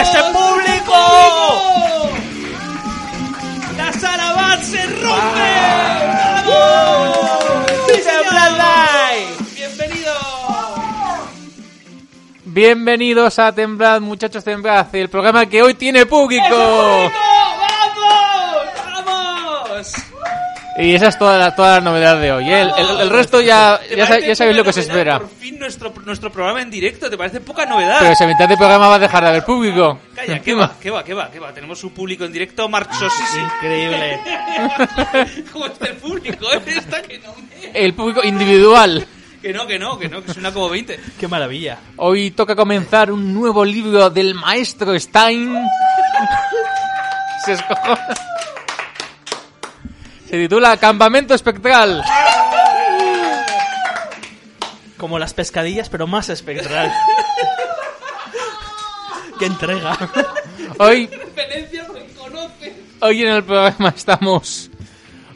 Este Bienvenidos a Temblad, muchachos Temblad, el programa que hoy tiene público. Oh. ¡Vamos! ¡Vamos! Y esa es toda la, toda la novedad de hoy. ¿eh? El, el- el resto ya, ya, sa- ya sabéis lo que os espera. Por fin nuestro, nuestro programa en directo, ¿te parece poca novedad? Pero si a mitad del programa va a dejar de haber público. Calla, ¿qué va? ¿Qué va? ¿Qué va? ¿Qué va? Tenemos un público en directo marchosísimo. Increíble. ¿Cómo está el público? ¿eh? Está que no, me- El público individual. que no, que no, que no, que suena como 20. Qué maravilla. Hoy toca comenzar un nuevo libro del maestro Stein. Se escojo- Se titula Campamento Espectral. Como las pescadillas, pero más espectral. ¡Qué entrega! Hoy, Referencias que conoces. hoy en el programa estamos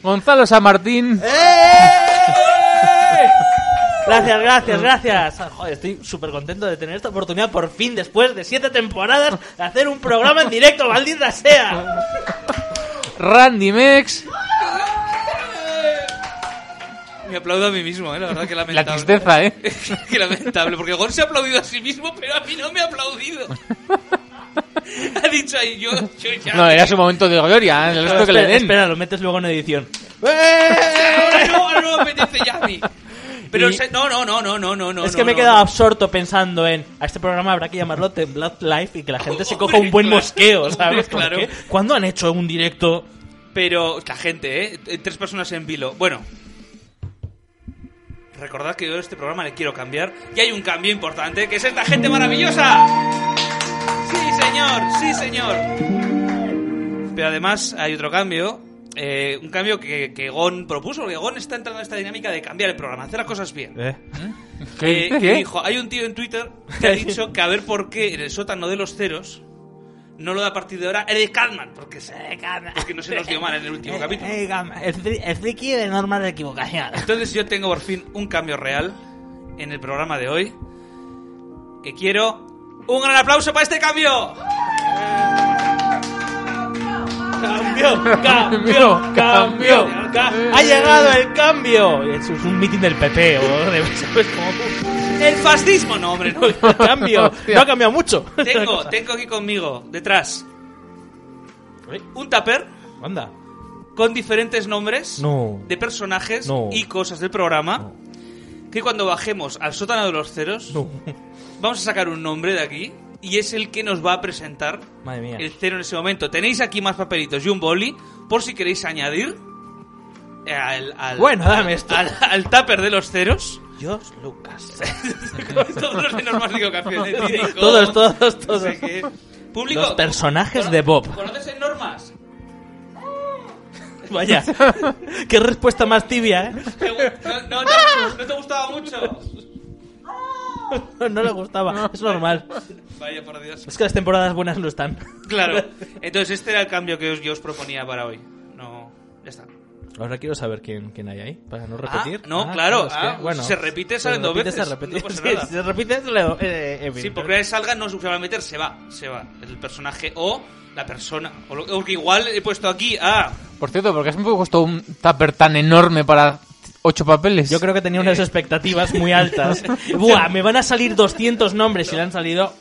Gonzalo San Martín. ¡Eh! Gracias, gracias, gracias. Ah, Joder, estoy súper contento de tener esta oportunidad por fin, después de siete temporadas, de hacer un programa en directo, maldita sea. Randy Mex, Me aplaudo a mí mismo, ¿eh? la verdad que la lamentable. tristeza, ¿eh? Qué lamentable, porque Gon se ha aplaudido a sí mismo, pero a mí no me ha aplaudido. Ha dicho ahí, yo, yo ya. No, era su momento de gloria, ¿eh? el resto que le espera, den. ¡Eh! espera, lo metes luego en edición. Ahora no, ahora no me apetece ya a mí. Pero Y- se- no, no, no, no, no, no. es no, que me he no, quedado no. absorto pensando en a este programa habrá que llamarlo Temblad Live y que la gente se coja Hombre, un buen claro. mosqueo, Hombre, ¿sabes? Como claro. que, ¿Cuándo han hecho un directo? Pero la gente, ¿eh? Eh, Tres personas en vilo. Bueno. Recordad que yo este programa le quiero cambiar. Y hay un cambio importante, que es esta gente maravillosa. Sí, señor, sí, señor. Pero además hay otro cambio. eh, un cambio que, que Gon propuso, porque Gon está entrando en esta dinámica de cambiar el programa, hacer las cosas bien. ¿Qué? Eh, que ¿Qué? dijo, hay un tío en Twitter que ha dicho que a ver por qué en el sótano de los ceros no lo da a partir de ahora Eric Cartman, porque, se- porque no se nos dio mal en el último capítulo. Eh, gam- el fri- el friki de normas de equivocación. Entonces yo tengo por fin un cambio real en el programa de hoy, que quiero un gran aplauso para este cambio. Cambio, Cambio, cambio. Ha llegado el cambio. Eso es un mitin del PP o de ¿sabes? Como, El fascismo, no hombre, no. el cambio. No ha cambiado mucho. Tengo, tengo aquí conmigo, detrás, Uy, un tupper Anda. con diferentes nombres. No. de personajes No. y cosas del programa que cuando bajemos al sótano de los ceros No. vamos a sacar un nombre de aquí y es el que nos va a presentar Madre mía. el cero en ese momento. Tenéis aquí más papelitos y un boli por si queréis añadir al, al- Bueno, dame esto. al, al tupper de los ceros. Dios, Lucas. todos los de normas de equivocación, de Tírico, Todos, todos, no sé todos. qué. Público, Los personajes de Bob. ¿Conoces en normas? Vaya. Qué respuesta más tibia, ¿eh? ¿Te gu- No, no, no, no te gustaba mucho. No le gustaba. Es normal. Vaya, por Dios. Es que las temporadas buenas no están. Claro. Entonces este era el cambio que os- yo os proponía para hoy. No, ya está. Ahora quiero saber quién, quién hay ahí, para no Ah, repetir. no, claro, es que, ah, se repite, salen se dos repite, veces, Se repite, no pasa sí, nada. se repite, se le- eh, eh, Sí, porque ahí salga no se va a meter, se va, se va. El personaje o la persona. O lo- Porque igual he puesto aquí a... Por cierto, ¿por qué has me puesto un tupper tan enorme para ocho papeles? Yo creo que tenía Eh. unas expectativas muy altas. Buah, me van a salir 200 nombres y le han salido...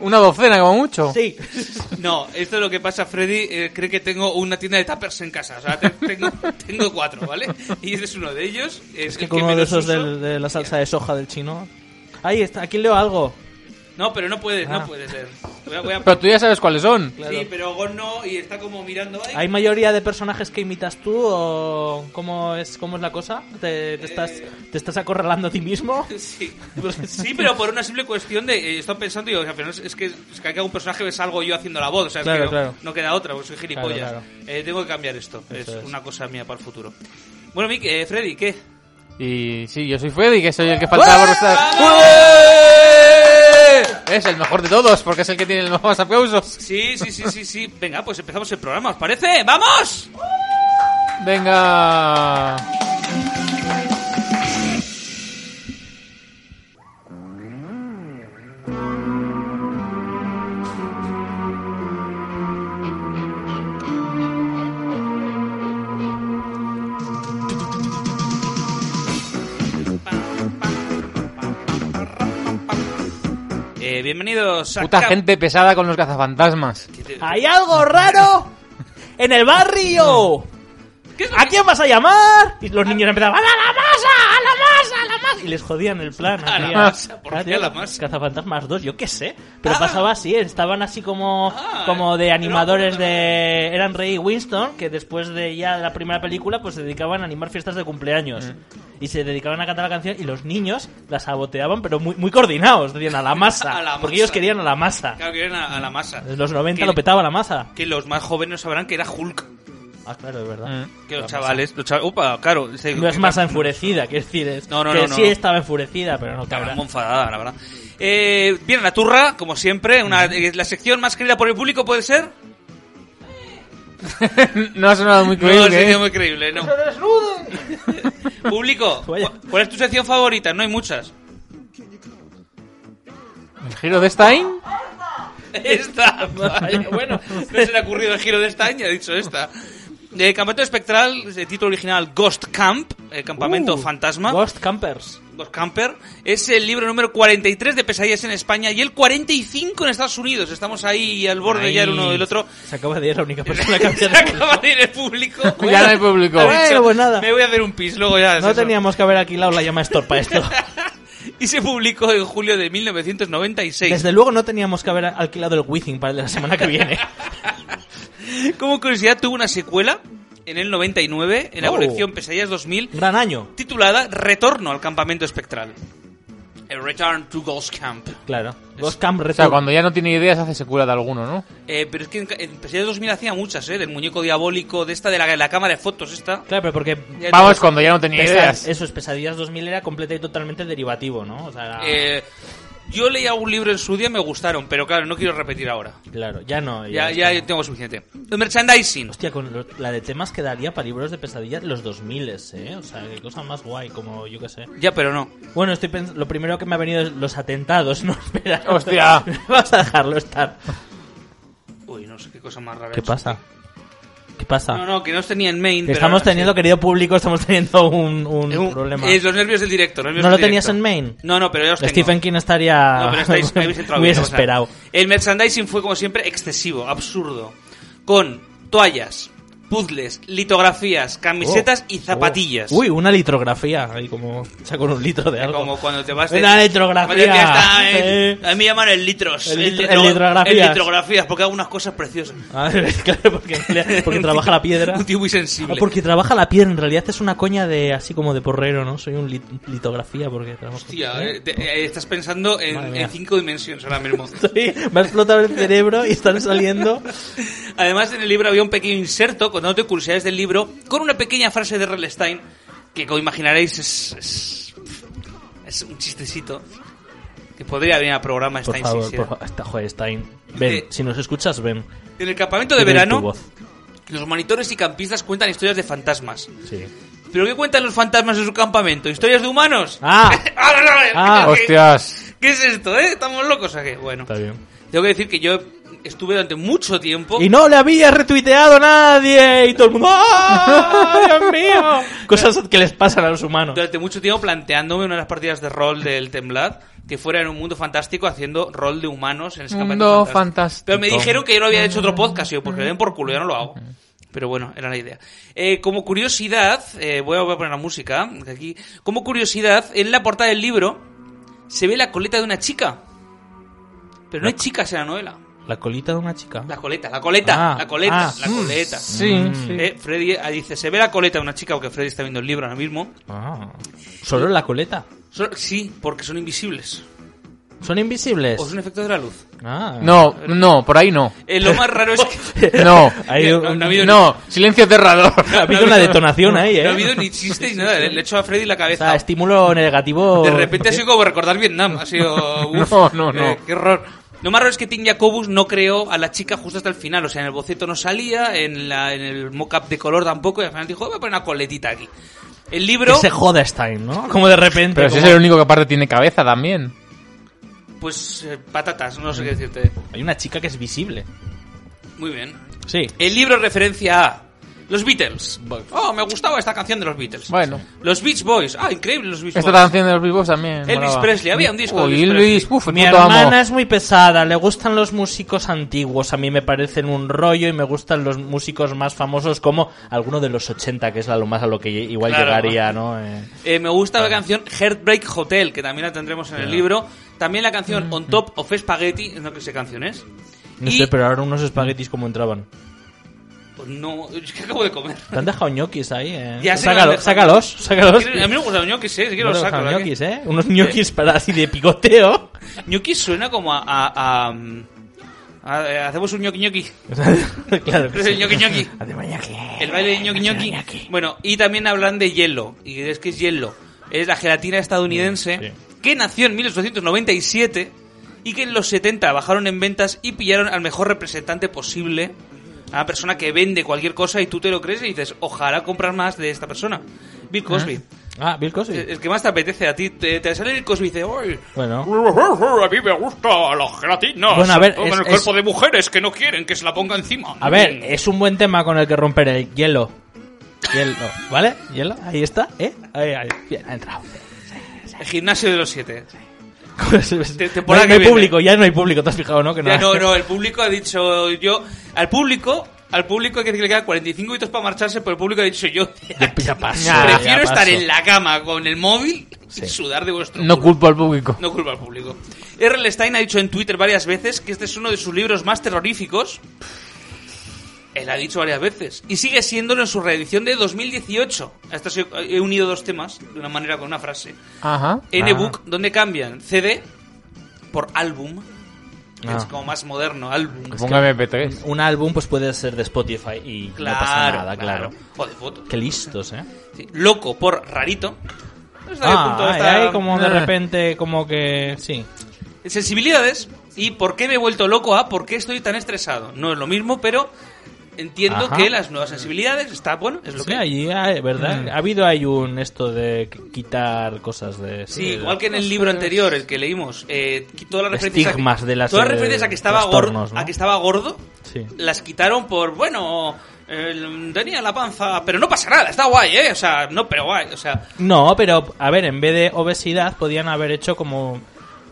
Una docena como mucho. Sí. No, esto es lo que pasa, Freddy eh, cree que tengo una tienda de tuppers en casa. O sea, te- tengo, tengo cuatro, ¿vale? Y este es uno de ellos. Es que con uno de esos del- de la salsa de soja del chino... Ahí está, aquí leo algo. No, pero no puede, no Ah. puede ser. Voy a- voy a- Pero tú ya sabes cuáles son. Sí, pero Gon no, y está como mirando... ahí. ¿Hay mayoría de personajes que imitas tú o cómo es, cómo es la cosa? ¿Te, te estás, ¿Te estás acorralando a ti mismo? Sí. Pues Sí, pero por una simple cuestión de. eh, estaba pensando, digo, o sea, pero es, es que, es que haga un personaje me salgo yo haciendo la voz. O sea, es Claro, que no, claro. no queda otra, porque soy gilipollas. Claro, Eh, tengo que cambiar esto. Es, Eso es. una cosa mía para el futuro. Bueno, Mick, eh, Freddy, ¿qué? Y sí, yo soy Freddy, que soy el que faltaba por estar- ¡Ué! Es el mejor de todos, porque es el que tiene los más aplausos. Sí, sí, sí, sí, sí. Venga, pues empezamos el programa, ¿os parece? ¡Vamos! Venga. Eh, bienvenidos a Puta Cap- gente pesada con los cazafantasmas. ¿Qué te- ¡Hay algo raro en el barrio! ¿Qué es lo ¿A que- quién vas a llamar? Y los niños empezaban, ¡a la masa! ¡a la masa! ¡a la masa! Y les jodían el plan. A la así, masa, ¿por Ah, qué tío, a la masa? Cazafantasmas 2, yo qué sé. Pero Ah. pasaba así, eh, estaban así como, Ah, como de pero- animadores de... Eran Rey y Winston, que después de ya de la primera película, pues se dedicaban a animar fiestas de cumpleaños. Mm. Y se dedicaban a cantar la canción y los niños la saboteaban, pero muy, muy coordinados. Decían, a la masa. A la porque masa. ellos querían a la masa. Claro que eran a, a la masa. Desde los 90 Que- lo petaba la masa. Que los más jóvenes sabrán que era Hulk. Ah, claro, es verdad. Mm. Que los chavales, los chavales, upa, claro. se- No es masa enfurecida, que decir, es No, no, que no, no, sí no. estaba enfurecida, pero no Cabrón, cabrón. enfadada, la verdad. Eh, viene la turra, como siempre. Una, eh, la sección más querida por el público puede ser. no ha sonado muy No, creíble, es ¿eh? muy creíble, no. Público, Vaya. ¿cu- ¿cuál es tu sección favorita? No hay muchas. ¿El giro de Stein? Esta, vale, bueno, no se le ha ocurrido el giro de esta año, ha dicho esta. Eh, Campamento Espectral, de título original Ghost Camp, eh, Campamento Uh, Fantasma, Ghost. Ghost Campers. Camper, es el libro número 43 de Pesadillas en España y el 45 en Estados Unidos. Estamos ahí al borde ya el uno del otro. Se acaba de ir la única persona que Se había acaba de ir el público. Ya no hay público. Ha dicho, Bueno, pues nada. Me voy a hacer un pis, luego ya. es No eso". teníamos que haber alquilado la llama Store para esto. Y se publicó en julio de 1996. Desde luego no teníamos que haber alquilado el Wizzing para el de la semana que viene. Como curiosidad, tuvo una secuela en el 99, en la Oh. colección Pesadillas 2000, Gran año. titulada Retorno al Campamento Espectral. A Return to Ghost Camp. Claro. Ghost Camp O sea, Return. cuando ya no tiene ideas hace secuela de alguno, ¿no? Eh, pero es que en, ca- en Pesadillas 2000 hacía muchas, ¿eh? Del muñeco diabólico, de esta, de la, la cámara de fotos, esta. Claro, pero porque... Ya Vamos, digo, cuando ya no tenía Pesa- ideas. Eso es, Pesadillas 2000 era completa y totalmente derivativo, ¿no? O sea, era- eh, yo leía un libro en su día y me gustaron, pero claro, no quiero repetir ahora. Claro, ya no. Ya, es ya como- tengo suficiente. El merchandising. Hostia, con lo- la de temas que daría para libros de pesadillas los 2000, ¿eh? O sea, qué cosa más guay, como yo qué sé. Ya, pero no. Bueno, estoy pens- lo primero que me ha venido es los atentados, ¿no? Espera. Hostia. Vamos a dejarlo estar. Uy, no sé qué cosa más rara. he ¿Qué hecho. pasa? ¿Qué pasa? No, no, que no os tenía en main. Que pero estamos ahora sí. teniendo, querido público, estamos teniendo un, un Es un- problema. Es los nervios del directo. nervios ¿No lo del tenías directo. en main? No, no, pero ya os tengo. Stephen King estaría No, pero estáis, me habéis entrado muy bien, vamos a ver. desesperado. El merchandising fue, como siempre, excesivo, absurdo. Con toallas, puzzles, litografías, camisetas Oh, y zapatillas. oh. Uy, una litrografía, ahí como saco un litro de algo. Como cuando te vas de... Una litrografía. Madre mía, está, eh. Sí. A mí me llaman el litros. El litro- el litrografías. El litrografías, porque hago unas cosas preciosas. A ver, claro, porque, emplea- porque trabaja la piedra. Un tío muy sensible. Ah, porque trabaja la piedra, en realidad es una coña de así como de porrero, ¿no? Soy un lit- litografía porque trabajo. Hostia, ¿Eh? eh, te- eh, estás pensando en, Madre mía. en cinco dimensiones ahora mismo. Estoy- me ha explotado el cerebro y están saliendo. Además, en el libro había un pequeño inserto contándote curiosidades del libro con una pequeña frase de Relestein que, como imaginaréis, es, es, es un chistecito que podría venir al programa Por Stein favor, sí, sí. por favor. Está, joder, Stein. Ven, Eh, si nos escuchas, ven. En el campamento de Quiero oír tu verano, voz. los monitores y campistas cuentan historias de fantasmas. Sí. ¿Pero qué cuentan los fantasmas en su campamento? ¿Historias de humanos? Ah, ¡Ah, no, no, no! Ah, ¿Qué- Hostias. ¿Qué es esto, eh? ¿Estamos locos o qué? Bueno, está bien. tengo que decir que yo estuve durante mucho tiempo... Y no le había retuiteado a nadie y todo el mundo. ¡Ah, Dios mío! Cosas que les pasan a los humanos. durante mucho tiempo planteándome una de las partidas de rol del Temblad que fuera en un mundo fantástico haciendo rol de humanos en ese Mundo campamento fantástico. Pero me dijeron que yo no había hecho otro podcast, y yo, pues porque ven por culo, yo no lo hago. Pero bueno, era la idea. Eh, como curiosidad, eh, voy, a, voy a poner la música que aquí. Como curiosidad, en la portada del libro se ve la coleta de una chica. Pero no hay chicas en la novela. La colita de una chica. La coleta, la coleta, Ah, la coleta, ah, la mm, coleta. Sí, sí. Eh, Freddy ah, dice, se ve la coleta de una chica, porque Freddy está viendo el libro ahora mismo. Ah. Solo la coleta. Son- sí, porque son invisibles. Son invisibles. O es un efecto de la luz. Ah. No, no, por ahí no. Eh, lo más raro es que. No, Hay Eh, un- ha habido no, silencio aterrador. Ha habido una detonación ahí, ¿eh? No ha habido ni chistes ni nada. Le le he hecho a Freddy la O sea, cabeza. estímulo negativo. De repente ha sido como recordar Vietnam. Ha sido. uf, No, no, eh, no. qué horror. Lo más raro es que Tim Jacobus no creó a la chica justo hasta el final. O sea, en el boceto no salía, en, la, en el mock-up de color tampoco. Y al final dijo, voy a poner una coletita aquí. El libro, Que se joda Stein, ¿no? Como de repente. Pero si es como- el único que aparte tiene cabeza también. pues, eh, patatas, no sé qué decirte. Hay una chica que es visible. Muy bien. Sí. El libro referencia a Los Beatles. Bueno. Oh, me gustaba esta canción de los Beatles. Bueno. Los Beach Boys. Ah, increíble los Beach Esta Boys. canción de los vivos también. Elvis molaba. Presley, había un disco de Uy, Elvis Elvis, uf, el Mi puto amo. hermana es muy pesada, le gustan los músicos antiguos, a mí me parecen un rollo y me gustan los músicos más famosos como alguno de los 80, que es a lo más a lo que igual Claro. llegaría, ¿no? Eh, Eh, me gusta la canción Heartbreak Hotel, que también la tendremos en el libro. También la canción On Top of Spaghetti, no que sé canción es. Mm. no Y- sé, pero ahora unos espaguetis como entraban. Pues no, es que acabo de comer. Te han dejado ñoquis ahí, eh. Ya sé que me han Sácalo- dejado- sácalos, sácalos. A mí me gustan los ñoquis, eh, si Bueno, quiero los saco. dejaron ¿verdad que- ñoquis, ¿eh? Unos ñoquis para así de picoteo. Ñoquis suena como a... a- a- a- eh, hacemos un ñoqui ñoqui. claro. que Es el sí. ñoqui ñoqui. Además, ñoqui. El baile de ñoqui ñoqui. Bueno, y también hablan de hielo. Y es que es hielo. Es la gelatina estadounidense Sí. que nació en 1897 y que en los 70 bajaron en ventas y pillaron al mejor representante posible. A la persona que vende cualquier cosa y tú te lo crees y dices, ojalá comprar más de esta persona. Bill Cosby. Ah, Bill Cosby. El el que más te apetece a ti. Te, te sale Bill Cosby y dice, "Ay, Bueno. a mí me gusta la gelatina. Bueno, a ver, Todo es- en el es- cuerpo de mujeres que no quieren que se la ponga encima. A ver, es un buen tema con el que romper el hielo. Hielo, ¿vale? Hielo, ahí está, ¿eh? Ahí, ahí, bien, ha entrado. El gimnasio de los siete. no temporada hay, no hay que viene. público, ya no hay público, ¿te has fijado, no? Que Ya, no, no, no, el público ha dicho yo. Al público, al público hay que decir que le quedan 45 minutos para marcharse, pero el público ha dicho yo. Ya, ya paso, Ya, prefiero ya estar paso. en la cama con el móvil Sí. y sudar de vuestro. No culo. culpo al público. No culpa al público. R.L. Stein ha dicho en Twitter varias veces que este es uno de sus libros más terroríficos. Él ha dicho varias veces. Y sigue siéndolo en su reedición de 2018. Hasta he unido dos temas de una manera con una frase. Ajá. En Ah. ebook, donde cambian CD por álbum. que Ah. Es como más moderno, álbum. Ponga MP3. Un álbum pues puede ser de Spotify y no pasa nada, claro. O de fotos. Qué listos, ¿eh? Sí. Loco por rarito. No está bien, Ah, punto, ahí, está- ahí como de Ah. repente, como que... Sí. sensibilidades y por qué me he vuelto loco a por qué estoy tan estresado. No es lo mismo, pero entiendo Ajá. que las nuevas sensibilidades está bueno, es lo Sí, que hay. ahí hay, ¿verdad? Mm. Ha habido ahí un esto de qu- quitar cosas de... Sí, igual que en el libro anterior, el que leímos, eh, qui- todas las referencias, Estigmas a que, de las- todas las de referencias a que estaba gordo, trastornos, ¿no? a que estaba gordo, Sí. las quitaron por bueno, eh, tenía la panza, pero no pasa nada, está guay, eh, o sea, no, pero guay, o sea, No, pero a ver, en vez de obesidad podían haber hecho como...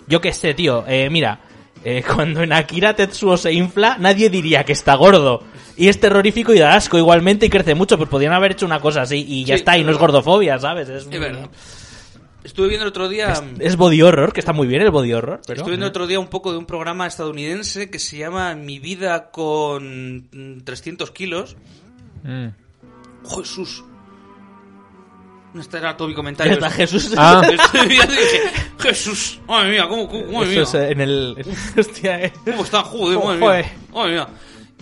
Yo qué sé, tío. Eh, mira, eh, cuando en Akira Tetsuo se infla, nadie diría que está gordo. Y es terrorífico y da asco igualmente y crece mucho. Pues podían haber hecho una cosa así y ya Sí, está. Y es no es verdad. gordofobia, ¿sabes? Es, es verdad. Estuve viendo el otro día, Mm. es ¿eh? body horror, que está muy bien el body horror. Pero... Estuve viendo otro día un poco de un programa estadounidense que se llama Mi vida con mm, 300 kilos. Mm. Jesús. No este era todo mi Ya comentario. está, Jesús. Ah. Estoy viendo y dije, Jesús, madre mía, cómo, cómo, madre Eso mía. es eh, en el... Hostia, eh. ¿Cómo está? Joder, madre Joder. mía. Madre mía.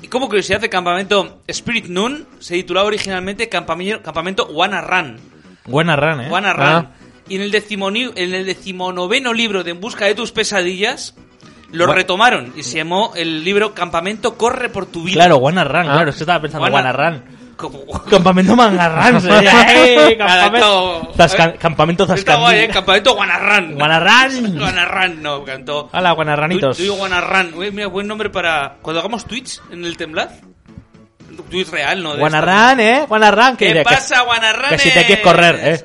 Y como curiosidad, el campamento Spirit Noon se titulaba originalmente Campamento, campamento Wanna Run. Buena run, ¿eh? Wanna Ah. Run. Y en el, decimoni- en el decimonoveno libro de En busca de tus pesadillas, lo Gua- retomaron y se llamó el libro Campamento Corre por tu vida. Claro, buena run, Ah. claro. Es que estaba pensando, buena run. Campamento Mangarran sería. ¡Eh! Campamento, Cantao. Zasca- campamento Está guay, ¿eh? Zascandil. Campamento Guanarran. Guanarran. Guanarran, no, cantó. Hola, guanarranitos. Tú- tú y Guanarran. Uy, mira, buen nombre para... Cuando hagamos Twitch en el Temblad. Twitch real, ¿no? De Guanarran, ¿eh? Guanarran. esta. ¿Qué, ¿Qué diría? pasa, Que, Guanarran? que si te quieres correr, ¿eh?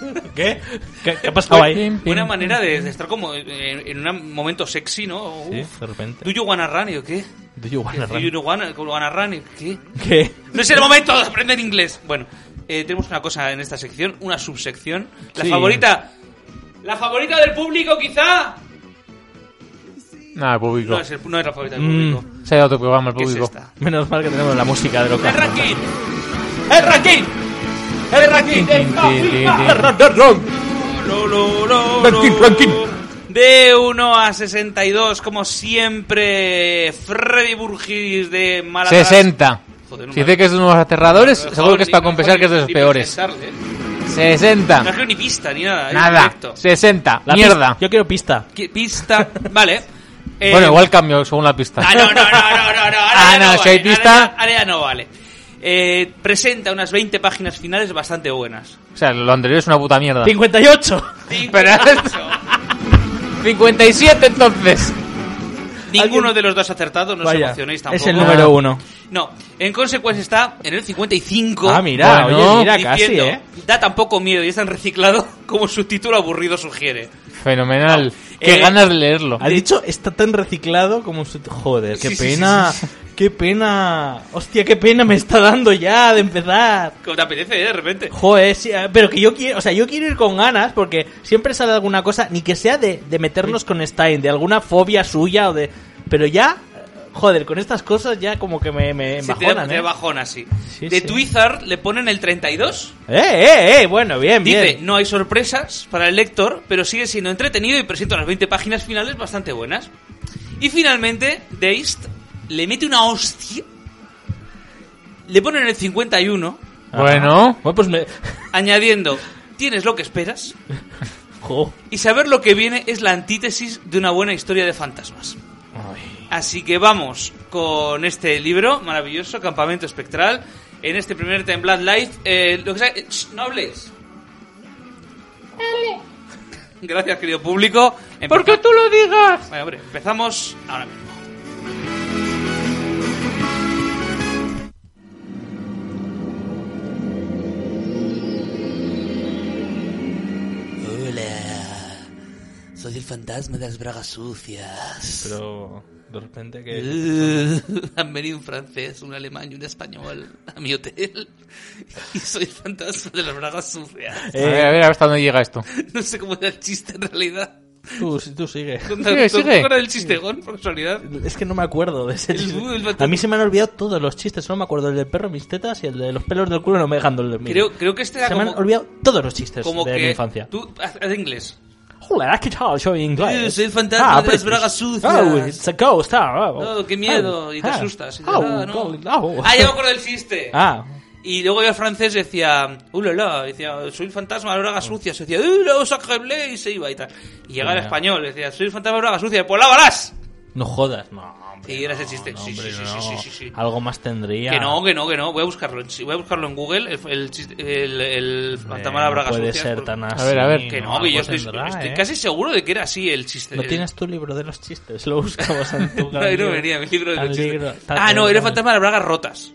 ¿Qué? ¿Qué, qué ha pasado ahí? Pim, pim. Una manera de, de estar como en, en un momento sexy, ¿no? Sí, Uf. de repente. Do you wanna run? Y yo, ¿qué? Do you wanna Do you run? know wanna, wanna run? Y yo, ¿Qué? ¿Qué? No es el momento de aprender inglés. Bueno, eh, tenemos una cosa en esta sección, una subsección. La Sí. favorita. La favorita del público, quizá. Nada, el público. No es, el- no es la favorita del Mm. público. Se ha ido a otro programa el ¿Qué es público. esta? Menos mal que tenemos la música de lo que... ¡El ranking! ¡El ranking! ¡El ranking! Tin, tin, tin, tin. Lo, lo, lo, Ranking, lo. ranking. De 1 a 62, como siempre, Freddy Burgis de Málaga. 60. Joder, no Si me- dice que es uno de los aterradores, seguro que es para compensar que es de los peores. 60. ¿eh? No creo ni pista ni nada. es Nada. directo. 60. La Mierda. pista. Yo quiero pista. ¿Qué Pista. Vale. Eh, Bueno, igual cambio según la pista. Ah, no, no, no, no, no, no. ahora ya Ah, no, si hay vale, pista. Ahora, ya- ahora ya no vale. Eh, presenta unas 20 páginas finales bastante buenas. O sea, lo anterior es una puta mierda. 58. Pero esto- 57 entonces. Ninguno de los dos acertados, no os Vaya, emocionéis tampoco. Es el número uno. No, en consecuencia está en el 55. Ah, mira, Bueno, oye, mira, casi, diciendo, ¿eh? Da tan poco miedo y es tan reciclado como su título aburrido sugiere. Fenomenal. No. Qué Eh, ganas de leerlo. Ha dicho, está tan reciclado como su... Joder, qué Sí, sí, pena. sí, Qué pena. Hostia, qué pena me está dando ya de empezar. Como te apetece, eh, de repente. Joder, sí, eh, pero que yo quiero, o sea, yo quiero ir con ganas porque siempre sale alguna cosa, ni que sea de, de meternos con Stein, de alguna fobia suya o de... Pero ya, eh, joder, con estas cosas ya como que me, me Sí, te- bajonan, te ¿eh? bajona, sí. Sí, de sí. Twizard le ponen el 32. Eh, eh, eh, bueno, bien, Dice, bien. no hay sorpresas para el lector, pero sigue siendo entretenido y presenta las 20 páginas finales bastante buenas. Y finalmente, Deist le mete una hostia. Le ponen el 51, Ah. Bueno. Bueno, pues me... añadiendo, tienes lo que esperas, Jo. y saber lo que viene es la antítesis de una buena historia de fantasmas. Ay. Así que vamos con este libro maravilloso, Campamento Espectral, en este primer Temblad Live. Eh, lo que sea, eh, sh, no hables. Gracias, querido público. Porque tú lo digas. Bueno, hombre, empezamos ahora mismo. Hola, soy el fantasma de las bragas sucias. Pero de repente que... Eh, Han venido un francés, un alemán y un español a mi hotel. Y soy el fantasma de las bragas sucias. Eh. A ver, a ver, a ver hasta dónde llega esto. No sé cómo era el chiste en realidad. Tú, tú sigue. Sigue, sigue. era el chistegón, por casualidad? Es que no me acuerdo de ese El chiste. bu- el bate- A mí se me han olvidado todos los chistes. Solo me acuerdo el del perro mis tetas y el de los pelos del culo no me dejan dormir. Creo, creo que este era se me han como, olvidado todos los chistes como de que... mi infancia. Tú, haz haz inglés. Joder, ¿qué tal? Soy Eh, inglés. soy el fantasma de las pues- bragas sucias. Oh, it's a ghost. Ah, oh. No, qué miedo. Ah, Y te ah, asustas. y dices, ah, ah, no. golly, oh. Ah, ya me acuerdo del chiste. Ah, Y luego el francés decía, uh, la, la", decía, soy el fantasma de las bragas sucias. Y decía, uh, la, sacreble", y se iba y tal. Y llegaba el Ya. español, decía, soy el fantasma de las bragas sucias, pues lávalas. no jodas. No, hombre, Sí, era ese no, chiste. no, Sí, sí, hombre, sí, no. sí, sí, sí, sí. Algo más tendría. Que no, que no, que no. Voy a buscarlo. en- Voy a buscarlo en Google, el, el, chiste- el, el fantasma de Eh, no las bragas puede sucias. ser por- tan así. A ver, a ver. pues Que Que no, que yo algo estoy, tendrá, estoy ¿eh? casi seguro de que era así el chiste. ¿No el- tienes tu libro de los chistes? Lo buscamos en tu No, gran ahí no libro. venía mi libro de Al los chistes. libro, tal, Ah, no, tal, era tal. fantasma de las bragas rotas.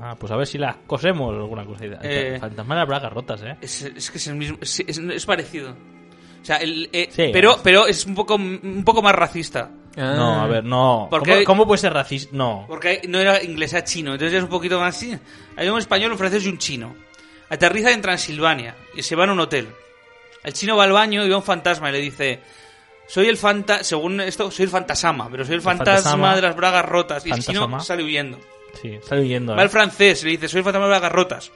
Ah, pues a ver si las cosemos o alguna cosa. Eh. Fantasma de las bragas rotas, ¿eh? Es, es que es el mismo. Es, es- es parecido. O sea, el, eh, Sí. pero, pero es un poco, un poco más racista. Ah. No, a ver, no. Ah. ¿Por ¿Cómo, qué? cómo puede ser racista? No. Porque no era inglés, era chino. Entonces ya es un poquito más así. Hay un español, un francés y un chino. Aterriza en Transilvania y se van a un hotel. El chino va al baño y ve a un fantasma y le dice... Soy el fanta... Según esto, soy el fantasama. Pero soy el fantasma, fantasama. de las bragas rotas. Y el chino Fantasama. sale huyendo. Sí, está huyendo. Va ¿eh? el francés y le dice... Soy el fantasma de las bragas rotas.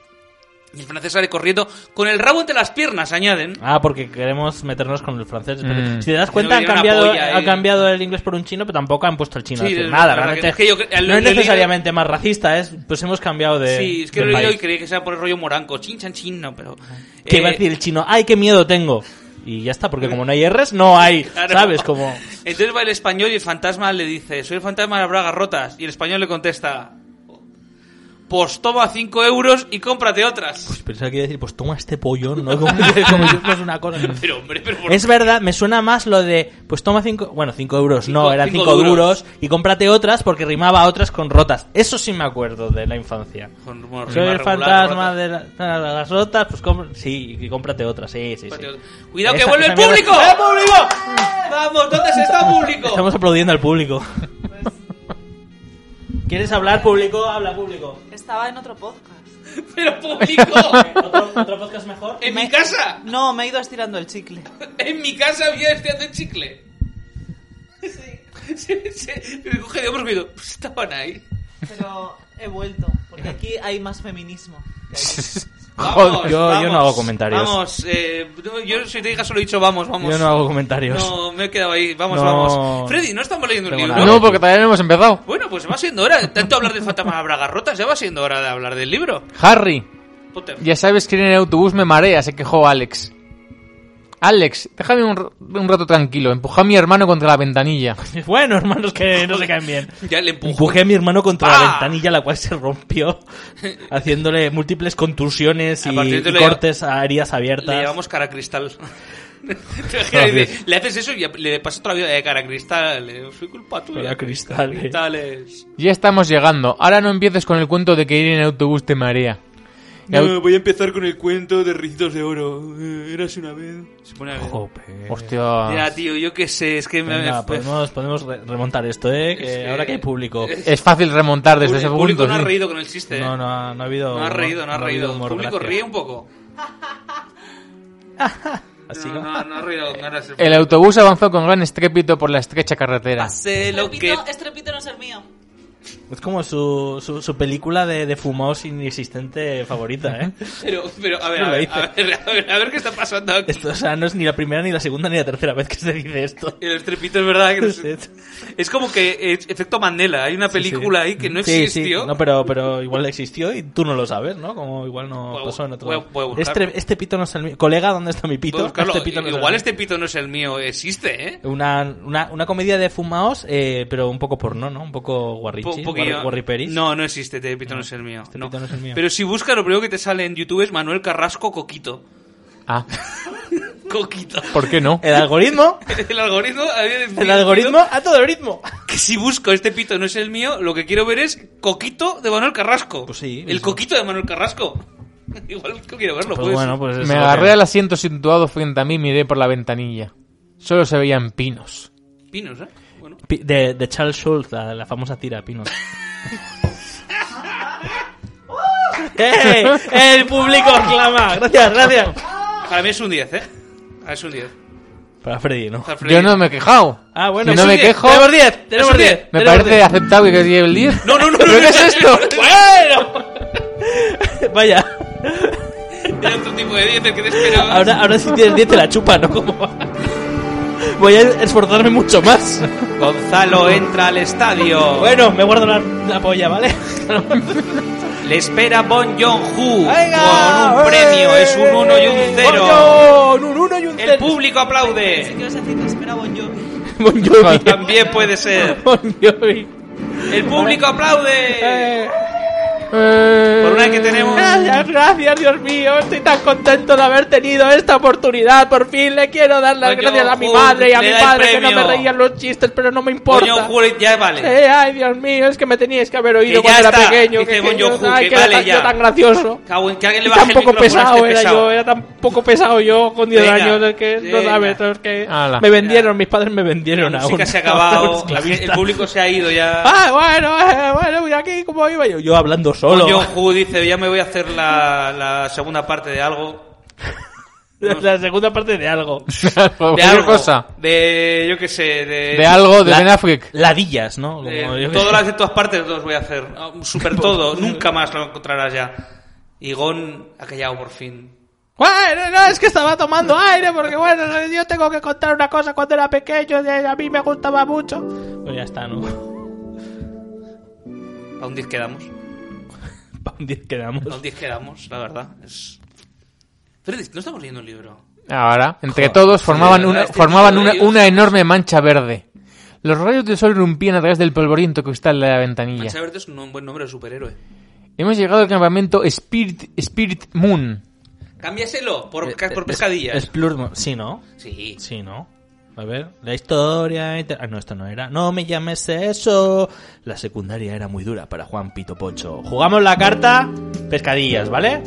Y el francés sale corriendo con el rabo entre las piernas, añaden. Ah, porque queremos meternos con el francés. pero Mm. Si te das cuenta, han Tiene una cambiado, polla ahí. ha cambiado el inglés por un chino, pero tampoco han puesto el chino. Sí, a decir es nada, verdad, realmente. es que yo cre- al- no es yo leí- necesariamente más racista, es pues hemos cambiado de. sí, es que de lo leí eh, país. y creí que sea por el rollo moranco. Chin, chan, chin, no, pero... Que eh, iba a decir el chino, ¡ay, qué miedo tengo! Y ya está, porque como no hay R's, no hay. Claro. ¿Sabes? Como. Entonces va el español y el fantasma le dice, soy el fantasma de las bragas rotas. Y el español le contesta, pues toma 5 euros y cómprate otras. Pues pensaba que iba a decir, pues toma este pollo, ¿no? Como, como yo, pues una cosa. Pero hombre, pero por... Es verdad, me suena más lo de, pues toma cinco, bueno, cinco euros, Cinco- no, eran cinco cinco, duros. duros. y cómprate otras porque rimaba a otras con rotas. Eso sí me acuerdo de la infancia. Con- bueno, Soy rima el regular, fantasma rota. de, la- de las rotas, pues compra- sí, y cómprate otras, sí, sí, sí. Cómprate otras. Cuidado que Esa- vuelve esa el mierda- público. ¡Eh, público! Vamos, ¿dónde se está público? Estamos aplaudiendo al público. ¿Quieres hablar, público? Habla, público. Estaba en otro podcast. Pero público, ¿Otro, otro podcast mejor? en mi casa, No, me he ido estirando el chicle. en mi casa había este hace chicle. Se, se, me coge de hombros y digo, estaban ahí. Pero he vuelto, porque aquí hay más feminismo. Vamos, Ah, yo- yo no vamos, hago comentarios. Vamos, eh, no, yo si te digas solo he dicho vamos, vamos. Yo no hago comentarios. No, me he quedado ahí. Vamos, No. vamos. Freddy, no estamos leyendo un Tengo libro. nada. No, porque todavía no hemos empezado. Bueno, pues va siendo hora. Tanto hablar del fantasma de bragas rotas, ya va siendo hora de hablar del libro. Harry, Potter. ya sabes que ir en el autobús me marea, se quejó Alex. Alex, déjame un, r- un rato tranquilo. Empujó a mi hermano contra la ventanilla. Bueno, hermanos que no se caen bien. Ya le empujo. Empujé a mi hermano contra ¡Ah! la ventanilla, la cual se rompió, haciéndole múltiples contusiones A y, partir de y le- cortes a heridas Le abiertas. llamamos cara cristal. Te imaginas, dice, le haces eso y le pasas toda la vida de cara a cristal. eh, Soy culpa tuya. Cara a Cristal, eh. Cristales. Ya estamos llegando. Ahora no empieces con el cuento de que ir en autobús te marea. Y au- No, voy a empezar con el cuento de Ricitos de Oro. Eh, Eras una vez. Se pone a- Ya, Hostia. tío, yo qué sé, es que me. Venga, pues, me- podemos, podemos re- remontar esto, ¿eh? Que que- ahora que hay público. Es fácil remontar desde ese el público punto. no ha sí. reído con el chiste. No, No, no ha, no ha habido. no, ha reído, no ha habido reído. El humor, público gracias. ríe un poco. Así no, que- no, no ha reído con ganas. El autobús avanzó con gran estrépito por la estrecha carretera. Hace lo que. Estrepito, estrepito no es el mío. Es como su, su, su película de, de fumados inexistente favorita, ¿eh? Pero, pero, a ver, No a lo ver, dice. a ver, a ver, a ver qué está pasando aquí. Esto, o sea, no es ni la primera, ni la segunda, ni la tercera vez que se dice esto. El estrepito es verdad que no sé. Sí, Es como que eh, efecto Mandela. Hay una película sí. ahí que no Sí, sí. existió. No, pero, pero igual existió y tú no lo sabes, ¿no? Como igual no Voy a- pasó en otro. voy a- voy a buscar. este, este pito no es el mío. Colega, ¿dónde está mi Voy a pito? buscarlo. Este pito no es el Pues, Igual mío. este pito no es el mío. Existe, ¿eh? Una, una, una comedia de fumados, eh, pero un poco porno, ¿no? Un poco guarrichi, Po- poquillo- guar- guarriperis. No, no existe, este pito no, es el mío. este no. pito no es el mío. Pero si buscas, lo primero que te sale en YouTube es Manuel Carrasco Coquito. Ah, Coquito. ¿por qué no? El algoritmo, El algoritmo había decidido el algoritmo a todo el ritmo. que si busco este pito no es el mío, lo que quiero ver es Coquito de Manuel Carrasco. Pues sí, El eso. Coquito de Manuel Carrasco. Igual que quiero verlo, Pues bueno, pues eso Me es lo agarré que- al asiento situado frente a mí y miré por la ventanilla. Solo se veían pinos. pues- Pinos, ¿eh? Bueno. Pi- De, de Charles Schultz, la, la famosa tira, Pino. ¡Eh! ¡El público clama! Gracias, gracias. Para mí es un 10, ¿eh? Para mí es un 10. Para Freddy, ¿no? Para Freddy. Yo no me he quejado. Ah, bueno, Si no es eh, me un 10. quejo, Tenemos 10, tenemos un 10. 10. me tenemos parece aceptable que lleve el 10. No, no, no, ¿Pero no, qué no, es no, esto? no, 10. Vaya. Era otro tipo de 10 el que te esperaba. Ahora, ahora si tienes 10 te la chupa, ¿no? Como... Voy a esforzarme mucho más. Gonzalo entra al estadio. Bueno, me guardo la, la polla, ¿vale? Le espera Bon Jong-hu ¡Venga! eh, con un premio. Es un 1 y un 0. ¡Un 1 y un 0! El público Si aplaude. quieres decir, te espera Bon Jovi. Bon Jovi. También puede ser. Bon Jovi. El público aplaude. Eh. Por una vez que tenemos. Gracias, gracias, Dios mío. Estoy tan contento de haber tenido esta oportunidad. Por fin le quiero dar las Coño, gracias a mi Hulk, madre y a le mi da el padre que no me premio. reían los chistes, pero no me Coño, importa. Juli, ya vale. Eh, ay, Dios mío, es que me teníais que haber oído Que ya cuando era está, pequeño. dice que- que Bon yo- Jovi, ay, que que era vale tan- ya. yo tan gracioso. Cago en que alguien le Y baje tan el poco micrófono a este pesado era pesado. yo, era tan poco pesado yo con 10 Venga, años, es que no venga. sabes, es que Hala. me vendieron, mis padres me vendieron La aún. música se ha acabado. Esclavista. El público se ha ido ya. Ah, bueno, eh, bueno, y aquí como iba yo, yo hablando solo. Bon Jong-hu dice: Ya me voy a hacer la, la segunda parte de algo. La segunda parte de algo. De Cualquier algo. Eh, cosa. De, yo qué sé, de. De algo de La- Ben Affleck. Ladillas, ¿no? Como Eh, yo que todo sé. lo hace en todas partes, los voy a hacer. Ah, un Super todo, nunca más lo encontrarás ya. Y Gon ha callado por fin. Bueno, no, es que estaba tomando aire porque bueno, yo tengo que contar una cosa cuando era pequeño, de- a mí me gustaba mucho. Pues ya está, ¿no? A un 10 quedamos. Pa' un 10 quedamos. A un 10 quedamos, la verdad. Es... Freddy, no estamos leyendo un libro. Ahora, entre todos formaban, de verdad, una, este formaban tipo de una, rayos. una enorme mancha verde. Los rayos del sol rompían a través del polvoriento cristal de la ventanilla. Mancha Verde es un buen nombre de superhéroe. Hemos llegado al campamento Spirit, Spirit Moon. Cámbiaselo por, ca- Eh, por Es- pescadillas. Es plurmo. Sí, ¿no? Sí. Sí, ¿no? A ver, la historia... inter- Ah, no, esto no era. No me llames eso. La secundaria era muy dura para Juan Pito Pocho. Jugamos la carta pescadillas, ¿vale?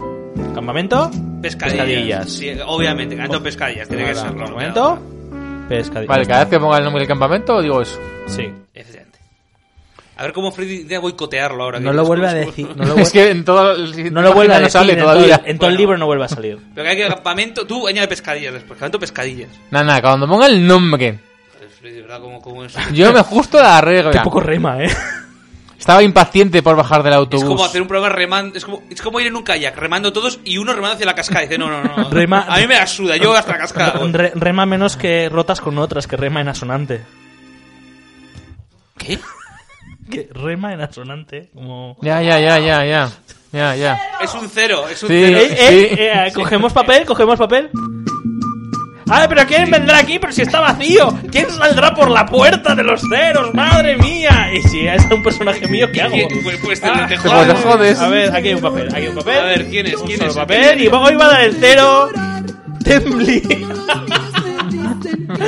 Campamento. Pescadillas. Pescadillas. Sí, obviamente, ganando pescadillas. Tiene que Ahora, ser. un claro, momento. claro. Pescadillas. Vale, cada vez que ponga el nombre del campamento digo eso. Sí. Efectivamente. A ver cómo Freddy intenta boicotearlo ahora. que No lo es vuelve a como- decir. No lo, vuel- es que en todo el- no lo vuelve a no decir. sale en todo el- todavía. en todo el Bueno. libro no vuelve a salir. Lo que hay que campamento, tú añade pescadillas después. Campamento pescadillas. Nada, nada, cuando ponga el nombre, Joder, Freddy, ¿verdad? ¿Cómo, cómo es? yo me ajusto a la regla. Qué poco rema, ¿eh? Estaba impaciente por bajar del autobús. Es como hacer un programa remando. Es como, es como ir en un kayak, remando todos y uno remando hacia la cascada. Dice, no, no, no. Rema- A mí me la suda, yo hasta la cascada. voy. Re- rema menos que rotas con otras, que rema en asonante. ¿Qué? Que rema en asonante, como... Ya, ya, ya, ya, ya. Ya, ya. Es un cero, es un Sí. cero. Eh, eh, Sí. eh, cogemos papel, cogemos papel. Ah, pero ¿quién vendrá aquí? Pero si está vacío. ¿Quién saldrá por la puerta de los ceros? ¡Madre mía! Y si es un personaje mío, ¿qué hago? Ah, Pues, pues te, te Te lo jodes. dejo. jodes. A ver, aquí hay un papel, aquí hay un papel. A ver, ¿quién es? Un ¿Quién solo es? papel. Y luego iba a dar el cero. Tembly.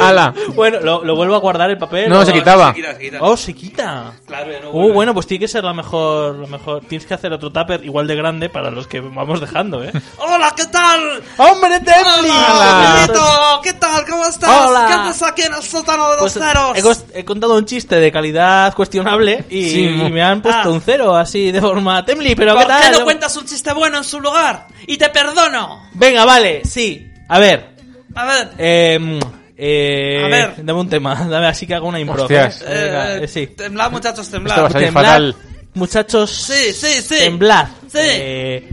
¡Hala! Bueno, lo, lo vuelvo a guardar el papel. No, lo- se quitaba. quita, se quita. Oh, se quita. Claro, ya no Oh, vuelve. bueno, pues tiene que ser la mejor, la mejor. Tienes que hacer otro tupper igual de grande para los que vamos dejando, ¿eh? ¡Hola, qué tal! ¡Hombre, Tefli! Hola. Benito, ¿Qué tal? ¿Cómo estás? Hola. ¿Qué haces aquí en el sótano de Pues, los ceros? he, cos- he contado un chiste de calidad cuestionable y, Sí, y mu- me han puesto Ah. un cero así de forma Temli, pero ¿Por ¿qué qué tal? no cuentas un chiste bueno en su lugar? ¡Y te perdono! Venga, vale, sí. A ver, A ver... eh, eh, A ver. dame un tema, dame así que hago una impro. Hostias. Eh, venga, Eh, eh, sí. Temblad, muchachos, Esto va temblad. a salir fatal. Muchachos, Sí, sí, sí. temblad. Sí. Eh,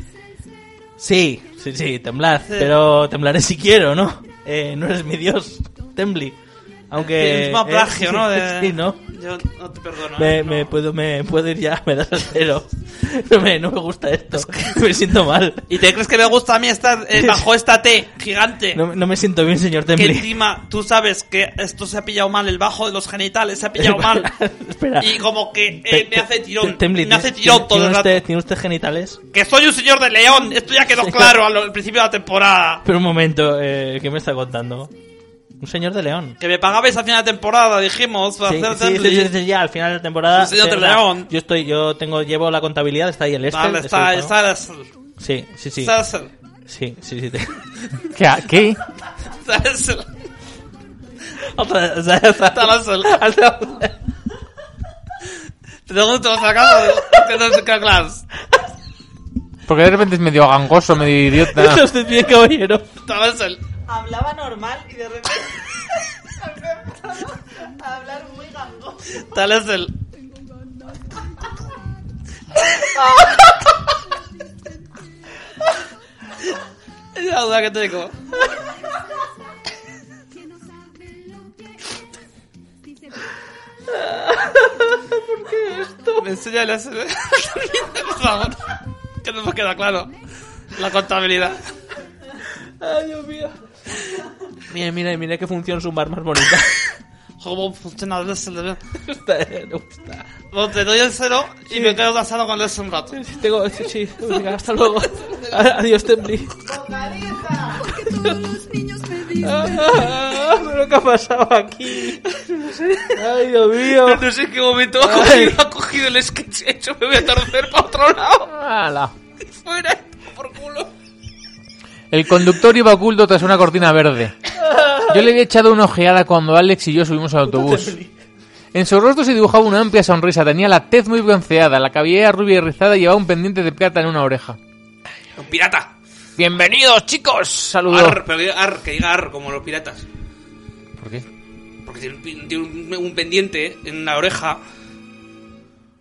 sí, sí, sí, temblad. Pero temblaré si quiero, ¿no? Eh, no eres mi dios, Tembli. Aunque. El mismo eh, plagio, ¿no? De- Sí, ¿no? Yo no te perdono. Me, ¿eh? No. me puedo, me puedo ir ya, me das el cero. No me, no me gusta esto. Me siento mal. ¿Y te crees que me gusta a mí estar eh, bajo esta T gigante? No, no me siento bien, señor que Tembli. encima tú sabes que esto se ha pillado mal, el bajo de los genitales se ha pillado mal. Espera. Y como que Te- eh, me hace te- tirón. Tembli, me hace ¿tiene- tirón todo tiene el rato. usted- ¿Tiene usted genitales? Que soy un señor de león. Esto ya quedó Señor. claro al al principio de la temporada. Pero un momento, eh, ¿qué me está contando? Un señor de león. Que me pagabais a final de temporada, dijimos. para Sí, hacer sí, Dudley. sí, sí, sí, ya, al final de temporada. Un señor de o sea, león. Yo estoy, yo tengo, llevo la contabilidad, está ahí el este. Vale, estoy está, el está, está, pavo. Sí, sí, sí. está, está, Sí, sí, sí. ¿Qué? ¿Qué? está, está. Otra vez, o sea, está- Hasta- Te tengo que sacar de los class. Porque de repente es medio gangoso, medio Está idiota. usted bien, caballero. Hablaba normal y de repente. había empezado a hablar muy gangoso. Tal es el. Ah. Es la duda que tengo. ¿Por qué esto? Me enseña el SD. Por favor. Que no nos queda claro. La contabilidad. Ay, Dios mío. Mire, mire, mire qué función sumar más bonita. ¿Cómo funciona el SD? Esta, eh, me gusta. Bueno, te doy el cero y me quedo casado con el SD un rato. Sí, Tengo, sí, sí, venga, hasta luego. A- Adiós, Tembli. ¡Vocaliza! Todos los niños me dicen Ah, pero ¿qué ha pasado aquí? Ay, Dios mío. No sé en qué momento ha cogido, ha cogido el sketch hecho, me voy a torcer para otro lado. ¡Hala! Fuera, por culo. El conductor iba oculto tras una cortina verde. Yo le había echado una ojeada cuando Alex y yo subimos al autobús. En su rostro se dibujaba una amplia sonrisa, tenía la tez muy bronceada, la cabellera rubia y rizada y llevaba un pendiente de plata en una oreja. Un pirata. ¡Bienvenidos, chicos! Saludó. Ar, pero diga ar, que diga ar, como los piratas. ¿Por qué? Porque tiene un, pin- tiene un- un pendiente en la oreja.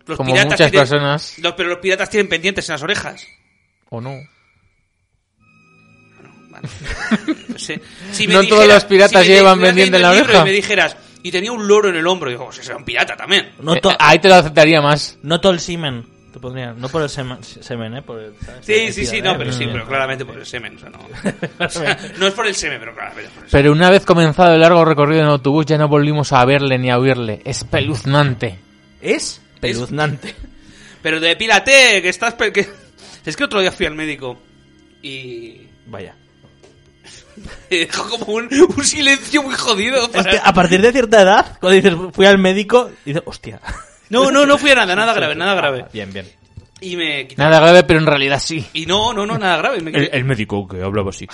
Los Como muchas tienen- personas. los- pero los piratas tienen pendientes en las orejas. ¿O no? Bueno, no sé. Si No todos los me piratas llevan dijeras pendiente en la leyendo el libro oreja. Y me dijeras, y tenía un loro en el hombro. Y digo, "Pues ese será un pirata también. No, Eh, to- eh, ahí te lo aceptaría más. no todo el semen. Te pondrían, no por el semen, semen, ¿eh? Por el- ¿sabes? Sí, sí, Mentira, sí, ¿eh? no, pero sí, pero claramente por el semen. O sea, no. O sea, no es por el semen, pero claramente por el semen. Pero una vez comenzado el largo recorrido en autobús ya no volvimos a verle ni a oírle. Espeluznante. Es peluznante. Pero depílate, que estás... pe- que- Es que otro día fui al médico y... Vaya. y Dejó como un, un silencio muy jodido. Es para- ah, que a partir de cierta edad, cuando dices, fui al médico, dices, hostia. No, no, no fui a nada, nada grave, nada grave. Bien, bien. Y me quité- Nada grave, pero en realidad sí. Y no, no, no, nada grave. me quité- médico que hablaba así.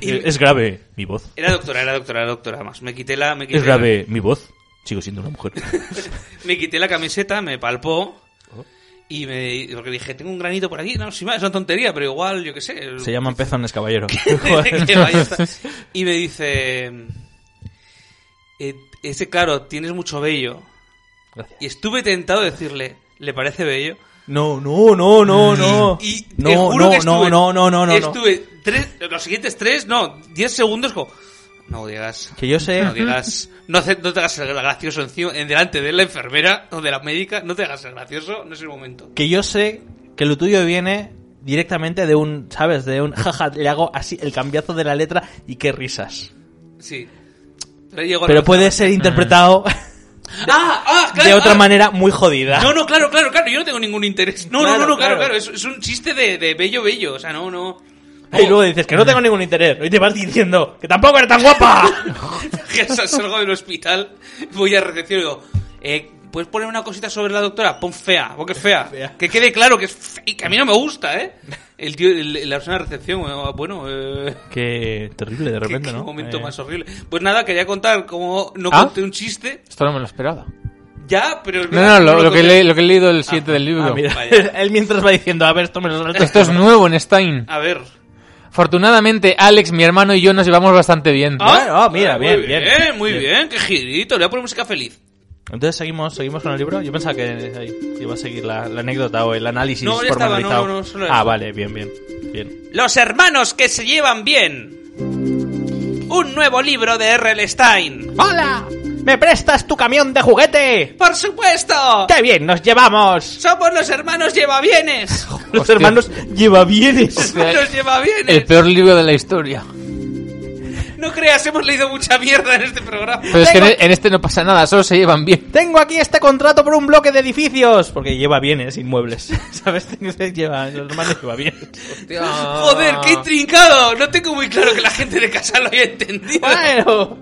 ¿Es grave mi voz? Era doctora, era doctora, era doctora. Además, me quité la... Me quité, ¿Es grave mi voz? Sigo siendo una mujer. Me quité la camiseta, me palpó... Oh. Y me... Porque dije, tengo un granito por aquí. No, sin más, es una tontería, pero igual, yo qué sé. Se llaman pezones, caballero. Que vaya esta- y me dice eh, ese claro tienes mucho bello Gracias. y estuve tentado de decirle le parece bello No, no, no, no, no. y te No, juro no, que no, estuve, no, no, no, no. estuve tres los siguientes tres no diez segundos como no digas Que yo no sé. digas no, hace- no te hagas el gracioso encima en delante de la enfermera o de la médica no te hagas el gracioso no es el momento Que yo sé que lo tuyo viene directamente de un, ¿sabes? De un jaja, le hago así el cambiazo de la letra y qué risas. sí pero, ahí llegó la- Pero puede ser interpretado ah, ah, claro, de otra ah. manera muy jodida. No, no, claro, claro, claro, yo no tengo ningún interés. No, Claro, no, no, no, claro, claro. claro, es, es un chiste de, de bello, bello, o sea, no, no. Y luego dices que no tengo ningún interés. Y te vas diciendo que tampoco eres tan guapa. que salgo del hospital, voy a recepción y digo, eh, ¿puedes poner una cosita sobre la doctora? Pon fea, porque es fea. Fea. Que quede claro que es fea y que a mí no me gusta, ¿eh? El tío, el- la persona de recepción, bueno, bueno, eh, Qué terrible de qué- repente, qué ¿no? momento Eh, más horrible. Pues nada, quería contar como no ¿Ah? conté un chiste, Esto no me lo esperaba. ya, pero... es No, verdad, no, lo, lo que, conté. le- lo que he leído el 7 del libro. Ah, mira. Vaya. Él mientras va diciendo, a ver, esto me lo salto. Esto es nuevo en Stein. A ver. Afortunadamente, Alex, mi hermano y yo nos llevamos bastante bien. Ah, ah, mira, muy bien, bien. Muy Bien. bien, qué girito, le voy a poner música feliz. Entonces seguimos, seguimos con el libro. Yo pensaba que eh, iba a seguir la, la anécdota o el análisis No, ya estaba, pormenorizado. no, no, solo ah, eso. vale, bien, bien, bien. Los hermanos que se llevan bien. Un nuevo libro de R.L. Stein. ¡Hola! ¿Me prestas tu camión de juguete? ¡Por supuesto! ¡Qué bien nos llevamos! ¡Somos los hermanos llevabienes! Los Hostia. hermanos lleva bienes. ¡Los hermanos Este, El llevabienes! peor libro de la historia. No creas, hemos leído mucha mierda en este programa. Pero es que en, Tengo- en este no pasa nada, solo se llevan bien. Tengo aquí este contrato por un bloque de edificios. Porque lleva bienes inmuebles. ¿Sabes? Lleva, los hermanos lleva bienes. Ah. Joder, qué intrincado. No tengo muy claro que la gente de casa lo haya entendido. Bueno.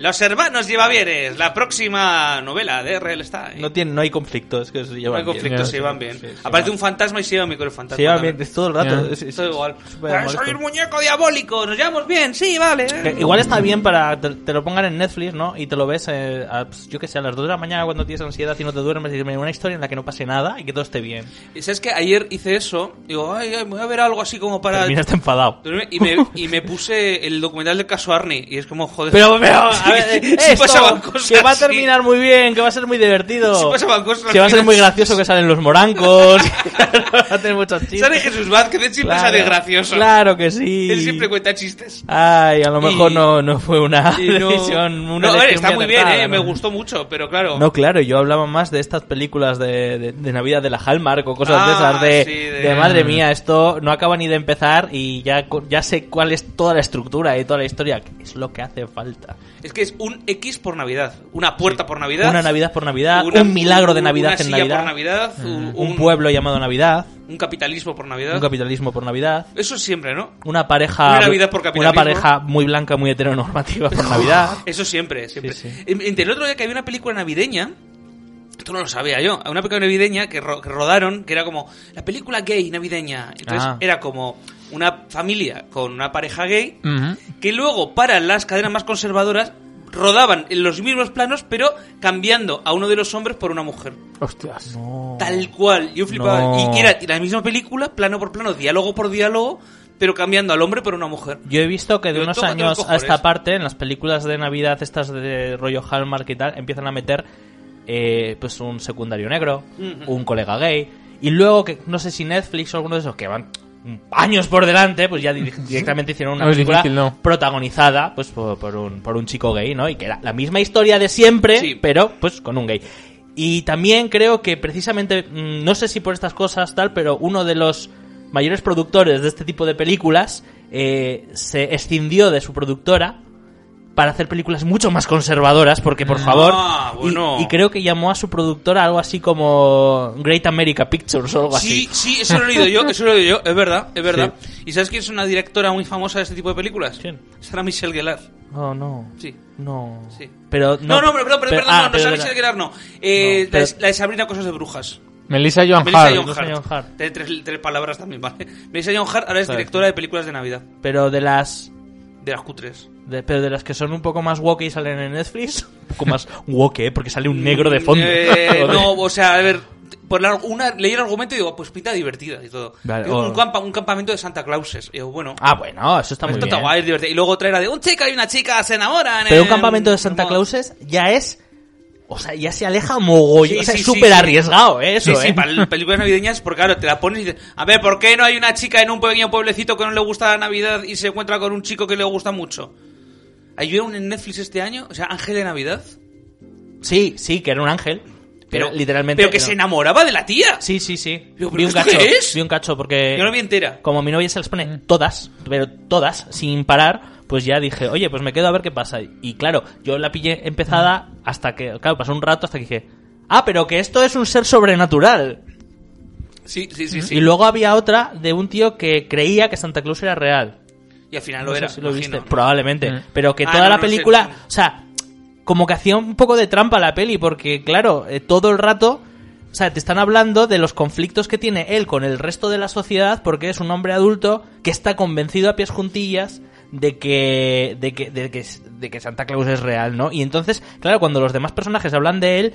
Los hermanos llevabienes, la próxima novela de R.L. Stein. No, tiene, no hay conflicto, es que se No llevan eh, hay conflicto, bien. se llevan bien. Sí, se Aparece llevan- un fantasma y se llevan bien con el fantasma. Se llevan también. bien, es todo el rato. Ya. es- es- Todo igual. súper Ah, molesto. soy un muñeco diabólico, nos llevamos bien, sí, vale. eh. Que igual está bien para te, te lo pongan en Netflix, ¿no? Y te lo ves, eh, a, pues, yo que sé, a las 2 de la mañana cuando tienes ansiedad y no te duermes, y dices, "Mira, una historia en la que no pase nada y que todo esté bien. Y sabes que ayer hice eso, digo, ay, ay, me voy a ver algo así como para. Terminas enfadado. dormirme, Y me, y me puse el documental de Caso Arni, y es como, joder. Pero, pero, a ver, Sí, sí eh, esto, pasaban cosas, que va a sí. terminar muy bien, que va a ser muy divertido. Sí pasaban cosas, que va a ser al muy final. gracioso que salen los morancos. va a tener muchos chistes. Sale Jesús Vázquez, él siempre sale gracioso. Claro que sí. Él siempre cuenta chistes. Ay, a lo mejor Y- no, no fue una Y no- decisión. una no, a ver, elección está muy bien, acertada, eh, me ¿no? gustó mucho, pero claro. No, claro, yo hablaba más de estas películas de, de- de Navidad de la Hallmark o cosas de Ah, esas de, sí, de- de, madre mía, esto no acaba ni de empezar y ya, co- ya sé cuál es toda la estructura y toda la historia. que Es lo que hace falta. Es que es un X por Navidad, una puerta por Navidad. Una Navidad por Navidad, una- un milagro de una Navidad en silla Navidad, Mm. por Navidad, un, un pueblo llamado Navidad, un capitalismo por Navidad. un capitalismo por Navidad, Eso siempre, ¿no? una pareja, Una Navidad por una capitalismo. pareja muy blanca, muy heteronormativa por Navidad. Eso siempre, siempre. Ah. Sí, sí. En- Entre el otro día que había una película navideña, esto no lo sabía yo, una película navideña que, ro- que rodaron, que era como la película gay navideña. Entonces Ah. era como una familia con una pareja gay Mm. Ujú. que luego para las cadenas más conservadoras rodaban en los mismos planos pero cambiando a uno de los hombres por una mujer. Hostias. Tal cual, yo flipaba. No. Y era la misma película, plano por plano, diálogo por diálogo, pero cambiando al hombre por una mujer. Yo he visto que de Pero unos tócate años los a cojones. esta parte, en las películas de Navidad, estas de rollo Hallmark y tal, empiezan a meter eh, pues un secundario negro, Ujú. un colega gay, y luego que no sé si Netflix o alguno de esos que van años por delante, pues ya di- directamente hicieron una No, es película difícil, no. protagonizada pues por, por un, por un chico gay, ¿no? Y que era la misma historia de siempre, Sí. pero pues con un gay. Y también creo que precisamente, mm, no sé si por estas cosas tal, pero uno de los mayores productores de este tipo de películas eh, se escindió de su productora para hacer películas mucho más conservadoras, porque por favor... Ah, y- bueno. y, creo que llamó a su productora algo así como Great America Pictures o algo así. Sí, sí, eso lo he leído yo, eso lo he leído yo, es verdad, es verdad. ¿Y sabes quién es una directora muy famosa de este tipo de películas? ¿Quién? Sara Michelle Gellar. Oh, no. Sí. No. Sí. Pero No, no, pero, perdón, perdón, ah, no, no, pero Sara era- Michelle Gellar no. Eh, No, pero- la, de- la de Sabrina Cosas de Brujas. Melissa Joan Melissa Hart. John Melissa Hart. Joan Hart. Tiene Tres, tres palabras también, ¿vale? Melissa John Hart ahora es Claro. directora de películas de Navidad, Pero de las de las cutres. de, pero de las que son un poco más woke y salen en Netflix, un poco más woke, ¿eh? porque sale un negro de fondo. Eh, Joder. no, o sea, a ver, por la- una, leí el argumento y digo, pues pinta divertida y todo. Vale, Digo, o- un, campa- un campamento de Santa Clauses. Y digo, bueno, Ah, bueno, eso está muy esto bien. está guay, es divertido. Y luego otra era de un chico y una chica se enamoran. Pero un en- campamento de Santa como- Clauses ya es o sea, ya se aleja mogollón, Sí, o sea, sí, es sí, súper sí. arriesgado, ¿eh? eso, sí, sí, ¿eh? para las películas navideñas, porque claro, te la pones y dices, a ver, ¿por qué no hay una chica en un pequeño pueblecito que no le gusta la Navidad y se encuentra con un chico que le gusta mucho? Hay un en Netflix este año, o sea, Ángel de Navidad. Sí, sí, que era un ángel, pero literalmente Pero que era- se enamoraba de la tía. Sí, sí, sí. Digo, ¿pero vi un esto cacho, qué es? vi un cacho porque Yo no vi entera. como mi novia se las pone todas, pero todas, sin parar, pues ya dije, oye, pues me quedo a ver qué pasa. Y claro, yo la pillé empezada hasta que, claro, pasó un rato hasta que dije, ah, pero que esto es un ser sobrenatural. Sí, sí, sí. sí. Y luego había otra de un tío que creía que Santa Claus era real. Y al final No lo sé era. si lo imagino, viste, ¿no? probablemente. Mm. Pero que Ah, toda no, la no sé, película, sí. o sea, como que hacía un poco de trampa la peli, porque claro, eh, todo el rato, o sea, te están hablando de los conflictos que tiene él con el resto de la sociedad, porque es un hombre adulto que está convencido a pies juntillas de que, de que, de que, de que Santa Claus es real, ¿no? Y entonces, claro, cuando los demás personajes hablan de él,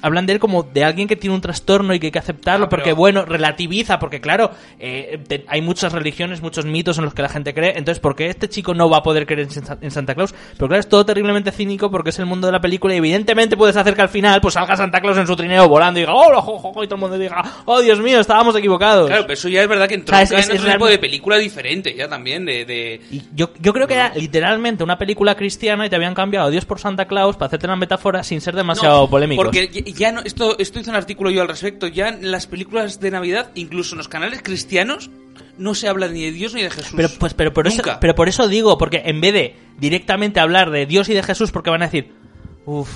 Hablan de él como de alguien que tiene un trastorno y que hay que aceptarlo Ah, pero- porque, bueno, relativiza, porque claro, eh, te- hay muchas religiones, muchos mitos en los que la gente cree, entonces porque este chico no va a poder creer en, Sa- en Santa Claus? Pero claro, es todo terriblemente cínico porque es el mundo de la película y evidentemente puedes hacer que al final pues salga Santa Claus en su trineo volando y diga, oh, jo, jo, jo", y todo el mundo diga, oh, Dios mío, estábamos equivocados. Claro, pero eso ya es verdad que entró O sea, es- en es- otro es tipo real- de película diferente, ya también, de... de- Y yo, yo creo que era literalmente una película cristiana y te habían cambiado Dios por Santa Claus para hacerte una metáfora sin ser demasiado No, polémico. Porque ya- ya no... Esto, esto hice un artículo yo al respecto. Ya en las películas de Navidad, incluso en los canales cristianos, no se habla ni de Dios ni de Jesús. Pero, pues, pero, por eso, Nunca. pero por eso digo, porque en vez de directamente hablar de Dios y de Jesús, porque van a decir, uff,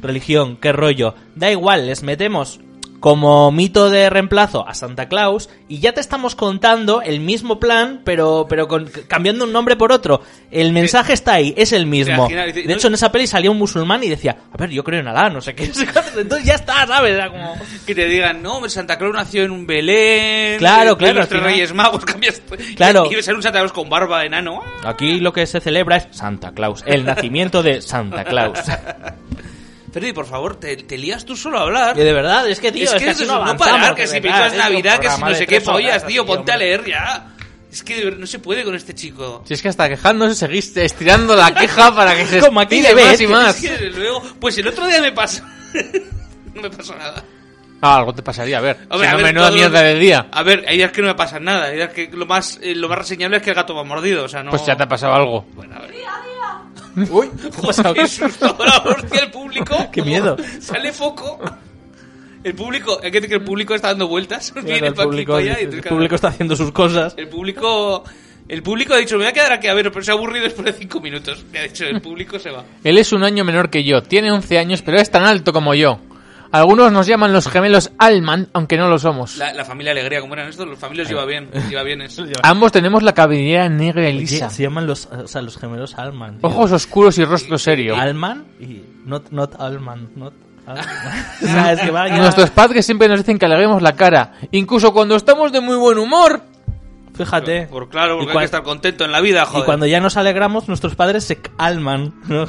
religión, qué rollo. Da igual, les metemos como mito de reemplazo a Santa Claus y ya te estamos contando el mismo plan, pero, pero con- cambiando un nombre por otro. El mensaje está ahí, es el mismo. al final dice, De hecho, en esa peli salía un musulmán y decía, a ver, yo creo en Alá, no sé qué. Entonces ya está, ¿sabes? Era como... Que te digan, no, hombre, Santa Claus nació en un Belén... Claro, de- de claro, los al tres final- reyes magos, cambias... Claro. Y y ser un Santa Claus con barba de enano. ¡ah! Aquí lo que se celebra es Santa Claus, el nacimiento de Santa Claus. Ferdi, por favor, te, te lías tú solo a hablar. Que de verdad, es que tío, es que así eso es no, avanzamos, parar, que de si verdad, es películas un Navidad, que si programa no de sé qué tres horas, pollas, tío, ponte a hombre. leer ya. Es que de ver- no se puede con este chico. Si es que hasta quejándose seguiste estirando la queja para que se Como aquí estire le más ves, y que más. Es que desde luego, pues el otro día me pasó. no me pasó nada. Ah, algo te pasaría, a ver. Hombre, si a no, ver, menuda todo lo- mierda de día. A ver, hay días que no me pasan nada. Hay días que lo más, eh, lo más reseñable es que el gato va mordido. O sea, no. Pues ya te ha pasado algo. Bueno, a ver. Uy, pues qué susto, la hostia, el público. Qué miedo. Sale foco. El público, hay que decir que el público está dando vueltas. Viene el pa' aquí, público, pa' allá, el y entonces, público está haciendo sus cosas. El público. El público ha dicho, me voy a quedar aquí a ver, pero se ha aburrido después de cinco minutos. Me ha dicho, el público se va. Él es un año menor que yo, tiene 11 años, pero es tan alto como yo. Algunos nos llaman los gemelos Alman, aunque no lo somos. La, la familia Alegría, como eran estos? Los familias lleva bien, lleva bien eso. Ambos tenemos la cabellera negra y lisa, Se llaman los, o sea, los gemelos Alman. tío. ojos oscuros y rostro serio. Alman y not, not Alman. Not Alman. o sea, es que va ya- Nuestros padres siempre nos dicen que halaguemos la cara, incluso cuando estamos de muy buen humor. Fíjate. Por claro, porque Y cuan- hay que estar contento en la vida, Y joder. cuando ya nos alegramos, nuestros padres se alman. ¿no?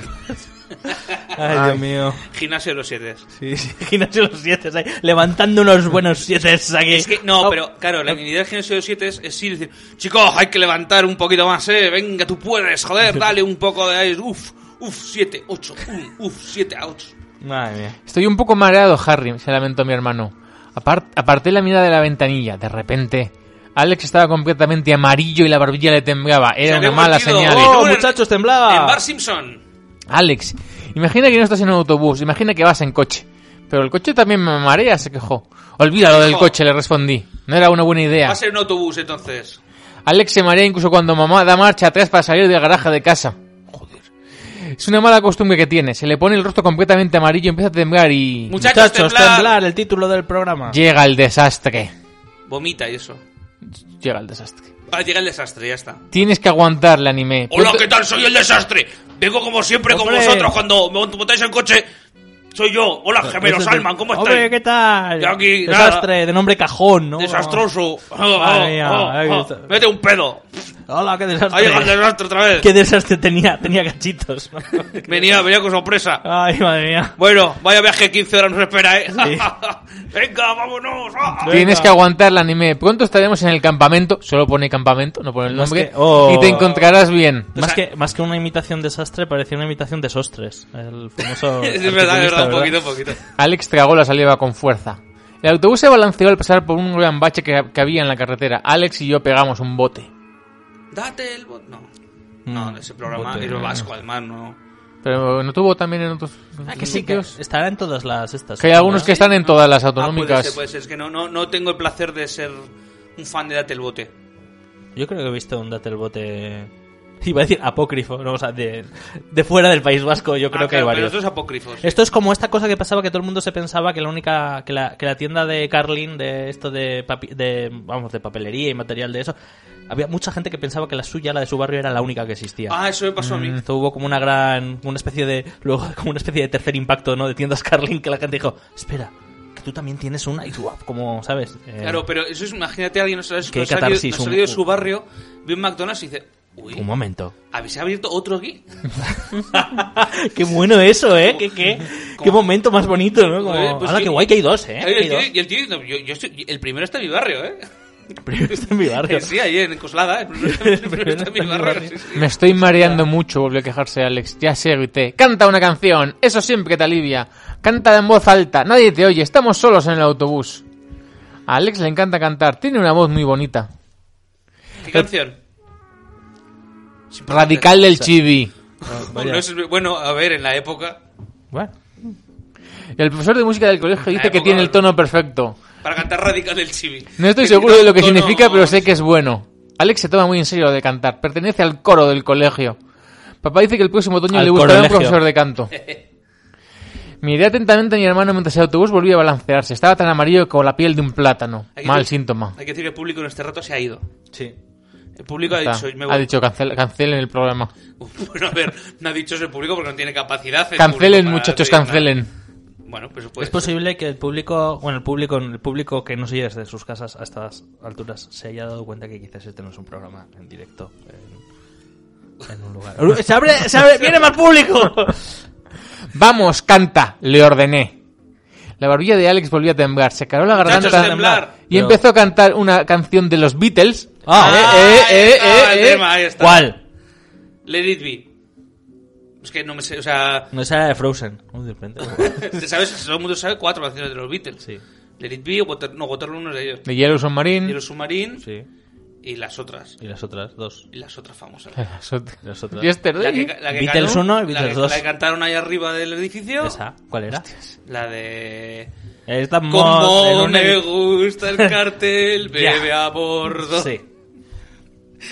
Ay, Dios mío. Gimnasio de los siete. Sí, sí. Gimnasio de los siete, ahí, levantando unos buenos siete aquí. Es que, no, Oh, pero claro, la idea del gimnasio de los siete es, es sí decir, chicos, hay que levantar un poquito más, eh. Venga, tú puedes, joder, dale un poco de aire. Uf, uf, siete, ocho, un, uf, siete a ocho. Madre mía. Estoy un poco mareado, Harry, se lamentó mi hermano. Apar- aparté la mirada de la ventanilla, de repente. Alex estaba completamente amarillo y la barbilla le temblaba. Era O sea, qué una mala divertido. señal. ¡Oh, En- muchachos, temblaba! En Bar Simpson. Alex, imagina que no estás en un autobús, imagina que vas en coche. Pero el coche también me marea, se quejó. Olvídalo del Hijo. coche, le respondí. No era una buena idea. Va a ser un autobús entonces. Alex se marea incluso cuando mamá da marcha atrás para salir del garaje de casa. Joder. Es una mala costumbre que tiene. Se le pone el rostro completamente amarillo, empieza a temblar y... Muchachos, temblar. temblar. el título del programa. Llega el desastre. Vomita y eso. Llega el desastre. Ah, llega el desastre, ya está. Tienes que aguantar el anime. Hola, Pronto- ¿qué tal? Soy el desastre. Vengo como siempre con Hombre. vosotros cuando me montáis en coche. Soy yo. Hola, gemelos Ese es el- Alman, ¿cómo Hombre, estáis? ¿qué tal? Yo aquí, Desastre, de nombre cajón, ¿no? Desastroso. Madre mía, eh, Ah, ah, ahí ah. está. Mete un pedo. Hola, qué Ahí llega el desastre. desastre otra vez. Qué desastre tenía, tenía gachitos. ¿no? Venía, venía con sorpresa. Ay, madre mía. Bueno, vaya viaje, 15 horas nos espera, ¿eh? Sí. Venga, vámonos. Ah, ah. Tienes Venga. que aguantar el anime. Pronto estaremos en el campamento. Solo pone campamento, no pone el Más nombre. que- oh. Y te encontrarás bien. Más, sea- que, más que una imitación desastre, parecía una imitación desastres. El famoso. Es verdad, es articulista, verdad, un poquito, un poquito. Alex tragó la saliva con fuerza. El autobús se balanceó al pasar por un gran bache que, que había en la carretera. Alex y yo pegamos un bote. Date el bot. No. Mm, No, ese programa bote, eh. es lo no. vasco, además, no. Ah, Pero no tuvo también en otros. Ah, que sí, que sitios? estará en todas las estas. Que hay algunos que están en todas las Ah, puede autonómicas. ser, puede ser. Es que no, no, no tengo el placer de ser un fan de Date el Bote. Yo creo que he visto un Date el Bote Iba a decir apócrifo, no, o sea, de, de fuera del País Vasco, yo creo Ah, que hay claro, pero varios. estos apócrifos. Esto es como esta cosa que pasaba que todo el mundo se pensaba que la única que la, que la tienda de Carlin de esto de, papi- de vamos de papelería y material de eso había mucha gente que pensaba que la suya la de su barrio era la única que existía. Ah, eso me pasó a mí. Mm, eh. Esto hubo como una gran una especie de luego como una especie de tercer impacto no de tiendas Carlin que la gente dijo espera que tú también tienes una y tú ah, como sabes Eh, Claro, pero eso es, imagínate a alguien, no sabes, Qué no ha salido- catarsis, no ha un- salido de su barrio, ve un McDonald's y dice, uy, un momento ¿habéis abierto otro aquí? qué bueno eso eh qué qué, qué momento más bonito no Eh, como pues "Hala, sí. qué guay que hay dos eh Y que hay el tío, dos". y el tío diciendo, yo, yo estoy- el primero está en mi barrio, ¿eh? Primero está en mi barrio. Sí, ahí en Coslada, el primero, el primero está en mi barrio. sí, sí. Me estoy mareando mucho, volvió a quejarse Alex. Ya se grité. Canta una canción, eso siempre te alivia. Canta en voz alta, nadie te oye, estamos solos en el autobús. A Alex le encanta cantar, tiene una voz muy bonita. ¿Qué canción? Es importante. Radical del chibi. Bueno, es- bueno, a ver, en la época, Bueno. El profesor de música del colegio dice que tiene el tono perfecto. para cantar Radical del Chibi. No estoy Que seguro de lo que tiene un significa, tono- pero sé que es bueno. Alex se toma muy en serio lo de cantar. Pertenece al coro del colegio. Papá dice que el próximo otoño Al le gustará un colegio. profesor de canto. Miré atentamente a mi hermano mientras el autobús volvía a balancearse. Estaba tan amarillo como la piel de un plátano. Hay que Mal decir- síntoma. Hay que decir que el público en este rato se ha ido. sí El público ha Está. dicho, me voy. Ha dicho, "Cancel- cancelen el programa. Bueno, a ver, no ha dicho ese público porque no tiene capacidad. el público Cancelen, para muchachos, pedir nada. cancelen. Bueno, pues Es puede ser. posible que el público, bueno, el público, el público que nos oye desde sus casas a estas alturas se haya dado cuenta que quizás este no es un programa en directo en, en un lugar. ¡Se abre! ¡Se abre! ¡Viene más público! Vamos, canta, le ordené. La barbilla de Alex volvió a temblar, se caló la Muchachos, garganta temblar. y empezó a cantar una canción de los Beatles. Ah, eh, eh, eh, ah, el eh, eh. tema, ahí está. ¿Cuál? Let it be. Es que no me sé, o sea, No, esa era de Frozen. Uy, de repente. ¿sabes? Todo el mundo sabe cuatro canciones de los Beatles. Sí. Let it be, Water, no, Waterloo no es de ellos. De Yellow Submarine. Yellow Submarine Sí. y las otras. Y las otras dos. Y las otras famosas. Las ot- Las otras. Yesterday. La que, la que Beatles ganó, uno y la Beatles que- dos. La que cantaron ahí arriba del edificio. ¿Esa? ¿Cuál era? La de... Esta Como mod- en un me edi- gusta el cartel, Ya. bebe a bordo. Sí.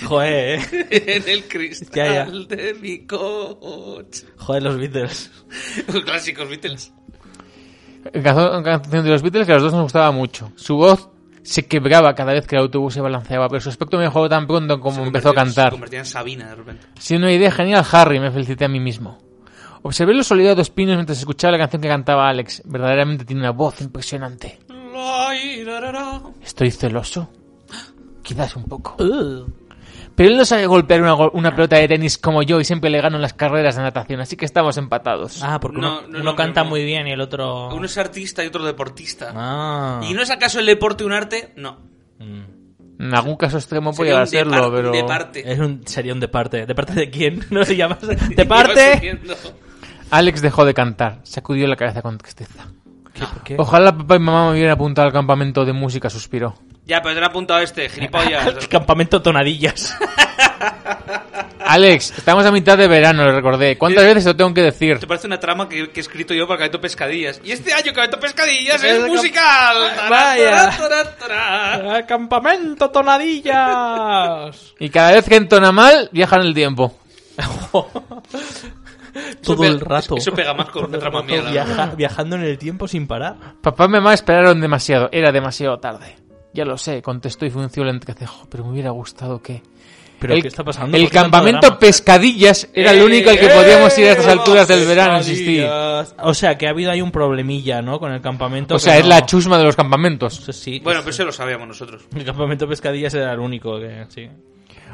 Joder, eh. En el cristal Ya, ya. de mi coche. Joder, los Beatles. Clásicos Beatles. Canzo- canción de los Beatles que a los dos nos gustaba mucho. Su voz se quebraba cada vez que el autobús se balanceaba, pero su aspecto mejoró tan pronto como empezó a Se cantar. convertía en Sabina de repente. Sin una idea genial, Harry, me felicité a mí mismo. Observé los soleados pinos mientras escuchaba la canción que cantaba Alex. Verdaderamente tiene una voz impresionante. Ah. Estoy celoso. Quizás un poco. Pero él no sabe golpear una, go- una pelota de tenis como yo y siempre le gano en las carreras de natación, así que estamos empatados. Ah, porque No, uno, no es uno lo canta mismo. muy bien y el otro. Uno es artista y otro deportista. Ah. ¿Y no es acaso el deporte un arte? No. Mm. En algún caso extremo puede Sería llegar un a serlo, depar- pero... De parte. Es un, sería un de parte. ¿De parte de quién? No se llama. ¿De parte? Alex dejó de cantar, sacudió la cabeza con tristeza. ¿Qué, por qué? Ojalá papá y mamá me hubieran apuntado al campamento de música, suspiró. Ya, pero te lo ha apuntado este, pues, gilipollas. Campamento Tonadillas. Alex, estamos a mitad de verano, le recordé. ¿Cuántas veces te lo tengo que decir? Te parece una trama que, que he escrito yo para Cabeto Pescadillas. Y este año Cabeto Pescadillas Es es de- musical. Vaya. Tará, tará, tará. Eh, ¡Campamento Tonadillas! Y cada vez que entona mal, viaja en el tiempo. Todo pega- el rato. eso pega más con una Todo el trama rato mía, la viaja- viajando en el tiempo sin parar. Papá y mamá esperaron demasiado, era demasiado tarde. Ya lo sé, contestó y frunció el entrecejo, pero me hubiera gustado que... ¿Pero el, qué está pasando? El ¿Por qué tanto campamento drama? Pescadillas era el único al que Eh, podíamos ir a estas eh, alturas del vamos, verano, insistí. O sea, que ha habido ahí un problemilla, ¿no? Con el campamento. O que sea, es no- la pues- chusma de los campamentos. Eso sí. Bueno, es- pero eso lo sabíamos nosotros. El campamento Pescadillas era el único que. Sí.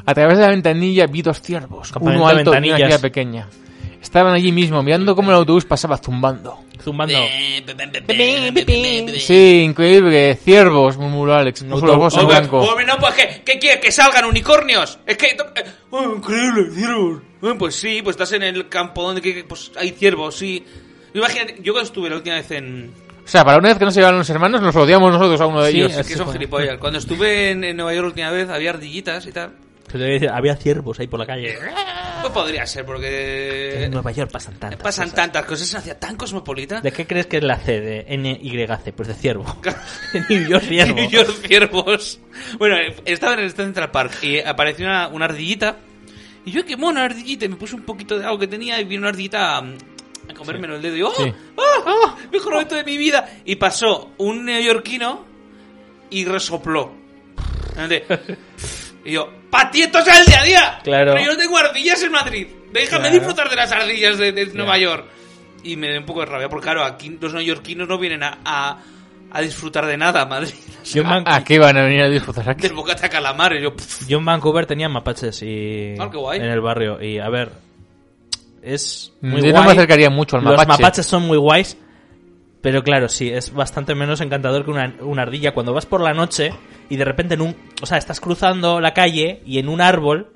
A través de la ventanilla vi dos ciervos, Campamento uno alto y una Ventanillas. cría pequeña. Estaban allí mismo, mirando cómo el autobús pasaba zumbando. Zumbando. Eh. Sí, increíble, ciervos, murmuró Alex, puso los ojos en Hombre, blanco. hombre, no, pues ¿qué, qué quieres? ¿Que salgan unicornios? Es que... eh, oh, increíble, ciervos. Eh, pues sí, pues estás en el campo donde que- que, pues, hay ciervos, sí. Imagínate, yo cuando estuve la última vez en... O sea, para una vez que no se llevaron los hermanos, nos odiamos nosotros a uno de Sí, ellos. Es que son gilipollas. Cuando estuve en, en Nueva York la última vez había ardillitas y tal. Pero te voy a decir, Había ciervos ahí por la calle. Eh. Pues podría ser, porque... En Nueva York pasan tantas Pasan cosas. tantas cosas, es una ciudad tan cosmopolita. ¿De qué crees que es la C de NYC? Pues de ciervo. En New York ciervo. New York ciervos. Bueno, eh, estaba en el Central Park y apareció una, una ardillita Y yo quemé una ardillita y me puse un poquito de algo que tenía y vino una ardillita mm, a comérmelo el dedo. Y yo, ¡oh! Sí. ¡Ah! ¡Ah! ¡Mejor momento de mi vida! Y pasó un neoyorquino y resopló. Ande. Y yo, patietos al día a día. Claro. Pero yo no tengo ardillas en Madrid. Déjame disfrutar de las ardillas de, de Nueva York. Y me dio un poco de rabia, porque claro, aquí los neoyorquinos no vienen a, a, a disfrutar de nada, a Madrid. Yo en, Van- ¿A qué van a venir a disfrutar aquí? Del bocata calamar. Y yo, pff, yo en Vancouver tenía mapaches y Ah, qué guay. en el barrio. Y a ver, es muy Mm, Yo guay. no me acercaría mucho al Los mapache. mapaches son muy guays, pero claro, sí, es bastante menos encantador que una, una ardilla. Cuando vas por la noche y de repente en un... O sea, estás cruzando la calle y en un árbol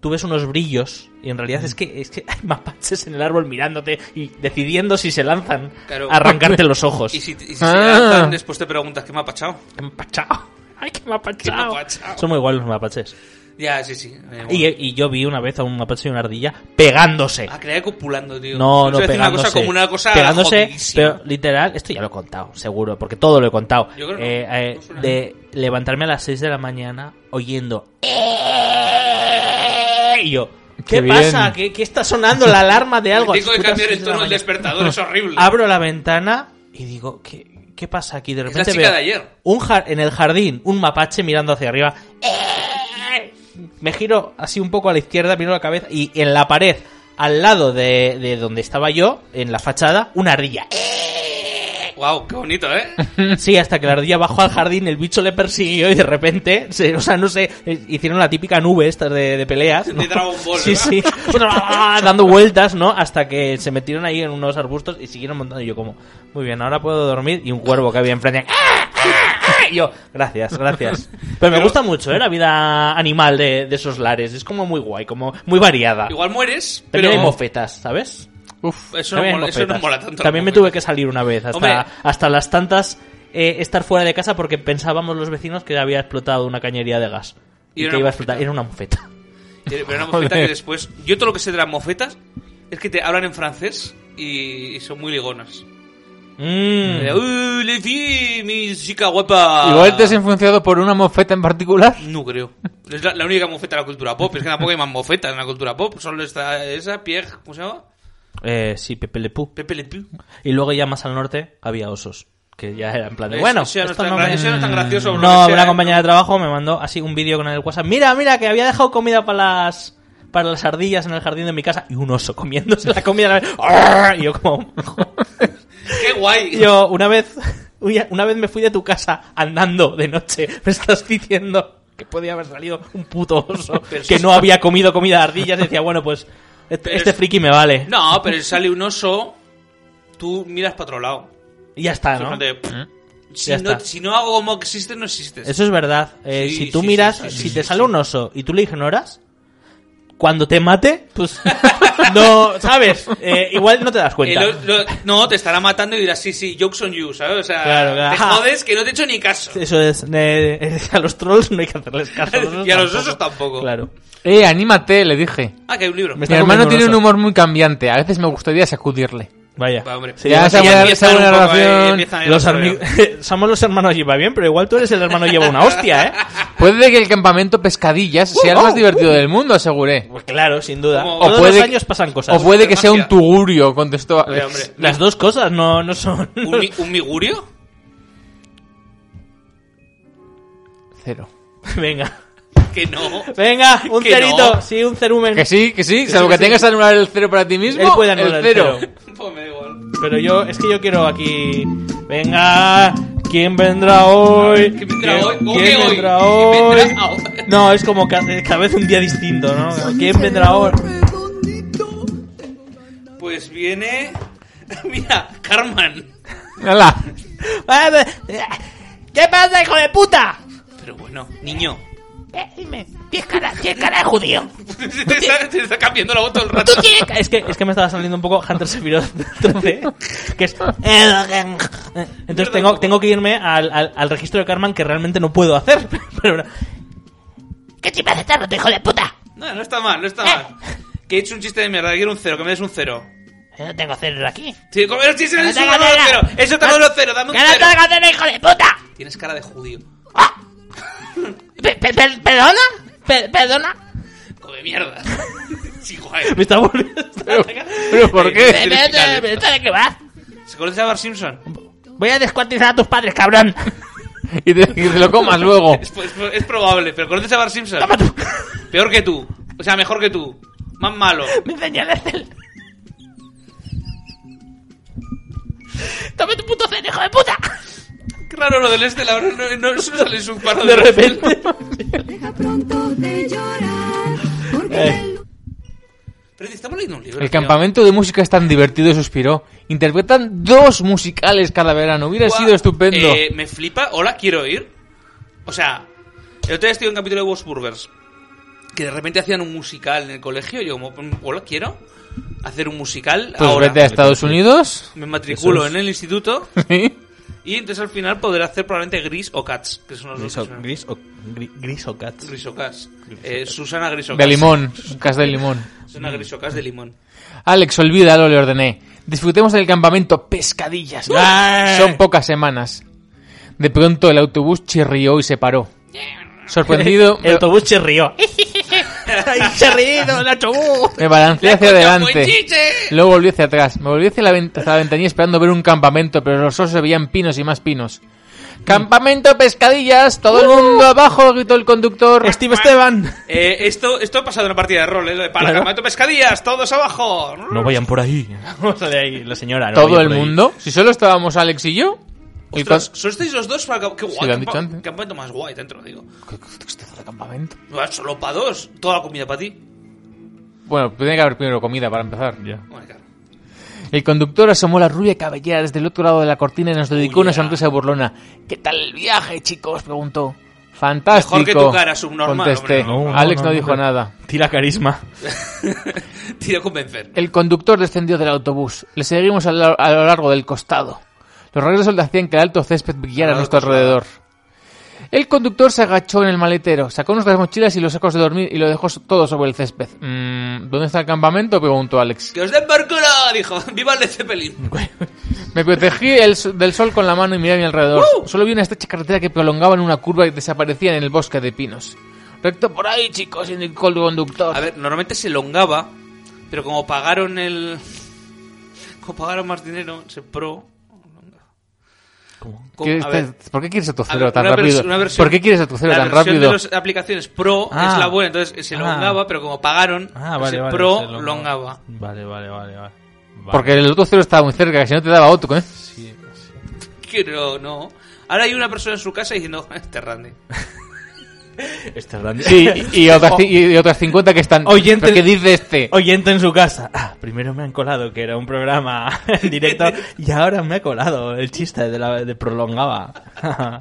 tú ves unos brillos y en realidad es que, es que hay mapaches en el árbol mirándote y decidiendo si se lanzan Claro. a arrancarte los ojos. y si, y si Ah. se lanzan, después te preguntas, ¿qué me ha pachado? ¡Qué mapachao! ¡Ay, qué mapachao! Qué mapachao. Son muy guay los mapaches. Ya, sí, sí. me da igual. Y, y yo vi una vez a un mapache y una ardilla pegándose. Ah, creía que copulando, tío. No, Eso no, es pegándose. una cosa como una cosa pegándose, jodidísima. pero literal, esto ya lo he contado, seguro, porque todo lo he contado. Yo creo que Eh, no, eh, no suena. de levantarme a las 6 de la mañana oyendo. Y yo, Qué ¿qué, bien. pasa? ¿Qué, qué está sonando la alarma de algo? Tengo que Putas cambiar 6 el de la mañana. tono del Ah. despertador, es horrible. Abro la ventana y digo, ¿qué, qué pasa aquí? De Es repente la chica veo de ayer. un jar- en el jardín, un mapache mirando hacia arriba. Me giro así un poco a la izquierda, miro la cabeza y en la pared, al lado de, de donde estaba yo, en la fachada, una ardilla. Wow, qué bonito, ¿eh? Sí, hasta que la ardilla bajó al jardín, el bicho le persiguió y de repente, se- o sea, no sé, eh, hicieron la típica nube estas de, de peleas. ¿no? De Dragon Ball, Sí, ¿verdad? sí. Dando vueltas, ¿no? Hasta que se metieron ahí en unos arbustos y siguieron montando. Y yo como, muy bien, ahora puedo dormir. Y un cuervo que había enfrente. ah, Y yo, gracias, gracias. Pero me gusta mucho, ¿eh? La vida animal de, de esos lares. Es como muy guay, como muy variada. Igual mueres, pero. También hay mofetas, ¿sabes? Uf, Eso no, También hay mola, eso no mofetas. mola tanto. También me tampoco. tuve que salir una vez, Hombre. hasta, hasta las tantas eh, estar fuera de casa porque pensábamos los vecinos que había explotado una cañería de gas. Y Y, era que una iba a mofeta. explotar. Era una mofeta. Pero una mofeta Joder. que después. Yo todo lo que sé de las mofetas es que te hablan en francés y, y son muy ligonas. Mm. De, "Uh, les filles, mi chica guapa! Igual te has influenciado por una mofeta en particular. No creo. Es la, la única mofeta de la cultura pop. Es que tampoco hay más mofetas en la cultura pop. Solo está esa, Pierre, ¿cómo se llama? Eh, sí, Pepe Le Pew. Pepe Le Pew. Y luego ya más al norte había osos. Que ya era en plan de, Eso- bueno, eso ya no es esto tan no gra- me- Mm. eso ya no es tan No, gracioso, por lo que sea, una ¿eh? compañera de trabajo me mandó así un vídeo con el WhatsApp. Mira, mira, que había dejado comida para las para las ardillas en el jardín de mi casa y un oso comiéndose la comida. Y yo como, ¡Qué guay! Yo, una vez, una vez me fui de tu casa andando de noche, me estás diciendo que podía haber salido un puto oso Pero que eso- no había comido comida de ardillas. Decía, bueno, pues este, Pero este es- friki me vale. No, pero si sale un oso, tú miras para otro lado. Y ya está, Es ¿no? en plan de, "Pff, Ya Si, está. no, si no hago como que existes, no existes. Eso es verdad. Eh, pues. Sí, si tú sí, miras, sí, sí, si sí, te sí, sale sí. un oso y tú le ignoras, cuando te mate, pues no, ¿sabes? Eh, igual no te das Eh, cuenta. lo- lo- no, te estará matando y dirás, sí, sí, jokes on you, ¿sabes? O sea, Claro, claro. te jodes que no te he hecho ni caso. Eso es, eh, eh, a los trolls no hay que hacerles caso. Y a los osos tampoco. Claro. Eh, anímate, le dije. Ah, que hay un libro. Me Mi está comiendo hermano un tiene un oso. humor muy cambiante. A veces me gustaría sacudirle. Vaya. Va, hombre. Sí, ya ya esa sí, buena, empiezan esa buena un poco ahí, relación. empiezan ahí Los los amigos somos los hermanos lleva bien, pero igual tú eres el hermano lleva una hostia, ¿eh? Puede que el campamento Pescadillas Uh, sea el oh, más divertido del mundo, aseguré. Pues claro, sin duda. Como- O Todos puede los que- años pasan cosas. O puede que sea un magia. tugurio, contestó Alex. Hombre, hombre. Las dos cosas no, no son. ¿Un, mi- un migurio? Cero. Venga. Que no. Venga, un Que cerito. no. Sí, un cerumen. Que sí, que sí. Salvo que tengas que anular el cero para ti mismo. Él puede anular el el cero. cero. Pues me da igual. Pero yo, es que yo quiero aquí. Venga, ¿quién vendrá hoy? ¿Quién vendrá hoy? ¿Cómo ¿Quién que hoy? vendrá ¿Quién hoy? vendrá ahora? No, es como ca- cada, vez un día distinto, ¿no? ¿Quién vendrá ahora? Redondito. Tengo ganas. Pues viene. Mira, Carmen. Hala. pues, ¿Qué pasa, hijo de puta? Pero bueno, niño. Dime, tienes cara, tienes cara de judío. te, está, te está cambiando la voz todo el rato. Es que, es que me estaba saliendo un poco Hunter Sephiroth 13, que es... Entonces tengo, tengo que irme al, al, al registro de Carmen que realmente no puedo hacer. Pero, ¿Qué te pasa, tarde, hijo de puta? No, no está mal, no está mal. Que he hecho un chiste de mierda, quiero un cero, que me des un cero. Eh. Yo no tengo cero aquí. Sí, como los chistes ¡Que no de suma tengo los cero! cero. Eso te los cero, dame un ¡Que no cero. tengo cero, hijo de puta! Tienes cara de judío. Pe- pe- pe- ¿Perdona? Pe- ¿Perdona? Con loco de mierda. sí, joder. Me está volviendo. ¿Pero por qué? Eh, Vete, vete, ¿de qué vas? ¿Se conoce a Bart Simpson? Voy a descuartizar a tus padres, cabrón. Y te, y te lo comas luego. Es, es- es probable, pero conoces a Bart Simpson. Toma tu- Peor que tú. O sea, mejor que tú. Más malo. Me señalas el. Toma tu puto cene, hijo de puta. Qué raro lo del este, la verdad, no, no, eso no sale en su paro De repente. Deja pronto de llorar. Porque Eh. el Pero estamos leyendo un libro. El tío. campamento de música es tan divertido, y suspiró. Interpretan dos musicales cada verano. Hubiera Buah, sido estupendo. eh, me flipa. Hola, quiero ir. O sea, el otro día estuve en un capítulo de Boss Burgers. Que de repente hacían un musical en el colegio. y Yo, como, mm, hola, quiero hacer un musical. pues ahora. vete a Estados Unidos. Me matriculo Eso es. en el instituto. ¿sí? Y entonces al final podré hacer probablemente Gris o Cats. Que son los dos. que suenan. Gris o, gri- gris o cats. Gris o Cats. Eh, Susana Gris o De Cats. limón. Cas de limón. Susana Gris o Cats de limón. Alex, olvídalo, le ordené. Disfrutemos del campamento pescadillas. ¡Ah! Son pocas semanas. De pronto el autobús chirrió y se paró. Sorprendido, El autobús chirrió. Ay, chirrido, el autobús. me balanceé hacia ¡Buen adelante. chiche! Luego volví hacia atrás. Me volví hacia la, vent- hacia la ventanilla esperando ver un campamento, pero los osos se veían pinos y más pinos. ¡Campamento pescadillas! ¡Todo el mundo abajo! gritó el conductor. Steve Esteban. Eh, esto, esto ha pasado en una partida de rol, ¿eh? Lo de para Claro. campamento pescadillas, todos abajo. No vayan por ahí. Vamos a de ahí, la señora. ¿no? ¿Todo voy el por ahí. mundo? Si solo estábamos Alex y yo. Y Ostras, solo estáis los dos para camp- Qué guay, Sí, lo campa- han dicho antes. campamento más guay, dentro lo digo. con- ¿Qué- qué- qué- qué campamento? No, Solo para dos, toda la comida para ti. Bueno, tiene que haber primero comida para empezar. Ya. Bueno, claro. El conductor asomó la rubia cabellera desde el otro lado de la cortina y nos dedicó una Julia. sonrisa burlona. ¿Qué tal el viaje, chicos? preguntó. Fantástico. Mejor que tu cara, subnormal, Contesté. hombre, no, no, Alex no, no, no, no. dijo nada. Tira carisma. Tira a convencer. El conductor descendió del autobús. Le seguimos a lo, a lo largo del costado. Los regresos le hacían que el alto césped brillara a Al lado nuestro del costado. alrededor. El conductor se agachó en el maletero, sacó nuestras mochilas y los sacos de dormir y lo dejó todo sobre el césped. Mm, ¿Dónde está el campamento? preguntó Alex. ¡Que os den por culo! Dijo, ¡viva el de Zeppelin! Me protegí el so- del sol con la mano y miré a mi alrededor. Solo vi una estrecha carretera que prolongaba en una curva y desaparecía en el bosque de pinos. Recto por ahí, chicos, indicó el conductor. A ver, normalmente se elongaba, pero como pagaron el. Como pagaron más dinero, se pro. ¿Qué ¿Cómo? A estás- ver, ¿Por qué quieres a tu a cero ver, tan una vers- rápido? una versión- ¿Por qué quieres a tu cero la tan versión rápido? de las aplicaciones pro Ah. es la buena, entonces se Ah. elongaba, pero como pagaron, Ah, vale, se vale. pro se elongaba. longaba. Vale, vale, vale, vale. Vale. Porque el otro cero estaba muy cerca, que si no te daba otro, ¿eh? Sí, sí. Quiero, no. Ahora hay una persona en su casa diciendo, este Randy. Este grande. Sí, y, y otras, ci- Oh. y otras 50 que están... Oyente- ¿Pero qué dice este? Oyente en su casa. Ah, primero me han colado, que era un programa en directo, y ahora me ha colado el chiste de, la, de prolongaba. Ah,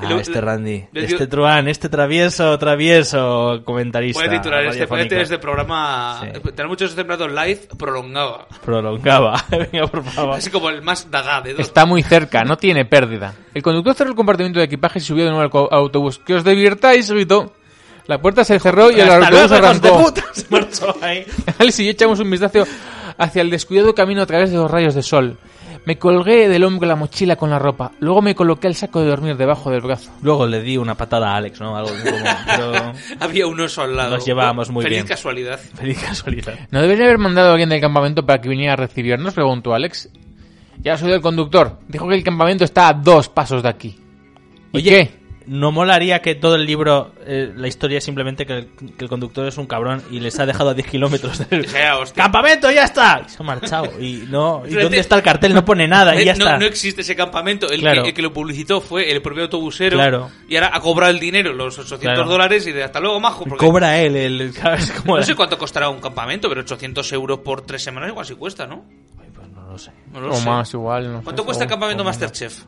Y luego- este Randy, le- le- este truán, este travieso, travieso comentarista. Puede titular este, puede radiofónico. tener este programa. Sí. Tener muchos templados live prolongaba. Prolongaba. Venga, por favor. Así como el más daga de dos. Está muy cerca, no tiene pérdida. El conductor cerró el compartimiento de equipaje y subió de nuevo al co- autobús. ¡Que os divirtáis! gritó. La puerta se cerró y el Hasta autobús luego, hijos de arrancó. puta. Se marchó ahí. Alex y yo echamos un vistazo hacia el descuidado camino a través de los rayos de sol. Me colgué del hombro la mochila con la ropa. Luego me coloqué el saco de dormir debajo del brazo. Luego le di una patada a Alex, ¿no? Algo como... Pero... Había un oso al lado. Nos llevábamos muy bien. Feliz casualidad. Feliz casualidad. ¿No debería haber mandado a alguien del campamento para que viniera a recibirnos? Preguntó Alex. Ya soy el conductor. Dijo que el campamento está a dos pasos de aquí. ¿Y qué? ¿No molaría que todo el libro, eh, la historia es simplemente que el, que el conductor es un cabrón y les ha dejado a 10 kilómetros del O sea, hostia. campamento, ya está? Y se ha marchado. ¿Y, no, ¿y Pero dónde te- está el cartel? No pone nada y Eh, ya no, está. no existe ese campamento. El, Claro. que, el que lo publicitó fue el propio autobusero. Claro. Y ahora ha cobrado el dinero, los 800 Claro. dólares, y de hasta luego, majo. Porque Cobra él, el, ¿sabes cómo No era? sé cuánto costará un campamento, pero 800 euros por tres semanas igual si cuesta, ¿no? Ay, pues no lo sé. No lo O sé. más, igual. No ¿Cuánto sé, cuesta el o- campamento Masterchef?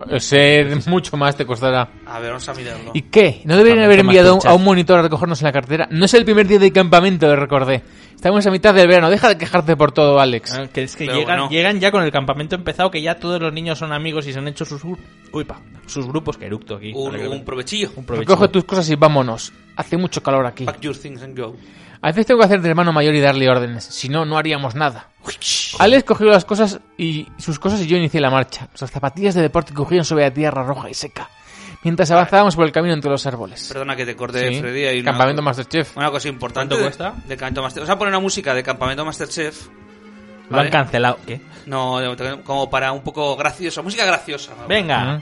o Ser mucho más te costará. A ver, vamos a mirarlo. ¿Y qué? ¿No deberían haber Campamento enviado a un- Masterchef. a un monitor a recogernos en la cartera? No es el primer día de campamento, le recordé. Estamos a mitad del verano. Deja de quejarte por todo, Alex. Ah, que es que Pero llegan, bueno. llegan ya con el campamento empezado, que ya todos los niños son amigos y se han hecho sus... gru- Uy, pa, sus grupos, que eructo aquí. Un, Ahora que- un provechillo. un provecho. Recoge tus cosas y vámonos. Hace mucho calor aquí. Pack your things and go. A veces tengo que hacer de hermano mayor y darle órdenes. Si no, no haríamos nada. Alex cogió las cosas y sus cosas y yo inicié la marcha. Nuestras zapatillas de deporte cogían sobre la tierra roja y seca. mientras avanzábamos por el camino entre los árboles. Perdona que te corte, Sí, Freddy. Hay una- Campamento Masterchef. Una cosa ¿Cuánto importante. de- cuesta? De Campamento Master- Vamos a poner una música de Campamento Masterchef. Lo ¿vale? han cancelado. ¿Qué? No, de- como para un poco graciosa. Música graciosa. Venga.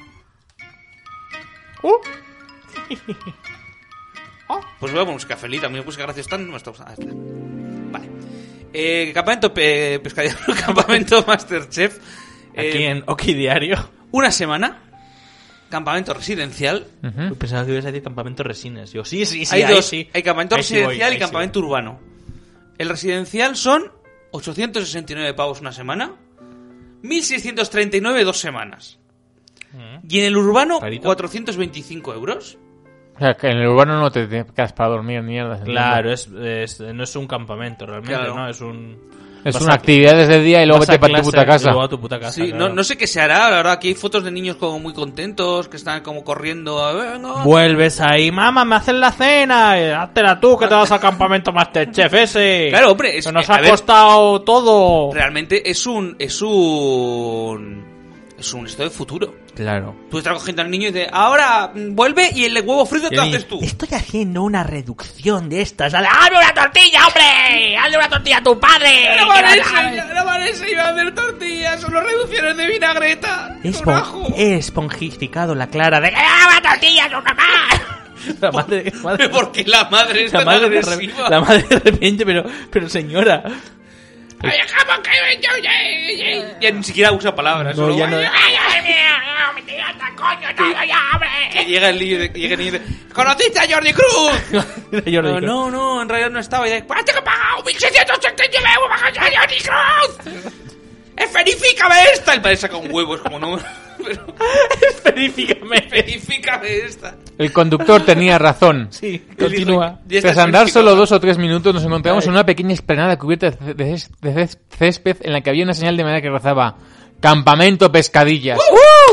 Pues voy a poner música feliz. También música graciosa. Tan- no está- ah, este. Vale. Eh, campamento pe- Pescadero. Campamento Masterchef. eh, Aquí en Oki Diario. Una semana. Campamento residencial. Ujú. Pensaba que ibas a decir campamento resines. Yo, sí, Mm. sí, sí. hay ahí dos. sí. Hay campamento Ahí sí voy, residencial ahí y sí campamento urbano. El residencial son 869 pavos una semana, 1639 dos semanas. Mm. Y en el urbano, Carito. 425 euros. O sea, que en el urbano no te, te quedas para dormir ni mierda. voy. Claro, es, es- no es un campamento realmente, Claro. ¿no? Es un. Es vas una a- actividad desde el día y luego vas a vete para clase tu puta y casa. luego a tu puta casa, Sí, no, claro. no sé qué se hará, la verdad. Aquí hay fotos de niños como muy contentos, que están como corriendo. a "Eh, ver, no. Vuelves ahí, mamá, me hacen la cena, eh, háztela tú que te vas al campamento Masterchef ese. Claro, hombre, es- Que nos eh, a ha ver. costado todo. Realmente es un. Es un. Es un esto de futuro. Claro. Tú estás cogiendo al niño y dices, ahora mm, vuelve y el huevo frito te lo haces tú. Estoy haciendo una reducción de estas. ¡Dale, ¡Hazme una tortilla, hombre! ¡Hazle una tortilla a tu padre! No Que parece, vas a- no parece, iba a hacer tortillas, solo reducciones de vinagreta. He con espon- ajo. he esponjificado la clara de que ¡Ah, una tortilla a su mamá! La madre, madre, Porque la madre está la tan madre, de, agresiva. re- la madre de repente, pero, pero señora. Ay, jamón, que yo- yo- yo- yo- Ya ni siquiera usa palabras. solo- ¡Ay, ay, oh, Que llega el niño y de- llega el niño y dice, ¡Conociste a Jordi Cruz! ay! Yo le digo, no, no, no, en realidad no estaba. Y dice, "¿Cuánto que he pagado? ¡1689 euros para conocer a Jordi Cruz! ¡Eh, ¡Verifícame esta! El padre saca un huevo, es como no... Pero, Verifícame. verifícame esta. El conductor tenía razón. Sí, continúa. continúa. Y esta Tras es andar México. solo dos o tres minutos nos encontramos Ay. en una pequeña explanada cubierta de, ce- de ce- césped en la que había una señal de madera que rezaba Campamento Pescadillas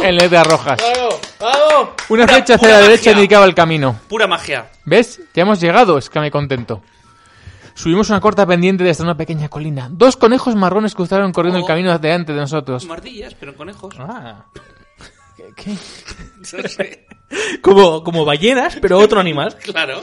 en letras rojas. Una Pura- flecha hacia pura la derecha magia. indicaba el camino. Pura magia. ¿Ves? Ya hemos llegado, exclamé contento. Subimos una corta pendiente desde una pequeña colina. Dos conejos marrones cruzaron corriendo Oh. el camino delante de nosotros. Mardillas, pero en conejos. Ah. ¿Qué? No sé. Como, como ballenas, pero otro animal. Claro.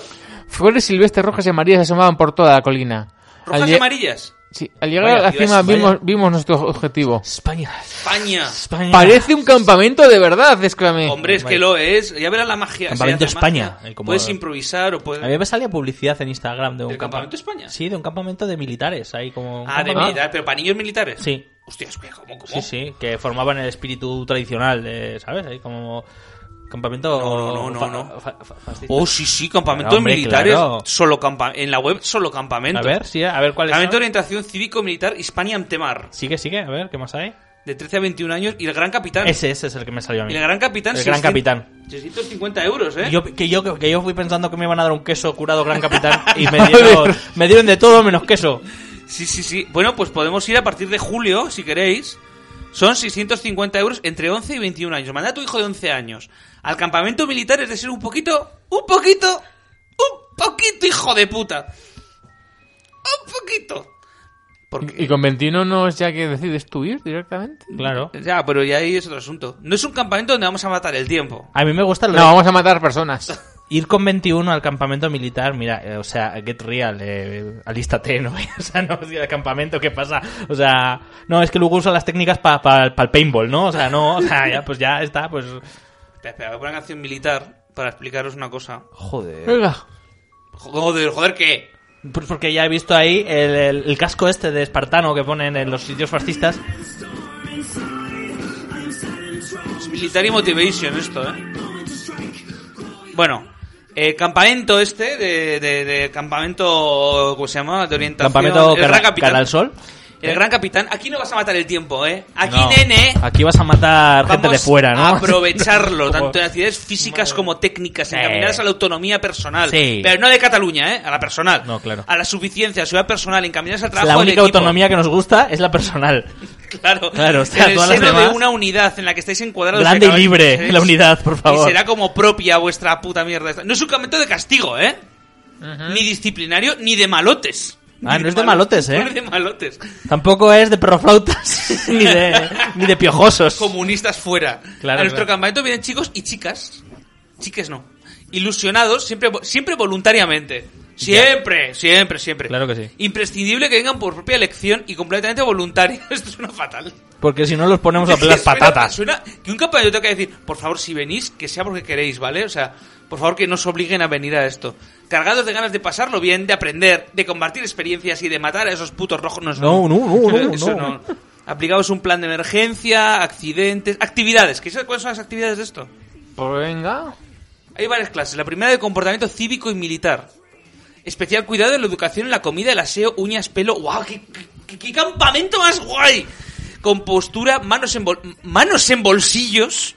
Flores silvestres rojas y amarillas se asomaban por toda la colina. Rojas al, y lle- amarillas. sí, al llegar Vaya, a la ibas- cima vaya. vimos, vimos nuestro objetivo. España. España. España. Parece un campamento de verdad, exclamé. Hombre, es que lo es. Ya verás la magia. Campamento Se hace magia. España, eh, como- Puedes improvisar o puedes. A mí me salía publicidad en Instagram de un ¿Del campamento campamento. España? Sí, de un campamento de militares. Ahí como. un Ah, de campamento. militar, pero para niños militares. Sí. Hostias, ¿cómo? cómo? Sí, sí, que formaban el espíritu tradicional, de, ¿sabes? Ahí como campamento. No, no, no, fa- no. fa- fa- fascista. Oh, sí, sí, campamentos Claro, hombre, militares. claro. Solo campa- En la web, solo campamento. a ver, sí, a ver cuál Campamento de es. orientación cívico-militar Hispania Antemar. Sigue, sigue, a ver, ¿qué más hay? De 13 a 21 años y el gran capitán. Ese, ese es el que me salió a mí. Y el gran capitán. El gran capitán. 650 euros, ¿eh? Y Yo, que, yo, que yo fui pensando que me iban a dar un queso curado gran capitán y me dieron, me dieron de todo menos queso. Sí, sí, sí. Bueno, pues podemos ir a partir de julio, si queréis. Son 650 euros entre 11 y 21 años. Manda a tu hijo de 11 años al campamento militar, es decir, un poquito, un poquito, un poquito, hijo de puta. Un poquito. Y con 21 no es ya que decides tú ir directamente. Claro. Ya, pero ya ahí es otro asunto. No es un campamento donde vamos a matar el tiempo. A mí me gusta lo No, de vamos a matar personas. ir con 21 al campamento militar. Mira, eh, o sea, get real, eh, alístate, ¿no? o sea, no, si al campamento, ¿qué pasa? O sea, no, es que luego usa las técnicas para el paintball, ¿no? O sea, no, o sea, ya, pues ya está, pues. Espera, espera, voy a poner una canción militar para explicaros una cosa. Joder. Oiga, Joder, joder, ¿qué? Eh, Pues porque ya he visto ahí el, el- el casco este de espartano que ponen en los sitios fascistas. Es Military Motivation esto, ¿eh? Bueno, eh, campamento este, de, de- de campamento, ¿cómo se llama? De orientación. Campamento el gran Cara, capitán. Cara al Sol. El gran capitán. Aquí no vas a matar el tiempo, ¿eh? Aquí, No. nene, Aquí vas a matar vamos gente de fuera, a ¿no? aprovecharlo, Como- tanto en actividades físicas como técnicas, encaminadas Sí. a la autonomía personal. Sí. Pero no de Cataluña, ¿eh? A la personal. No, claro. A la suficiencia, a la ciudad personal, encaminadas al trabajo La del única equipo. autonomía que nos gusta es la personal. Claro, Claro, o sea, en el todas las seno de demás- una unidad en la que estáis encuadrados. Grande y acabáis- libre ¿eh? la unidad, por favor. Y será como propia vuestra puta mierda. esta. No es un campamento de castigo, ¿eh? Ni disciplinario, ni de malotes. Ah, Ni no es de malotes, ¿eh? No es de malotes. Tampoco es de perroflautas ni de, ni de piojosos. Comunistas fuera. Claro, a nuestro claro. campamento vienen chicos y chicas. chiques no, ilusionados siempre, siempre voluntariamente. Siempre, siempre, siempre. Claro que sí. Imprescindible que vengan por propia elección y completamente voluntario. Esto suena fatal. Porque si no los ponemos a pelar Suena- patatas. Suena que un compañero tenga que decir, por favor, si venís, que sea porque queréis, ¿vale? O sea, por favor que no os obliguen a venir a esto. Cargados de ganas de pasarlo bien, de aprender, de compartir experiencias y de matar a esos putos rojos. No, No, no, no, no, Eso no. Aplicaos un plan de emergencia, accidentes, actividades. ¿Qué- ¿Cuáles son las actividades de esto? Pues venga. Hay varias clases. La primera de comportamiento cívico y militar. Especial cuidado en la educación, en la comida, el aseo, uñas, pelo. ¡Guau! ¡Qué, qué- qué campamento más guay! Con postura, manos en, bol- manos en bolsillos.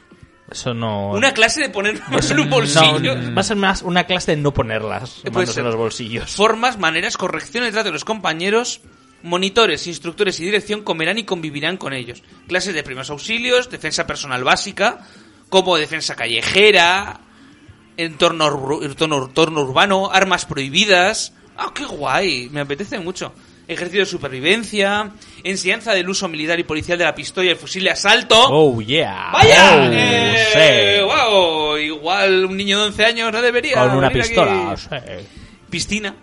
Eso no. Una clase de poner manos en un bolsillo. No, va a ser más una clase de no ponerlas Eh, puede manos ser. en los bolsillos. Formas, maneras, correcciones, trato de los compañeros. Monitores, instructores y dirección comerán y convivirán con ellos. Clases de primeros auxilios, defensa personal básica, como defensa callejera, entorno, ur- entorno- entorno urbano, armas prohibidas. ¡Ah, qué guay! Me apetece mucho. Ejercicio de supervivencia, enseñanza del uso militar y policial de la pistola y el fusil de asalto. Oh, yeah. ¡Vaya! Oh, Eh, sí. ¡Wow! Igual un niño de 11 años no debería. Con una venir aquí. pistola. eh. sí. Piscina.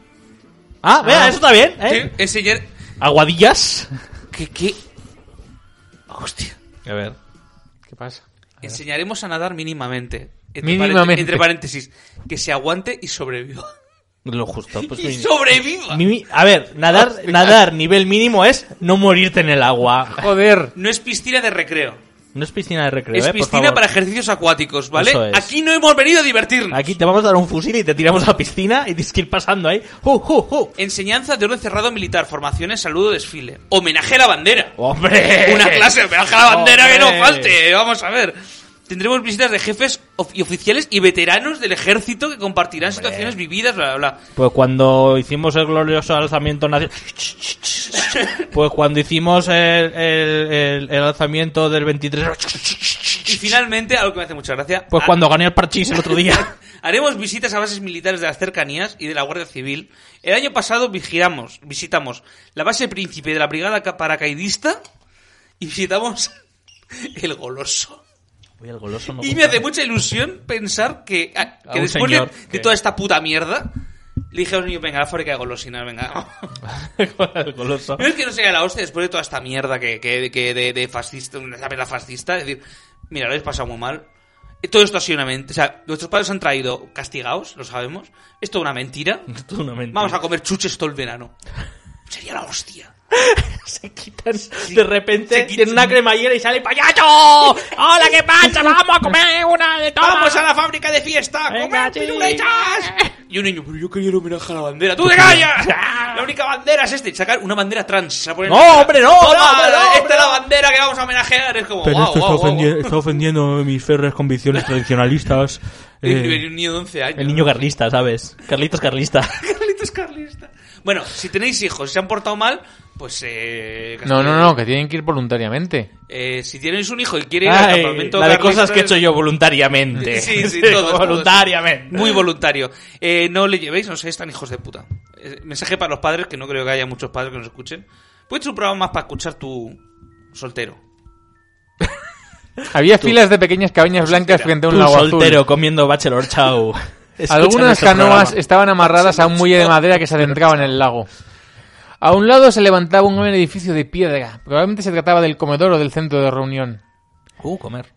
Ah, vea, eso está bien, ¿eh? Sí, enseñar- Aguadillas. ¿Qué, qué? Hostia. A ver. ¿Qué pasa? Enseñaremos a nadar mínimamente. Entre Mínimamente. parén- entre paréntesis. Que se aguante y sobreviva. Lo justo. Pues, ¡Y mi- sobreviva! Mimi- a ver, nadar, nadar nivel mínimo es no morirte en el agua. Joder. No es piscina de recreo. No es piscina de recreo, Es ¿eh? Por piscina favor. para ejercicios acuáticos, ¿vale? Eso es. Aquí no hemos venido a divertirnos. Aquí te vamos a dar un fusil y te tiramos a la piscina y tienes que ir pasando ahí. ¡Ju, ju, ju! Enseñanza de orden cerrado militar, formaciones, saludo, desfile. Homenaje a la bandera. Oh, ¡Hombre! Una clase de homenaje a la bandera que no Hombre. falte. eh, Vamos a ver. Tendremos visitas de jefes of- y oficiales y veteranos del ejército que compartirán situaciones vividas, bla, bla, bla. Pues cuando hicimos el glorioso alzamiento nacional. Pues cuando hicimos el, el- el- el alzamiento del 23. Y finalmente, algo que me hace mucha gracia. Pues ha- cuando gané el parchís el otro día. Haremos visitas a bases militares de las cercanías y de la Guardia Civil. El año pasado vigilamos, visitamos la base príncipe de la Brigada Ca- Paracaidista y visitamos el Goloso. Uy, el goloso no eh. Y me hace mucha ilusión pensar que, a- que un después de, señor de que- toda esta puta mierda, le dije a los niños, venga, a la fábrica de golosinas, venga. el goloso. No es que no sea la hostia después de toda esta mierda que, que, que de, de fascista, una la fascista. Es decir, mira, lo habéis pasado muy mal. Todo esto ha sido una mentira. O sea, nuestros padres han traído castigados, lo sabemos. Esto es una mentira. Esto es una mentira. Vamos a comer chuches todo el verano. Sería la hostia. se quitan de repente se quitan. tiene una cremallera y sale payacho hola qué pasa vamos a comer una de todas ¡Vamos a la fábrica de fiesta! a Venga, ¡Comer sí. pirulechas! Y un niño, pero yo quería el homenaje a la bandera. ¡Tú te callas! La única bandera es este. Sacar una bandera trans. se la ponen No, en la cara. hombre, no, no, hombre, no, Esta hombre, es la no. bandera que vamos a homenajear. Es como, wow, wow, wow, wow. ofendiendo mis férreas convicciones Ah, tradicionalistas. Y venía un niño de 11 años. el niño carlista sabes carlitos carlista Carlitos Carlista. Bueno, si tenéis hijos y se han portado mal, pues... Eh, No, no, no, que tienen que ir voluntariamente. Eh, si tenéis un hijo y quiere ir al Ay, campamento la de carlista, cosas que he hecho yo voluntariamente Sí, sí, todos, todos. voluntariamente Muy voluntario. Eh, no le llevéis, no seáis tan hijos de puta. Eh, mensaje para los padres, que no creo que haya muchos padres que nos escuchen. Puedes un programa más para escuchar tu soltero. Había filas de pequeñas cabañas blancas frente a un Tú lago soltero azul. comiendo bachelor chau Escucha Algunas nuestro canoas programa. estaban amarradas a un muelle de madera que se adentraba en el lago. A un lado se levantaba un gran edificio de piedra. Probablemente se trataba del comedor o del centro de reunión. uh comer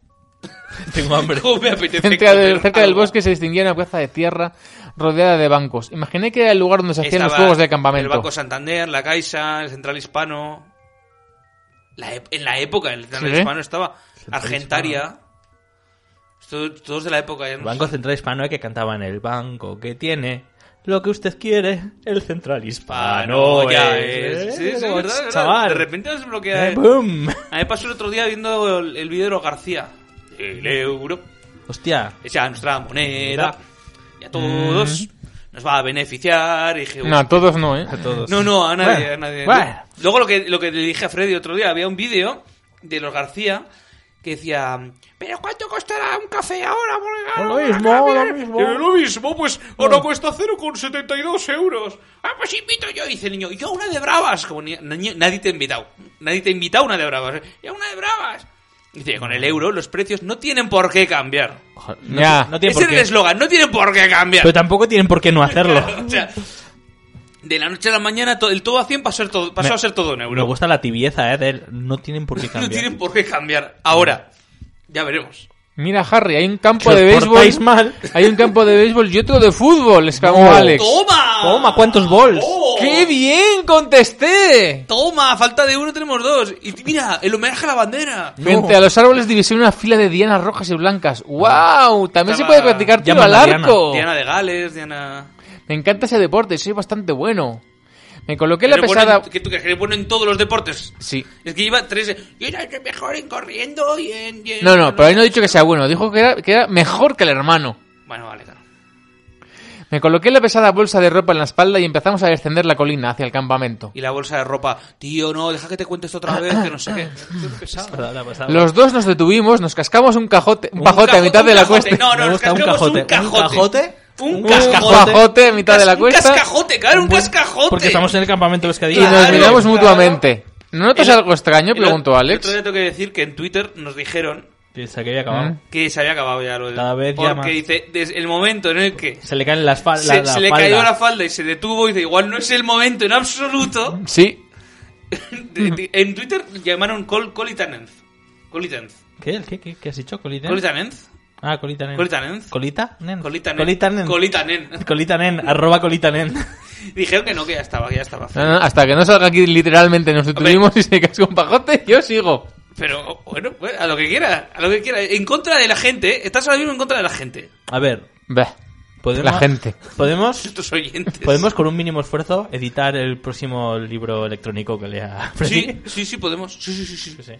tengo hambre ¿Cómo me apetece Cerca, del- comer cerca del algo? bosque se distinguía una plaza de tierra rodeada de bancos. Imaginé que era el lugar donde se hacían los Estaba juegos de El Banco campamento. Santander, la Caixa, el Central Hispano. La ep- en la época, el Central Sí. Hispano estaba. Argentaria. Esto- Todos de la época. Ya no El Banco sé. Central Hispano eh, que cantaba en el banco que tiene lo que usted quiere, el Central Hispano. Hispano, Ah, ya es, es. Sí, eh, sí, verdad, verdad. chaval. De repente nos bloquea. Eh, eh. boom. A mí me pasó el otro día viendo el, el vídeo de los García. El euro, Hostia. esa nuestra moneda. Y a todos Mm. nos va a beneficiar. Y dije, No, a todos no, ¿eh? Todos. No, no, a nadie, a nadie. bueno. Luego lo que, lo que le dije a Freddy otro día, había un vídeo de los García que decía, pero ¿cuánto costará un café ahora? Porque, Lo mismo, ahora, lo mismo. eh, Lo mismo, pues ahora cuesta 0,72 euros. Ah, pues invito yo, dice el niño. Yo una de bravas. Como ni- ni- nadie te ha invitado. Nadie te ha invitado una de bravas. ¿eh? Yo una de bravas. Dice, con el euro los precios no tienen por qué cambiar. No, Ya. no tiene Ese por es el qué. eslogan, no tienen por qué cambiar. Pero tampoco tienen por qué no hacerlo. O sea, de la noche a la mañana to- el todo a 100 pasó, a ser todo, pasó Me- a ser todo un Me euro. gusta la tibieza, ¿eh? de él. No tienen por qué No cambiar. tienen por qué cambiar. Ahora, ya veremos. Mira, Harry, hay un campo Si os de portáis béisbol. mal. Hay un campo de béisbol y otro de fútbol, exclamó No. Alex. ¡Toma! Toma, ¿cuántos gols? ¡Oh! ¡Qué bien contesté! ¡Toma! Falta de uno, tenemos dos. Y t- mira, el homenaje a la bandera. Frente a los árboles divisé una fila de dianas rojas y blancas. ¡Wow! También se Estaba- puede practicar tiro llama a al la Diana. arco. Diana de Gales, Diana... Me encanta ese deporte, soy bastante bueno. Me coloqué la Eres bueno en- pesada. que tú que eres bueno en todos los deportes. Sí. Es que lleva tres... Yo era el mejor en corriendo y en... y en- No, no, pero ahí no he dicho que sea bueno, dijo que era, que era mejor que el hermano. Bueno, vale, claro. Me coloqué la pesada bolsa de ropa en la espalda y empezamos a descender la colina hacia el campamento. Y la bolsa de ropa. Tío, no, deja que te cuentes otra vez, que no sé qué. Qué pesado. Perdón, la he pasado. Los dos nos detuvimos, nos cascamos un cajote, un, Un pajote a cajote, mitad un de la cajote, cuesta. No, no, Me nos gusta un cascamos un cajote. ¿Un cajote. cajote? Un Un cascajote. cajote a mitad de la Un cuesta. cascajote, claro, un cascajote. Porque estamos en el campamento de Y Euskadi. nos Claro, miramos claro. mutuamente. ¿No notas El- algo extraño? Preguntó El- Alex. El otro día tengo que decir que en Twitter nos dijeron Piensa que había acabado. Mm. que se había acabado ya lo de... Cada vez Porque ya más. dice, desde el momento en el que... Se le caen las fal- Se, la- la se le falda. cayó la falda y se detuvo y dice, igual no es el momento en absoluto. Sí. De- de- en Twitter llamaron Col Colitanenz. Colitanenz. ¿Qué? ¿Qué? ¿Qué? ¿Qué has dicho? ¿Colita? Colitanenz. Ah, colita nen. Colita nen. ¿Colita? Nen. Colitanenz. Colita nen. Colitanen. Colita nen, arroba colita nen. Dijeron que no, que ya estaba, que ya estaba. No, no, hasta que no salga aquí literalmente nos detuvimos y se casca un pajote, yo sigo. Pero bueno, pues, a lo que quiera, a lo que quiera. En contra de la gente, ¿eh? estás ahora mismo en contra de la gente. A ver, Bah, podemos... La gente. Podemos... Estos oyentes. Podemos con un mínimo esfuerzo editar el próximo libro electrónico que lea Freddy. Sí, sí, sí, podemos. Sí, sí, sí, sí. Sí, sí.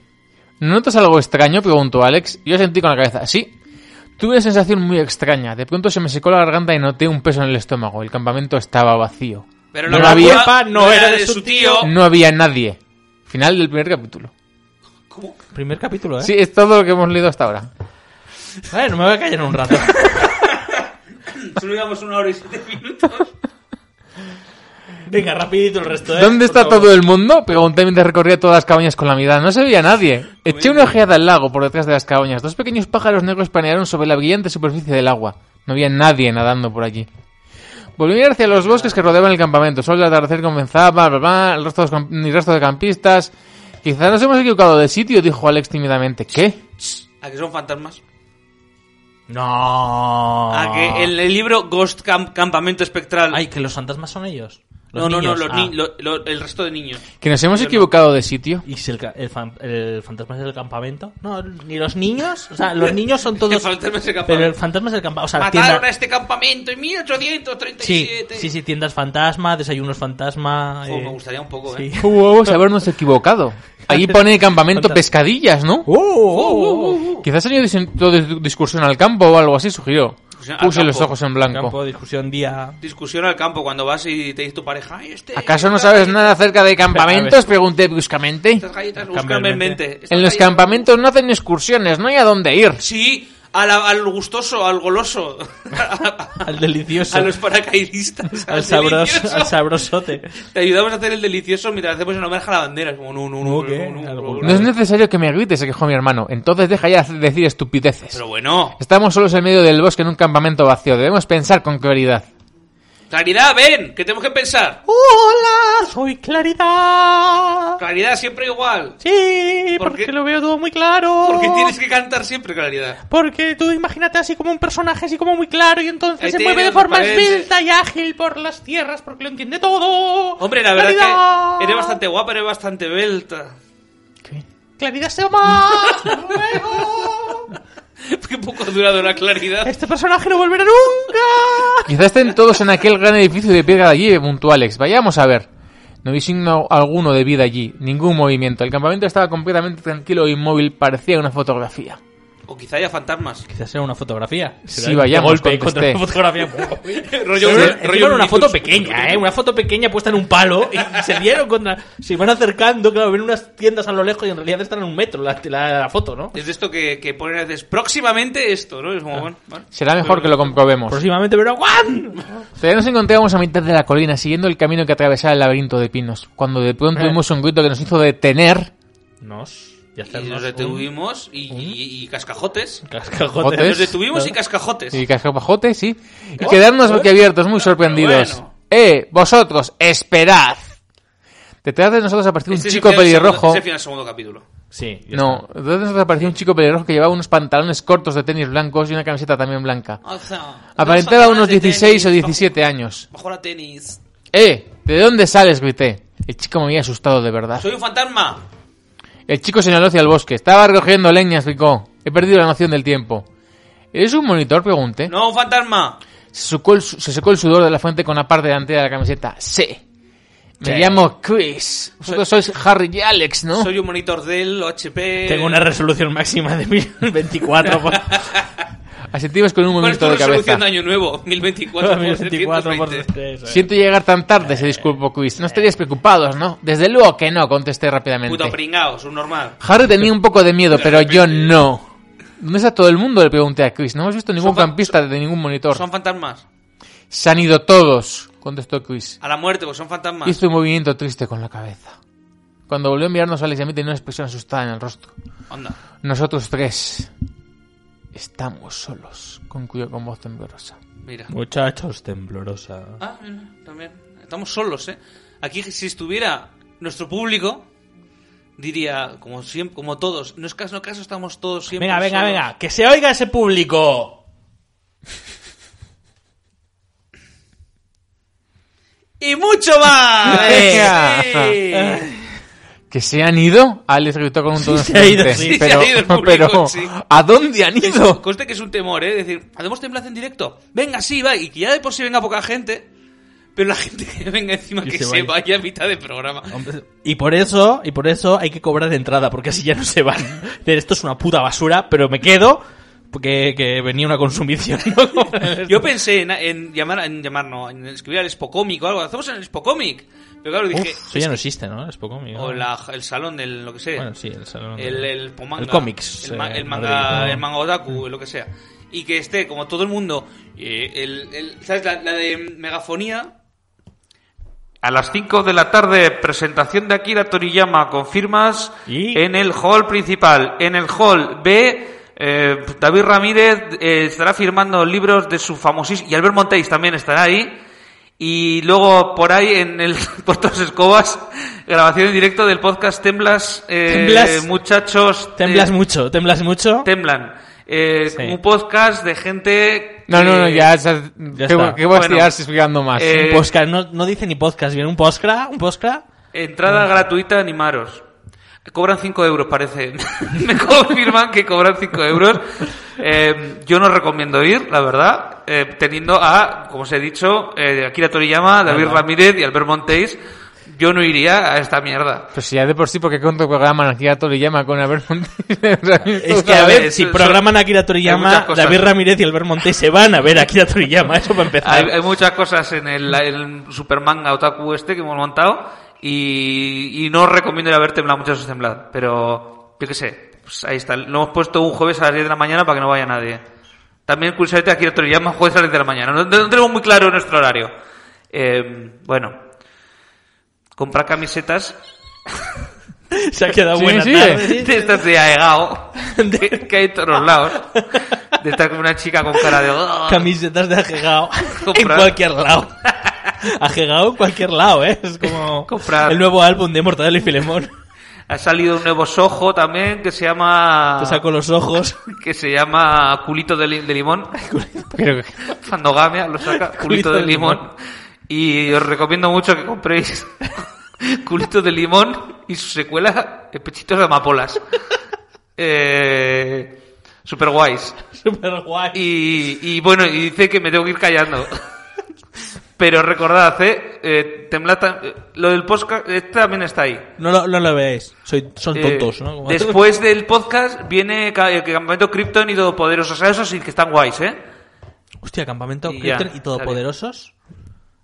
¿No notas algo extraño? Preguntó Alex. Yo sentí con la cabeza. Sí. Tuve una sensación muy extraña. De pronto se me secó la garganta y noté un peso en el estómago. El campamento estaba vacío. Pero no, la había, culpa no era de su tío. Oh. no había nadie. Final del primer capítulo. ¿Cómo? Primer capítulo, ¿eh? Sí, es todo lo que hemos leído hasta ahora. Vale, no me voy a callar un rato. Solo llevamos una hora y siete minutos. Venga, rapidito el resto, ¿eh? ¿Dónde Por está favor. todo el mundo? Pregunté mientras recorría todas las cabañas con la mirada. No se veía nadie. Eché una ojeada al lago por detrás de las cabañas. Dos pequeños pájaros negros planearon sobre la brillante superficie del agua. No había nadie nadando por allí. Volví a ir hacia los bosques que rodeaban el campamento. Solo el atardecer comenzaba, bla, bla, el resto de, los camp- ni resto de campistas. Quizás nos hemos equivocado de sitio, dijo Alex tímidamente. ¿Qué? ¿A que son fantasmas? No. A Ah, que en el libro Ghost Camp, Campamento Espectral. Ah. Ay, que los fantasmas son ellos. Los no, no, no, niños. los Ah. ni- lo- lo- el resto de niños. ¿Que nos hemos Yo no. equivocado de sitio? ¿Y si el, ca- el fan- el fantasma es del campamento? No, ni los niños. O sea, los niños son todos. El fantasma es el campamento. Pero el fantasma es el campamento. O sea, Mataron a tiendas. este campamento en Sí, 1837. sí, sí, tiendas fantasma, desayunos fantasma. Jo, eh, me gustaría un poco, sí. ¿eh? ¿Cómo vamos a habernos equivocado? Allí pone campamento Fantas- pescadillas, ¿no? ¡Oh, Uh, oh, oh, oh! Quizás haya discursión discusión al campo o algo así, sugirió. Discusión Pues al Puse los campo. ojos en blanco. Campo, discusión, día. Discusión al campo cuando vas y te dice tu pareja. "Ay, este- ¿Acaso no sabes nada acerca de campamentos? Pregunté bruscamente. Estas galletas Cambia búscame el en mente. mente. Estas En los galletas- campamentos no hacen excursiones, no hay a dónde ir. Sí, a la- al gustoso, al goloso. Al delicioso. a los paracaidistas. al, sabroso, delicioso. al sabrosote. Te ayudamos a hacer el delicioso mientras hacemos una homenaje a la bandera. Es como, no, no, no, No, ¿qué? no, no, Algo no, vulgar. No es necesario que me grites, se quejó mi hermano. Entonces deja ya de decir estupideces. Pero bueno. Estamos solos en medio del bosque en un campamento vacío. Debemos pensar con claridad. Claridad, ven, que tenemos que pensar. ¡Hola! ¡Soy Claridad! Claridad siempre igual. Sí, ¿Por porque qué? lo veo todo muy claro. Porque tienes que cantar siempre claridad. Porque tú imagínate así como un personaje así como muy claro y entonces Ahí se tiene mueve de otra forma pared. esbelta y ágil por las tierras porque lo entiende todo. Hombre, la verdad Claridad. que eres bastante guapa, eres bastante belta. Claridad se va. ¡Hasta luego! Qué poco ha durado la claridad. Este personaje no volverá nunca. Quizás estén todos en aquel gran edificio de piedra de allí, preguntó Alex. Vayamos a ver. No vi signo alguno de vida allí, ningún movimiento. El campamento estaba completamente tranquilo e inmóvil, parecía una fotografía. O quizá haya fantasmas. Quizás era una fotografía. Sí, Será vayamos, este. un golpe contesté. contra una fotografía. rollo Encima era- rollo encima era una Unitus. foto pequeña, ¿eh? Una foto pequeña puesta en un palo y se dieron contra... Se iban acercando, claro, ven unas tiendas a lo lejos y en realidad están en un metro la, la- la foto, ¿no? Es de esto que, que ponen a veces próximamente esto, ¿no? Es como, bueno, bueno. Será mejor que lo comprobemos. Próximamente verá ¡Guan! Todavía nos encontrábamos a mitad de la colina, siguiendo el camino que atravesaba el laberinto de pinos, cuando de pronto Eh. vimos un grito que nos hizo detener Nos... Y Y hacernos nos un detuvimos y, y- y cascajotes. cascajote. Jotes. Nos detuvimos y ¿no? cascajotes. Y cascapajotes, sí. Y quedarnos boquiabiertos, muy sorprendidos. Oh. bueno. ¡Eh, vosotros, esperad! Detrás de nosotros apareció Este un es el chico final del pelirrojo. segundo- este es el final del segundo capítulo. Sí. ya No, detrás de nosotros apareció un chico pelirrojo que llevaba unos pantalones cortos de tenis blancos y una camiseta también blanca. Aparentaba unos 16 o 17 años. Mejor a tenis. ¡Eh! ¿De dónde sales? grité. El chico me había asustado de verdad. Soy un fantasma. El chico señaló hacia el bosque. Estaba recogiendo leña, explicó. He perdido la noción del tiempo. ¿Eres un monitor? ¿Eh? Pregunté. No, un fantasma. Se, secó el, su- se secó el sudor de la fuente con la parte delantera de la camiseta. Sí. Me llamo Chris. Vosotros sois Harry y Alex, ¿no? Soy un monitor del HP. está. Tengo una resolución máxima de 1024. por- Asentimos con un ¿Cuál es tu movimiento de cabeza. resolución de año nuevo? 1024 por 1024 por eh. 720. eso es. Siento llegar tan tarde, Eh, se disculpó Chris. No estaríais preocupados, ¿no? Desde luego que no, contesté rápidamente. Puto pringao, subnormal. Harry tenía un poco de miedo, pero yo no. ¿Dónde está todo el mundo? Le pregunté a Chris. No hemos visto ningún Son fa- campista de ningún monitor. Son fantasmas. Se han ido todos, contestó Chris. A la muerte, pues son fantasmas. Hizo un movimiento triste con la cabeza. Cuando volvió a mirarnos, Alex y a mí tenía una expresión asustada en el rostro. Onda. Nosotros tres estamos solos, concluyó con voz temblorosa. Mira. Muchachos, temblorosa. Ah, mira, también. Estamos solos, ¿eh? Aquí, si estuviera nuestro público, diría, como siempre, como todos, no es caso, no caso, estamos todos siempre Venga, venga, solos. venga. Que se oiga ese público. ¡Y mucho más! Venga. Sí. ¿Que se han ido? Alex gritó con un tono se ha ido, estridente, sí, se ha pero, ido el público, pero, sí. ¿a dónde han ido? Oh. Conste que es un temor, ¿eh? Decir, ¿hacemos temblazo en directo? Venga, sí, va. Y que ya de por sí venga poca gente, pero la gente que venga encima Que que se se vaya. vaya a mitad de programa. Y por eso, y por eso hay que cobrar de entrada, porque así ya no se van. Pero Esto es una puta basura, pero me quedo porque que venía una consumición. Yo pensé en, en llamar, en llamar, no, en escribir al Spocomic o algo. Hacemos en el Spocomic. Pero claro, Uf, dije, eso ya no existe, ¿no? Es poco mío. o la- el salón del lo que sea. Bueno, sí, el salón. el, el pomanga, El cómics. el, ma- eh, el Madrid, Mm. manga, ¿no? el manga otaku, lo que sea. Y que esté, como todo el mundo, eh, el, el- ¿sabes? La, la de megafonía. A las 5 de la tarde, presentación de Akira Toriyama, confirmas ¿Y? en el hall principal. En el hall B, eh, David Ramírez eh, estará firmando libros de su famosísimo... Y Albert Montéis también estará ahí. Y luego por ahí en el Puertos Escobas, grabación en directo del podcast Temblas, eh, Temblas. muchachos. Temblas eh, mucho, temblas mucho. Temblan. Eh, Sí. Un podcast de gente. No, que- no, no, ya, ya- ¿qué, está. qué voy a Bueno, estirarse explicando más? eh, un podcast, no, no dice ni podcast, bien, un podcast, un podcast. Entrada gratuita, animaros. Cobran 5 euros, parece. Me confirman que cobran 5 euros. Eh, yo no recomiendo ir, la verdad, eh, teniendo a, como os he dicho, eh, Akira Toriyama, David Ramírez y Albert Monteis. Yo no iría a esta mierda. Pues si ya de por sí, porque cuánto programan aquí a Toriyama con Albert Montes? O sea, Es que, a a a ver, ver, ver, si eso- programan a Akira hay muchas Toriyama, cosas. David Ramírez y Albert Montes se van a ver a Akira Toriyama, eso para empezar. Hay, hay muchas cosas en el, el supermanga otaku este que hemos montado y, y no os recomiendo ir a ver Temblad, muchachos Temblad, pero yo qué sé, pues ahí está. Lo hemos puesto un jueves a las 10 de la mañana para que no vaya nadie. También curiosamente aquí otro día más jueves a las 10 de la mañana. No, no tenemos muy claro nuestro horario. Eh, bueno, comprar camisetas Se ha quedado Sí, buena sí. tarde. de estas de aegao que, que hay en todos los lados. De estar como una chica con cara de... "Oh". Camisetas de ajegao en Comprar. cualquier lado. Ajegao en cualquier lado, ¿eh? Es como Comprar. el nuevo álbum de Mortadelo y Filemón. Ha salido un nuevo sojo también que se llama... Pues Te saco los ojos. que se llama Culito de, li- de Limón. pero- Fandogamia lo saca, Culito de de Limón. Y os recomiendo mucho que compréis Culito de Limón y su secuela, eh, Pechitos de Amapolas. Eh, super guays. Super guay. Y, y bueno, y dice que me tengo que ir callando. Pero recordad, ¿eh? eh temblad tam- eh, lo del podcast eh, también está ahí. No lo, no lo veáis. Soy, son Eh, tontos, ¿no? Como- Después del podcast viene ca- eh, Campamento Krypton y Todopoderosos. O sea, esos sí que están guays, ¿eh? Hostia, Campamento Y Krypton ya, y Todopoderosos.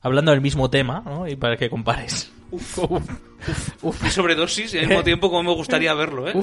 Hablando del mismo tema, ¿no? Y para que compares. Uf, sobredosis y al mismo tiempo como me gustaría verlo, ¿eh?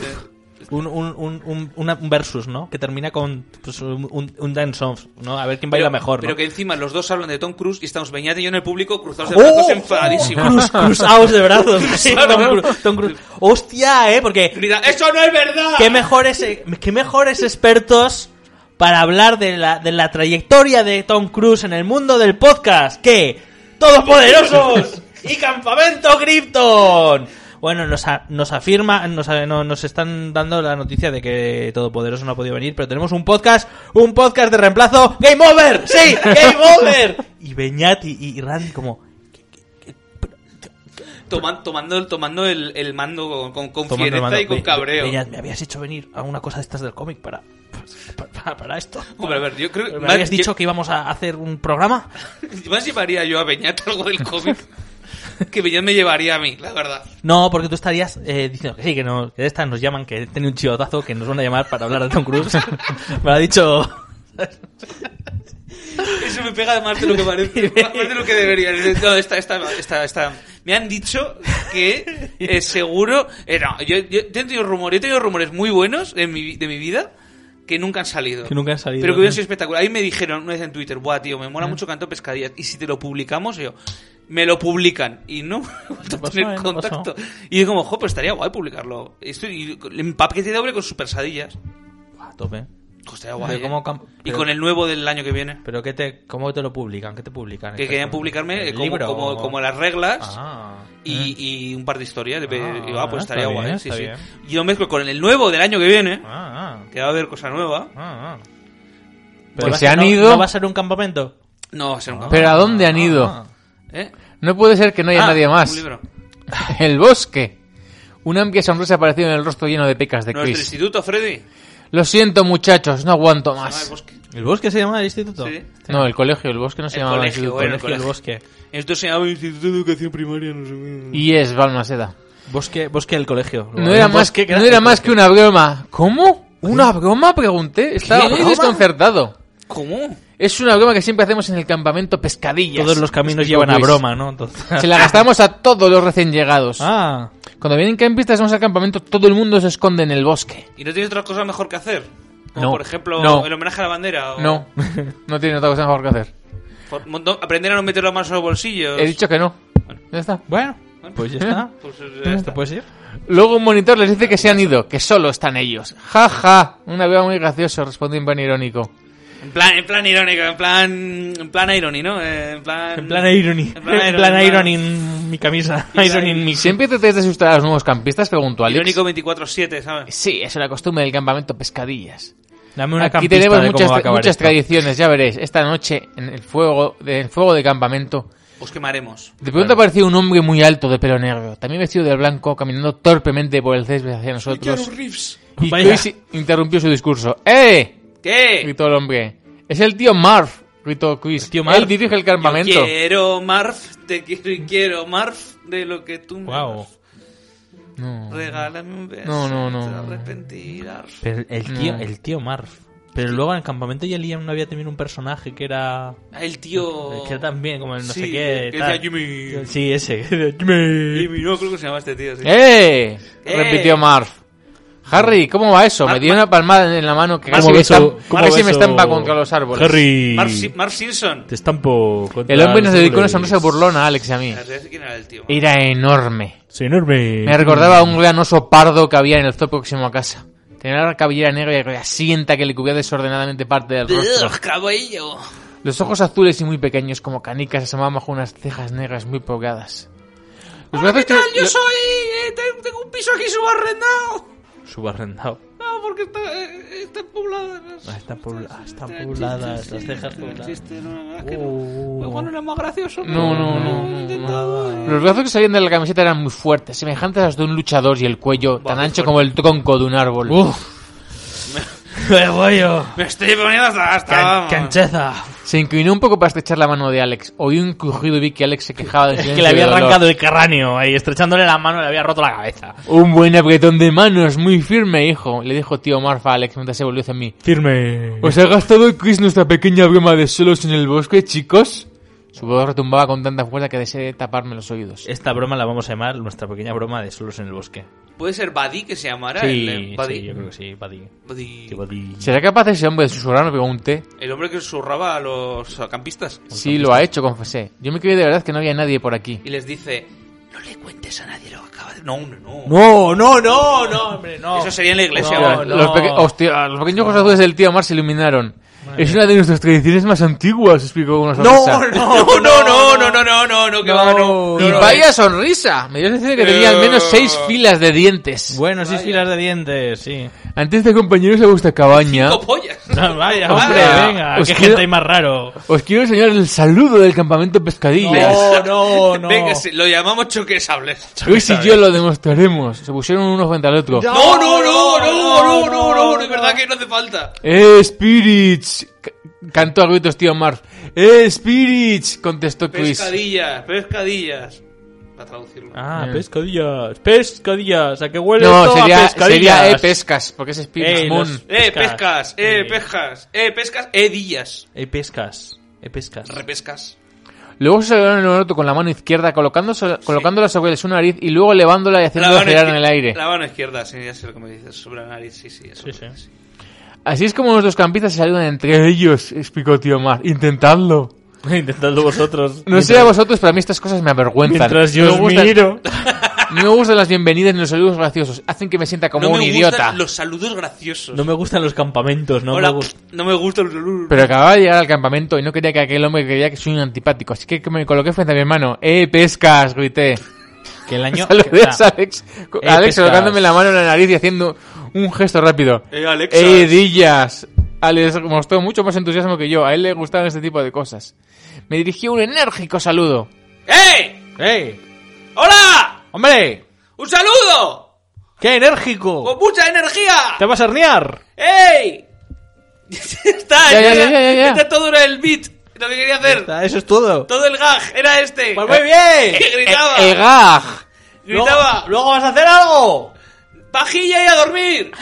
un, un, un, un, una- un versus, ¿no? Que termina con pues, un, un- un dance off, ¿no? A ver quién baila pero, mejor. Pero ¿no? que encima los dos hablan de Tom Cruise y estamos Beñat y yo en el público cruzados de ¡Oh! brazos enfadadísimos. Cruz- cruzados de brazos. sí, Claro. Tom Cruise, Tom Cruise. Hostia, eh, porque Grita, ¡Eso no es verdad! qué mejores, eh, qué mejores expertos para hablar de la, de la trayectoria de Tom Cruise en el mundo del podcast que Todopoderosos y Campamento Krypton. Bueno, nos, a- nos afirma, nos, a- no- nos están dando la noticia de que Todopoderoso no ha podido venir, pero tenemos un podcast, un podcast de reemplazo. ¡Game Over! ¡Sí! ¡Game Over! Y Beñati y, y Randy como... Toma- tomando el, tomando el, el mando con, con, con tomando fiereza mando. y con Be- cabreo. Beñat, me habías hecho venir a una cosa de estas del cómic para, para, para- para esto. Hombre, a ver, yo creo- ¿Me Mar- habías yo- dicho que íbamos a hacer un programa? Más llevaría yo a Beñat algo del cómic que Beñat me llevaría a mí, la verdad. No, porque tú estarías eh, diciendo que sí, que, no, que de estas nos llaman, que tiene un chivotazo, que nos van a llamar para hablar de Tom Cruise. me lo ha dicho... Eso me pega más de lo que parece, más de lo que debería. No, esta, esta, esta, esta. Me han dicho que eh, seguro. eh, no, yo, yo he tenido rumores, he tenido rumores muy buenos en mi, vi- de mi vida que nunca han salido. Que nunca han salido, Pero que hubieran ¿no? sido espectacular. Ahí me dijeron una vez en Twitter, buah, tío, me mola mucho Canto Pescadillas. Y si te lo publicamos, Y yo, me lo publican. Y no me he vuelto a pasó, tener eh, no contacto. Y yo como, jo, pues estaría guay publicarlo. Esto, y en paquete doble con sus pesadillas. A tope. Jo, Estaría guay. Pero cómo eh. cam- Y pero- con el nuevo del año que viene. ¿Pero qué te, cómo te lo publican? ¿Qué te publican? que querían publicarme eh, como, como, como las reglas y, y un par de historias. de- Ah, y, ah, pues está estaría bien, guay. está sí, sí. bien. Y lo mezclo con el nuevo del año que viene, Ah, ah, que va a haber cosa nueva. ah, ah. Que Pues va a se ser- no- han ido- ¿No va a ser un campamento? No va a ser un ¿Pero a dónde han Ah. ido? ¿Eh? No puede ser que no haya Ah, nadie más. Un libro. El bosque. Una amplia sonrisa apareció en el rostro lleno de pecas de Nuestro Chris. instituto, Freddy. Lo siento, muchachos, no aguanto este Se llama El más. bosque. ¿El bosque se llama el instituto? Sí. No, el colegio, el bosque no se El llamaba colegio, instituto. bueno, Colegio El bosque. Esto se llama Instituto de Educación Primaria, no sé qué. Y es Balmaseda. Bosque, bosque del colegio. No era, Un más, bosque no era más que una broma. ¿Cómo? ¿Una broma? Pregunté. Estaba ¿Qué? muy ¿Broma? desconcertado. ¿Cómo? Es una broma que siempre hacemos en el campamento Pescadillas. Todos los caminos Explicó llevan a Luis. broma, ¿no? Entonces- Se la gastamos a todos los recién llegados. Ah, Cuando vienen campistas vamos al campamento, todo el mundo se esconde en el bosque. ¿Y no tienes otra cosa mejor que hacer? Como No. por ejemplo No. el homenaje a la bandera. O No, no tiene otra cosa mejor que hacer. por- no- aprender a no meter las manos en los bolsillos. He dicho que no. Ya está. bueno, pues ya está. Pues, eh, ya ¿Te está. puedes ir? Luego un monitor les dice que se han ido, que solo están ellos. Ja, ja. Una vez muy gracioso, responde en plan irónico. En plan, en plan irónico, en plan. En plan irony, ¿no? Eh, En plan. En plan irony. En plan En Iron plan Man. irony en mi camisa. Y la- Irony en mi... ¿Siempre tratáis de asustar a los nuevos campistas? Preguntó Alex. Irónico 24-7, ¿sabes? Sí, es una costumbre del campamento Pescadillas. Dame una Aquí campista tenemos de cómo muchas, va a acabar muchas esto. tradiciones, ya veréis. Esta noche, en el fuego de, el fuego de campamento, Os Pues quemaremos. de pronto apareció un hombre muy alto de pelo negro, también vestido de blanco, caminando torpemente por el césped hacia nosotros. Y Vaya. Chris interrumpió su discurso. ¡Eh! ¿Qué? gritó el hombre. Es el tío Marf, gritó Chris. tío Marv. Él dirige el Yo campamento. quiero Marf, te quiero y quiero Marf de lo que tú me Guau. No. das. Regálame un beso. No, no, no. Te arrepentirás. Pero el tío, No. el tío Marf. Pero luego en el campamento y el Liam no había también un personaje que era... Ah, El tío. Que era también, como el no Sí, sé qué... Que tal. decía Jimmy. Sí, ese. Jimmy. Jimmy, no creo que se llama este tío. sí. ¡Eh! ¡Eh! repitió Marf. Harry, ¿cómo va eso? Marv, me dio una palmada en la mano que ¿Cómo casi me, ves eso? estam- ¿Cómo casi ves me eso? estampa contra los árboles. Harry. Marf, Si- Marf Simpson. Te estampo. contra El hombre nos los dedicó una árboles. sonrisa burlona a Alex y a mí. Eh. Ah, sí, ¿Quién era el tío? Era enorme. Soy enorme. Me recordaba a un gran oso pardo que había en el zoo próximo a casa. Tenía la cabellera negra y grasienta que le cubría desordenadamente parte del rostro. Ugh, cabello. Los ojos azules y muy pequeños como canicas asomaban bajo unas cejas negras muy pogadas. Los brazos que- Yo soy. eh, tengo- tengo un piso aquí subarrendado. Subarrendado. No, porque está, eh, está poblada. ¿no? Ah, están pobla- ah, están Existe, pobladas, existe, las cejas existe, pobladas. existe, no, es que no. Oh. Igual no era más gracioso. No, pero no, no, lo he no, intentado, eh. Los brazos que salían de la camiseta eran muy fuertes, semejantes a los de un luchador y el cuello tan qué ancho como el tronco de un árbol. ¡Qué bollo! Me estoy poniendo hasta. hasta Can- vamos. ¡Cancheza! Se inclinó un poco para estrechar la mano de Alex. Oí un crujido y vi que Alex se quejaba del Es silencio que le había de dolor. arrancado el cráneo ahí, estrechándole la mano le había roto la cabeza. Un buen apretón de manos, muy firme, hijo, le dijo tío Marfa a Alex mientras se volvió hacia mí. Firme. Pues, ¿Os ha gastado Chris nuestra pequeña broma de solos en el bosque, chicos? Su voz retumbaba con tanta fuerza que deseé taparme los oídos. Esta broma la vamos a llamar nuestra pequeña broma de solos en el bosque. ¿Puede ser Buddy que se llamara? Sí, el, eh, Buddy. sí, yo creo que sí, Buddy. Buddy. Sí, Buddy. ¿Será capaz ese hombre de susurrar? Me pregunté. El hombre que susurraba a los campistas. Sí, lo ha hecho, confesé. Yo me creí de verdad que no había nadie por aquí. Y les dice, no le cuentes a nadie lo que acaba de... No, no, no. No, no, no, no, hombre, no. Eso sería en la iglesia. No, ¿verdad? no. Los, peque- hostia, los pequeños ojos azules del tío Mar se iluminaron. es una de nuestras tradiciones más antiguas, explicó con una sonrisa. No, no, no, no, no, no, no, no, que va, Ah, no. Y no, no, vaya sonrisa. Me dio la sensación de que tenía al menos seis filas de dientes. Bueno, sí, filas de dientes, sí. Antes de acompañaros a este vuestra cabaña, Cinco pollas. No, vaya, Hombre, hombre, ah, venga, os qué quiero- gente hay más raro. os quiero enseñar el saludo del campamento Pescadillas. No, no, no. Venga, sí, lo llamamos choque de sables. Luis y eh. yo lo demostraremos. Se pusieron uno frente al otro. No, no, no, no, no, no, no, de verdad que no hace falta. ¡Eh, Spirits! C- Cantó a gritos tío Mar. ¡Eh, Spirits! Contestó Chris. Pescadillas, pescadillas. Para traducirlo. Ah, Eh. pescadillas, pescadillas, ¿a qué huele No, todo a sería, pescadillas? sería eh, pescas, porque es Spirits Ey, Moon. los- pescas. Eh, pescas, eh, Sí. pescas, eh, pescas, eh, dillas. Eh, pescas, eh, pescas. Repescas. Luego se agarraron el otro con la mano izquierda, colocándose- colocándola sobre su nariz y luego levándola y haciéndola girar en el izquier- aire. la mano izquierda, sí, ya sé lo que me dices. Sobre la nariz, sí, sí, eso. Sí, sí. Así es como los dos campistas se saludan entre ellos, explicó tío Mar. Intentadlo. Intentadlo vosotros. No sé a vosotros, pero a mí estas cosas me avergüenzan. Mientras yo No os me gustan- miro. No me gustan las bienvenidas ni los saludos graciosos. Hacen que me sienta como no un me idiota. gustan los saludos graciosos. No me gustan los campamentos, no Hola, me gustan. no me gusta el... Pero acababa de llegar al campamento y no quería que aquel hombre creía que soy un antipático, así que me coloqué frente a mi hermano. ¡Eh, pescas! grité. Que el año... Saludé que- a Alex, co- Eh, Alex pescas. colocándome la mano en la nariz y haciendo un gesto rápido. Eh, Alexas. ¡Eh, Dillas! Alex mostró mucho más entusiasmo que yo, a él le gustaban este tipo de cosas. Me dirigió un enérgico saludo. ¡Eh! ¡Ey! ¡Hola! ¡Hombre! ¡Un saludo! ¡Qué enérgico! ¡Con mucha energía! ¡Te vas a herniar! ¡Ey! está, Ya, ya, era- ya, ya, ya. está todo era el beat, lo que quería hacer. Eso es todo. Todo el gag era este. ¡Pues muy bien! Que gritaba, ¡Eh, gaj! gritaba, Luego, luego vas a hacer algo. ¡Pajilla y a dormir!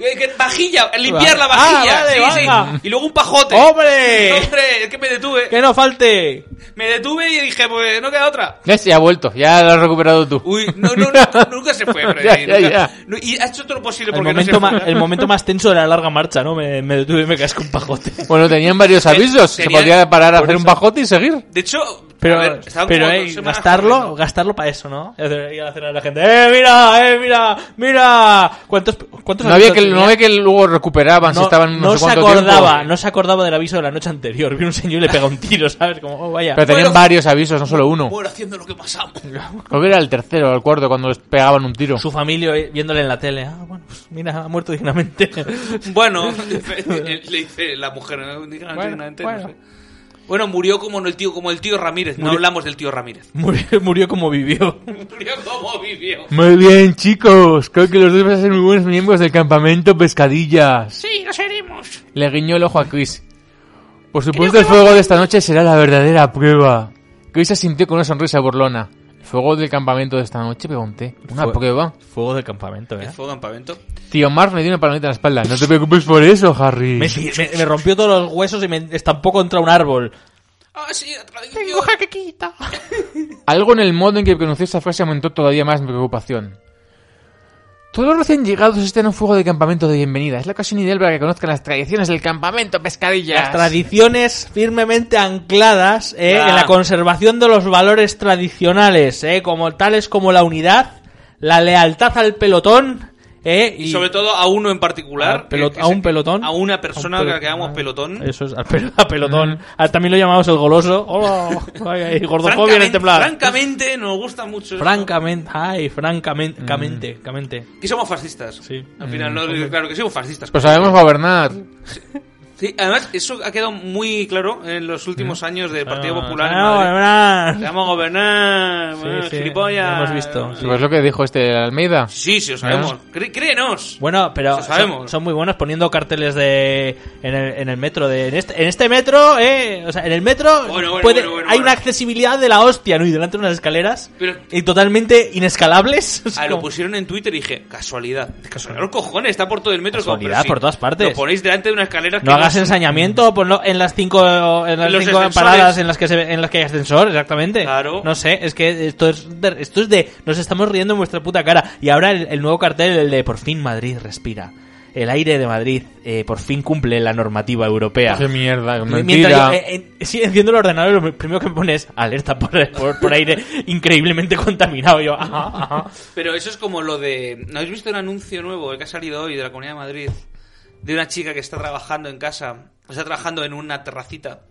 Eh, que- Vajilla, limpiar la Ah, vajilla. vale, sí, venga. sí. Y luego un pajote. ¡Hombre! Hombre, es que me detuve. ¡Que no falte! Me detuve y dije, pues no queda otra. ¿Ves? Ya ha vuelto, ya lo has recuperado tú. Uy, no, no, no, nunca se fue, Freddy. Ya, ya, nunca- ya. no, y has hecho todo lo posible El porque no se momento, ma- fue. el momento más tenso de la larga marcha, ¿no? Me, me detuve y me casco un pajote. Bueno, tenían varios avisos, se tenían- podía parar a por hacer un eso. bajote y seguir. De hecho, Pero, a ver, estaban pero como dos eh, semanas gastarlo, corriendo. gastarlo para eso, ¿no? Y hacer- y hacer a la gente, ¡eh, mira, eh, mira, mira! ¿Cuántos, cuántos No había avisos que, no tenía? había que luego recuperaban si No- estaban no, no sé se cuánto acordaba, tiempo. no se acordaba del aviso de la noche anterior. Vino un señor y le pega un tiro, ¿sabes? Como, oh, vaya. Pero tenían Bueno. varios avisos, no solo uno. Bueno, haciendo lo que pasamos. Creo que era el tercero o el cuarto cuando les pegaban un tiro. Su familia eh, viéndole en la tele. Ah, bueno, pues mira, ha muerto dignamente. Bueno, le dice la mujer, ¿no? Diga, Bueno, dignamente, bueno. no sé. Bueno, murió como el tío, como el tío Ramírez. No hablamos del tío Ramírez. murió, murió como vivió. Murió como vivió. Muy bien, chicos. Creo que los dos van a ser muy buenos miembros del campamento Pescadillas. Sí, lo seremos. Le guiñó el ojo a Chris. Por supuesto, el fuego de esta noche será la verdadera prueba. Chris asintió con una sonrisa burlona. ¿El fuego del campamento de esta noche? Pregunté. ¿Una Fue- prueba? Fuego del campamento, ¿eh? El fuego en pavento. Tío Marv me dio una palmadita en la espalda. No te preocupes por eso, Harry. Me, me- me rompió todos los huesos y me estampó contra un árbol. Ah, sí, la tradición. que quita. Algo en el modo en que pronunció esta frase aumentó todavía más mi preocupación. Todos los recién llegados están en un fuego de campamento de bienvenida. Es la ocasión ideal para que conozcan las tradiciones del campamento, pescadillas. Las tradiciones firmemente ancladas eh, Ya. en la conservación de los valores tradicionales, eh, como tales como la unidad, la lealtad al pelotón eh, y, Y sobre todo a uno en particular. Al pelo- que- que a un se- pelotón. A una persona A un que pelo- la que llamamos pelotón. Eso es, al pel- a pelotón. Ah, También lo llamamos el goloso. Oh, ay, ay, gordofobia en este el francamente, temblar. francamente, nos gusta mucho. esto. Francamente, ay, francamente, camente, camente. Que somos fascistas. Sí. Mm, Al final, no, claro que somos fascistas. Pues sabemos gobernar. Sí, además, eso ha quedado muy claro en los últimos años del Partido Popular. en Ah, Madrid. bueno, Te Vamos a gobernar, Sí, bueno, sí, gilipollas. lo hemos visto, Ah. Pues es lo que dijo este Almeida. Sí, sí, os sabemos. Cré- Créenos. Bueno, pero Eso sabemos. son, son muy buenos poniendo carteles de en el, en el metro de en este, en este metro, eh, o sea, en el metro Bueno, bueno, puede- bueno, bueno, hay bueno. una accesibilidad de la hostia, ¿no? Y delante unas escaleras Pero- y totalmente inescalables. Es Ah, lo como- pusieron en Twitter y dije, casualidad. Casualidad, los cojones, está por todo el metro. Casualidad, Pero sí, por todas partes. Lo ponéis delante de una escalera que no hagas más ensañamiento, ponlo en las cinco, en las Los cinco ascensores. paradas en las que se ve- en las que hay ascensor, exactamente. Claro. No sé, es que esto es de, esto es de nos estamos riendo en vuestra puta cara. Y ahora el, el nuevo cartel, el de por fin Madrid respira. El aire de Madrid eh, por fin cumple la normativa europea. Qué mierda, M- mentira. Mientras yo, eh, eh, sí, enciendo el ordenador, lo primero que me pone es alerta por, por- por aire increíblemente contaminado. Yo, "Ah". ajá, ajá. Pero eso es como lo de. ¿No habéis visto un anuncio nuevo que ha salido hoy de la Comunidad de Madrid? De una chica que está trabajando en casa, está trabajando en una terracita.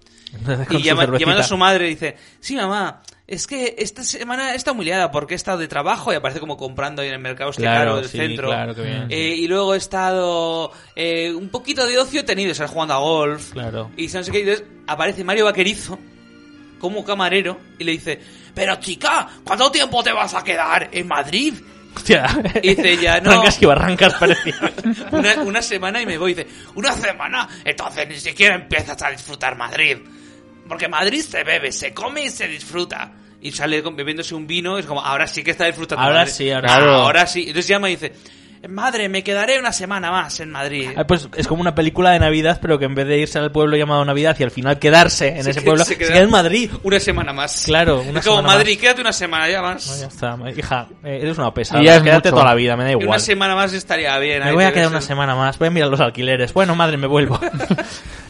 Con Y su llama- cervecita. llamando a su madre dice: Sí, mamá, es que esta semana he estado muy liada porque he estado de trabajo y aparece como comprando ahí en el mercado este Claro, caro del sí, centro. claro, qué bien. Eh, y luego he estado eh, un poquito de ocio he tenido, estar jugando a golf. Claro. Y no sé qué, y entonces aparece Mario Vaquerizo como camarero y le dice, pero chica, ¿cuánto tiempo te vas a quedar en Madrid? Hostia. Y dice ya, no. Trancas y barrancas parecía. Una, una semana y me voy y dice, ¿una semana? Entonces ni siquiera empiezas a disfrutar Madrid. Porque Madrid se bebe, se come y se disfruta. Y sale con- bebiéndose un vino, es como, ahora sí que está disfrutando Ahora Madrid". sí, ahora Ah, sí. ahora sí. Entonces llama y dice, madre, me quedaré una semana más en Madrid. Ah, pues es como una película de Navidad, pero que en vez de irse al pueblo llamado Navidad y al final quedarse en Se ese que- pueblo, se se queda- queda, en Madrid. Una semana más. Claro, Es una como semana Madrid, quédate una semana ya más. No, ya está. Hija, eh, eres una pesada. Y ya es Quédate mucho. toda la vida, me da Y Una igual. semana más estaría bien. ¿eh? Me ahí voy a te quedar ves una el- semana más. Voy a mirar los alquileres. Bueno, madre, me vuelvo.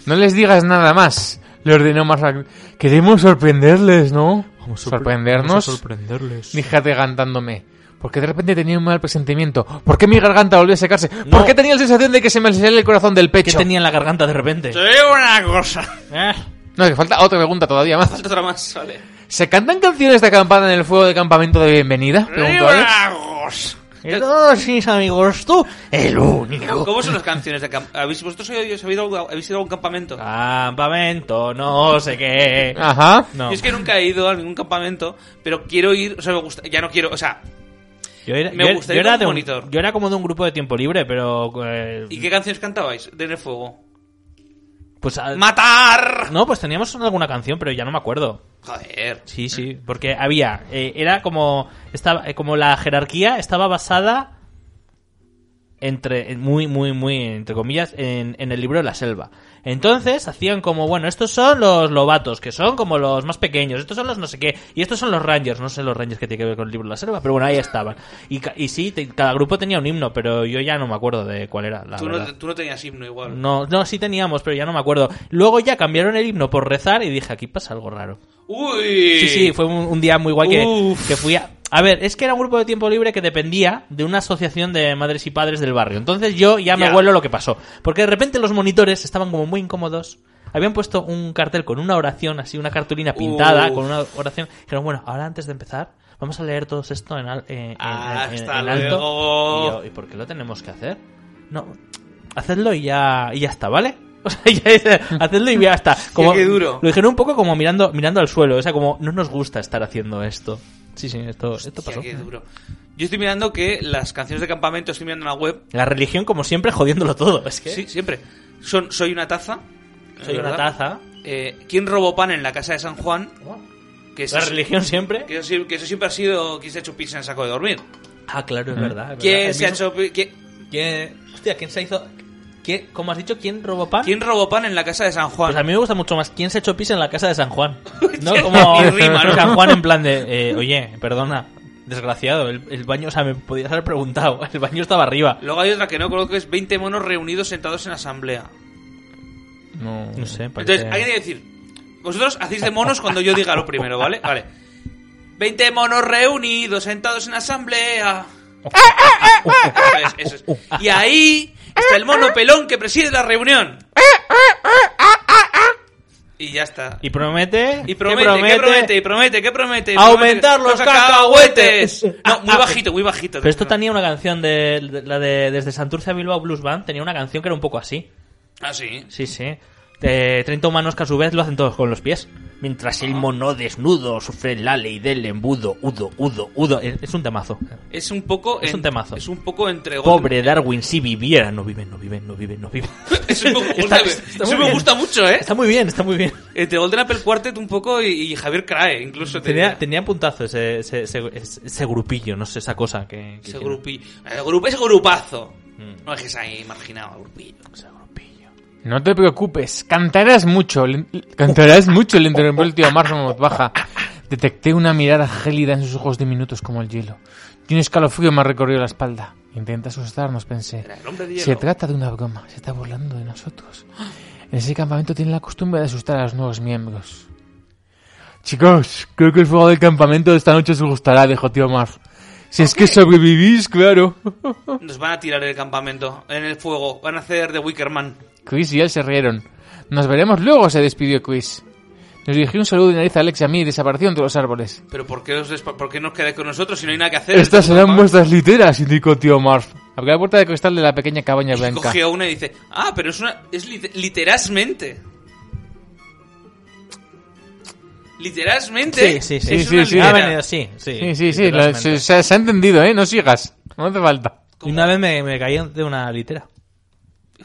No les digas nada más. Le ordenó Marshall. Queremos sorprenderles, ¿no? Sorprendernos. sorprenderles. Díjate cantándome. Porque de repente tenía un mal presentimiento. ¿Por qué mi garganta volvió a secarse? No. ¿Por qué tenía la sensación de que se me salía el corazón del ¿Qué pecho? tenía en la garganta de repente? Te digo una cosa. Ah, No, que falta otra pregunta todavía más. Falta otra más, vale. ¿Se cantan canciones de campana en el fuego de campamento de bienvenida? Te digo Preguntó Alex. una cosa. y ¿eh? todos mis amigos, tú, el único. ¿Cómo son las canciones de camp- ¿Habéis, ¿Vosotros habéis, habéis ido a- habéis ido a un campamento? Ah, Campamento, no sé qué. Ajá. No. Yo es que nunca he ido a ningún campamento, pero quiero ir, o sea, me gusta, ya no quiero, o sea, Yo era, Me yo- gustaría yo era un de un- monitor. yo era como de un grupo de tiempo libre, pero. eh, ¿y qué canciones cantabais? De En el fuego. pues, ah, ¡Matar! no, pues teníamos alguna canción, pero ya no me acuerdo. Joder. Sí, sí, porque había. eh, era como. Estaba, eh, como la jerarquía estaba basada. Entre. en- Muy, muy, muy. Entre comillas. En, en el libro de la selva. Entonces hacían como. Bueno, estos son los lobatos. Que son como los más pequeños. Estos son los no sé qué. Y estos son los rangers. No sé los rangers que tiene que ver con el libro de la selva. Pero bueno, ahí estaban. Y, ca- y sí, te- cada grupo tenía un himno. Pero yo ya no me acuerdo de cuál era. La Tú verdad. no, tú no tenías himno igual. No, no, sí teníamos, pero ya no me acuerdo. Luego ya cambiaron el himno por rezar y dije, aquí pasa algo raro. ¡Uy! Sí, sí, fue un, un día muy guay que, Uf. que fui a... A ver, es que era un grupo de tiempo libre que dependía de una asociación de madres y padres del barrio. Entonces yo ya me Ya. vuelo lo que pasó. Porque de repente los monitores estaban como muy incómodos. Habían puesto un cartel con una oración, así, una cartulina pintada Uf. con una oración. Dijeron, bueno, ahora antes de empezar, vamos a leer todo esto en, al- eh, en- en- Ah, Hasta en- en alto. luego. Y yo, ¿y por qué lo tenemos que hacer? No, hacedlo y ya, y ya está, ¿vale? O sea, ya- hacedlo y ya está. Como, qué duro. Lo dijeron un poco como mirando, mirando al suelo, o sea, como no nos gusta estar haciendo esto. Sí, sí, esto, esto Hostia, pasó. qué duro. Yo estoy mirando que las canciones de campamento, estoy mirando en la web, La religión, como siempre, jodiéndolo todo. Es que Sí, siempre. Son Soy una taza. soy de una verdad. taza. Eh, ¿Quién robó pan en la casa de San Juan? Que eso, La religión siempre. que eso, que eso siempre ha sido quién se ha hecho pizza en el saco de dormir. Ah, claro, es verdad. es verdad. ¿Quién El se ha mismo- hecho pi- quién- ¿Quién- Hostia, ¿quién se hizo? ¿Quién, ¿Cómo has dicho? ¿Quién robó pan? ¿Quién robó pan en la casa de San Juan? Pues a mí me gusta mucho más quién se ha hecho pis en la casa de San Juan. No Sí, como y rima, ¿no? San Juan en plan de, eh, oye, perdona, desgraciado, el, el baño, o sea, me podías haber preguntado, el baño estaba arriba. Luego hay otra que no conozco que es 20 monos reunidos sentados en asamblea. No. No sé, parece... Entonces, hay que decir, vosotros hacéis de monos cuando yo diga lo primero, ¿vale? Vale. 20 monos reunidos sentados en asamblea. Pues Eso es, eso es. Y ahí está el mono pelón que preside la reunión. Y ya está. Y promete... que Y promete, que promete, y promete, que promete. y Aumentar promete los cacahuetes. Ah, No, muy bajito, muy bajito. Pero esto tenía una canción de, de- la de desde Santurce a Bilbao Blues Band, tenía una canción que era un poco así. Ah, sí. Sí, sí. De 30 humanos que a su vez lo hacen todos con los pies. Mientras Ah. el mono desnudo sufre la ley del embudo, udo, udo, udo. Es es un temazo. Es un poco. Es un temazo. Es un poco entre. Pobre Darwin, si viviera, no vive, no vive, no vive, no vive. Eso me gusta, Está- me- está eso muy me bien. gusta mucho, ¿eh? Está muy bien, está muy bien. Entre Golden Apple Quartet un poco y, y Javier Crae, incluso. te Tenía, diría. tenía puntazo ese, ese, ese- ese grupillo, no sé, esa cosa que... que ese, tiene. Mm. grupi, el grup- ese grupazo. No dejes ahí marginado al grupillo. Ese grupillo. No te preocupes, cantarás mucho, le- cantarás mucho, le interrumpió el tío Marzo en voz baja. Detecté una mirada gélida en sus ojos diminutos como el hielo. Y un escalofrío me recorrió la espalda. Intenta asustarnos, pensé. Era el hombre de Se hielo. trata de una broma, se está burlando de nosotros. En ese campamento tienen la costumbre de asustar a los nuevos miembros. Chicos, creo que el fuego del campamento de esta noche os gustará, dijo tío Marzo. Si es que sobrevivís, claro. Nos van a tirar el campamento, en el fuego. Van a hacer de Wickerman. Chris y él se rieron. Nos veremos luego, se despidió Chris. Nos dirigió un saludo de nariz a Alex y a mí y desapareció entre los árboles. Pero ¿por qué, os, despa- ¿por qué nos quedáis con nosotros si no hay nada que hacer? Estas Entonces, serán papá, vuestras literas, indicó tío Marf. Abrió la puerta de cristal de la pequeña cabaña y blanca. Cogió una y dice, ah, pero es una... Es lit- literalmente. Literalmente. Sí, sí, sí. es Sí, sí, una sí. litera. Ha venido, sí, sí. Sí, sí, sí, la- literalmente. se, se- se ha entendido, ¿eh? No sigas. No hace falta. Una vez me, me caí de una litera.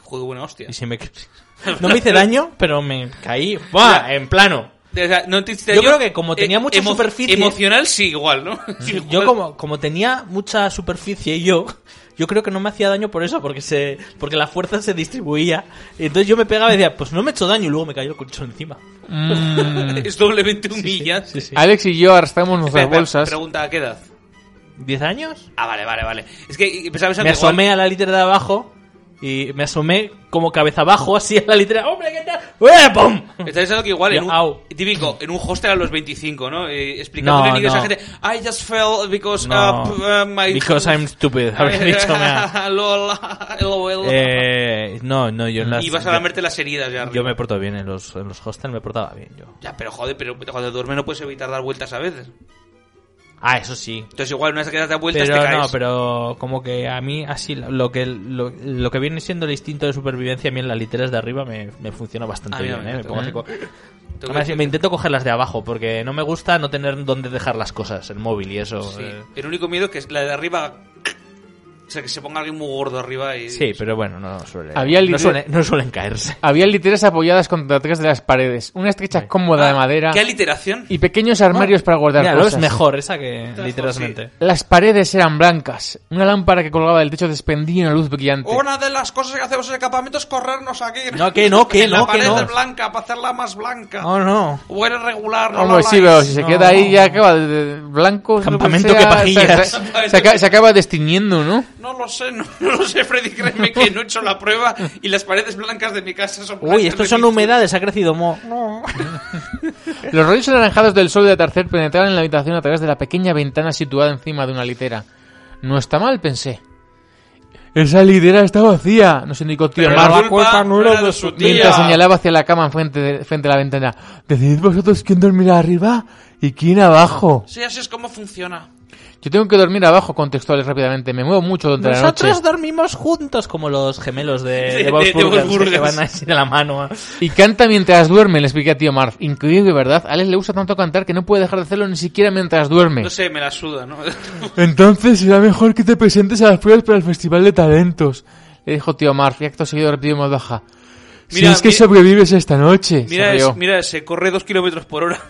Juego buena hostia. Y se me... No me hice daño, pero me caí. ¡Buah! En plano. O sea, no te hice Yo daño. creo que como tenía mucha superficie- Emocional sí, igual, ¿no? Sí, Yo igual. como, como tenía mucha superficie yo, yo creo que no me hacía daño por eso, porque se porque la fuerza se distribuía. Y entonces yo me pegaba y decía, pues no me he hecho daño y luego me cayó el colchón encima. Mm. Es doblemente humillante. Sí, sí. Alex y yo arrastramos nuestras Espera, espera, bolsas. Pregunta, ¿a qué edad? ¿Diez años? Ah, vale, vale, vale. Es que pensaba Me asomé a la litera de abajo y me asomé como cabeza abajo así a la litera. ¡Hombre, qué tal! ¡Ué, pum! Está pensando que igual en Yo, un, au. típico, en un hostel a los 25, ¿no? Eh, explicándole No, en inglés a no. gente, I just fell because No, uh, p- uh, my... because I'm stupid, habría dicho, mea. Lol, lol. Eh, no, no, yo en las... y vas a lamerte las heridas ya Yo arriba. me porto bien en los, en los hostels, me portaba bien yo. Ya, pero joder, pero cuando duermes no puedes evitar dar vueltas a veces. Ah, eso sí, Entonces igual una vez que das la vueltas pero te caes. no, pero como que a mí así lo que lo, lo que viene siendo el instinto de supervivencia a mí en las literas de arriba me, me funciona bastante A mí no bien, me ¿eh? Me, encanta. pongo así co- Tengo que Además, decir- me intento coger las de abajo porque no me gusta no tener dónde dejar las cosas, el móvil y eso. Sí. eh. El único miedo es que la de arriba... O sea, que se ponga alguien muy gordo arriba y... Sí, pero bueno, no suele, Había no, libre- suele- no suelen caerse. Había literas apoyadas contra tres de las paredes, una estrecha cómoda de madera Ah, ¿Qué aliteración? y pequeños armarios para guardar Mira, lo cosas. es mejor esa que Mejor, literalmente. Las paredes eran blancas. Una lámpara que colgaba del techo despendía una luz brillante. Una de las cosas que hacemos en el campamento es corrernos aquí. No, que no, que En la no, que pared no. de blanca para hacerla más blanca. Oh, no. O eres regular, no Hombre, lo sí, pero habláis. si se no, queda ahí no. ya acaba de- de blanco. lo Campamento sea, que pajillas. Se, se- se acaba, se acaba destiñendo, ¿no? No lo sé, no, no lo sé, Freddy, créeme que no he hecho la prueba y las paredes blancas de mi casa son blancas Uy, estos de son mi- humedades, ha crecido mo. Los rayos anaranjados del sol de atardecer penetraban en la habitación a través de la pequeña ventana situada encima de una litera. No está mal, pensé. Esa litera está vacía, nos indicó tío Pero Mark. la culpa no era de su tía. Mientras señalaba hacia la cama frente, de- frente a la ventana. Decidid vosotros quién dormirá arriba y quién abajo. Sí, así es como funciona. Yo tengo que dormir abajo, contextuales rápidamente. Me muevo mucho durante la noche. Nosotros dormimos juntos como los gemelos de, De- de, Bob's de- de Burgers, Bob's que Burgers. van así de la mano. Y canta mientras duerme, le expliqué a tío Marf. Increíble, ¿verdad? A Alex le gusta tanto cantar que no puede dejar de hacerlo ni siquiera mientras duerme. No sé, me la suda, ¿no? Entonces será mejor que te presentes a las pruebas para el Festival de Talentos, le dijo tío Marf, y acto seguido repitió en voz baja. si Mira, es que mira- sobrevives esta noche, se Mira, rió. es- mira ese, corre dos kilómetros por hora.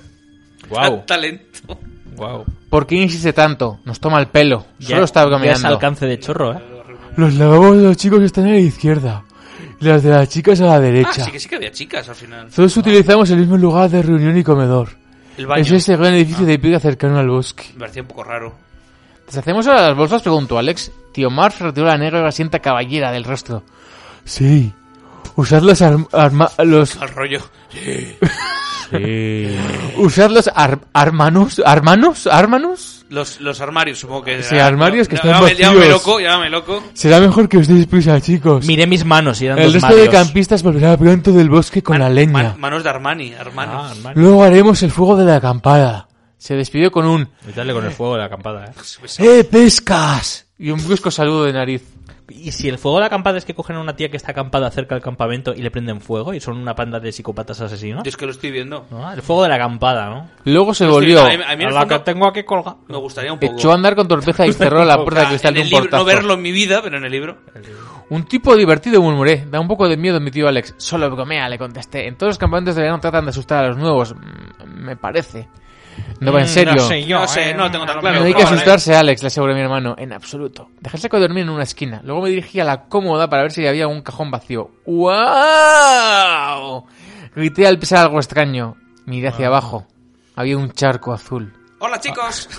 Guau. Talento. Wow. ¿Por qué insiste tanto? Nos toma el pelo. Solo estaba es bromeando. alcance de chorro, ¿eh? Los lavabos de los chicos están a la izquierda y las de las chicas a la Ah, derecha. sí que sí que había chicas al final. Todos utilizamos el mismo lugar de reunión y comedor. El Es baño. este gran edificio de piedra cercano al bosque. Me parecía un poco raro. ¿Deshacemos Pues ahora las bolsas? Preguntó Alex. Tío Marf retiró la negra y asienta caballera del rostro. Sí. Usad los, arm- arma- los, Al rollo. Sí. usad los ar- armanos, armanos, armanos. Los, los armarios, supongo que. Sí, armarios que están llámame, llámame vacíos. loco, llámame loco. Será mejor que os deis prisa, chicos. Miré mis manos y eran El dos este resto de Marios. campistas volverá pronto del bosque con la leña. Man- manos de Armani, Ah, hermanos. hermano. Luego haremos el fuego de la acampada. Se despidió con un Y dale con el fuego de la acampada, ¿eh? Pues ¡Eh, pescas! y un brusco saludo de nariz. Y si el fuego de la acampada es que cogen a una tía que está acampada cerca del campamento y le prenden fuego y son una panda de psicópatas asesinos. Yo es que lo estoy viendo. ¿no? El fuego de la acampada, ¿no? Luego se Estoy- volvió, a mí- a mí en el fondo tengo aquí colga. me gustaría un poco. echó a andar con torpeza y cerró la puerta de Ah, cristal en de el un libro, no portazo. verlo en mi vida, pero en el libro. Un tipo divertido, murmuré. Da un poco de miedo, mi tío Alex. Solo bromea, le contesté. En todos los campamentos de verano tratan de asustar a los nuevos. Mm, me parece. No va en Mm, serio. No sé yo. No sé, eh. no lo tengo tan claro. no hay que Ahora, asustarse, Alex, le aseguró mi hermano, en absoluto. Dejé el saco de dormir en una esquina. Luego me dirigí a la cómoda para ver si había un cajón vacío. ¡Wow! Grité al pisar algo extraño. Miré hacia abajo. Había un charco azul. eh, Hola, chicos.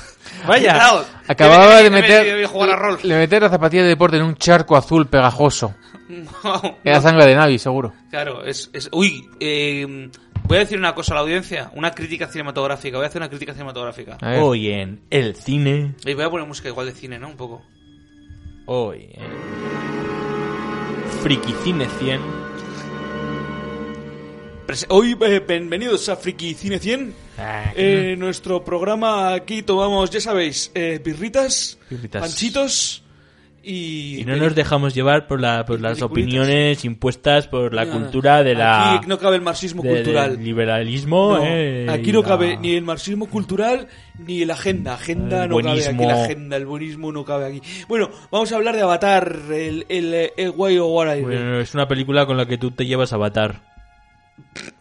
Vaya. Cuidado. Acababa Que de me- que me- que me- meter, que jugar a rol. le meter la zapatilla de deporte en un charco azul pegajoso. No, Era no, sangre de Navi, seguro. Claro, es. es- uy, eh, voy a decir una cosa a la audiencia. Una crítica cinematográfica. Voy a hacer una crítica cinematográfica. A ver. Oh, Hoy en el cine. Y voy a poner música igual de cine, ¿no? Un poco. Hoy en. Frikicine 100. Prese- Hoy eh, bienvenidos a Friki Cine 100. Eh, nuestro programa aquí tomamos, ya sabéis, eh, birritas, Birritas. panchitos y... Y no nos dejamos llevar por, la, por las opiniones impuestas por la No, no. cultura de la. Aquí no cabe el marxismo de- del cultural. liberalismo. No, eh, aquí y no la- cabe ni el marxismo cultural ni el agenda. Agenda El no cabe aquí, buenismo. la agenda, el buenismo no cabe aquí. Bueno, vamos a hablar de Avatar, el, el, el Way of Water. Bueno, es una película con la que tú te llevas a Avatar.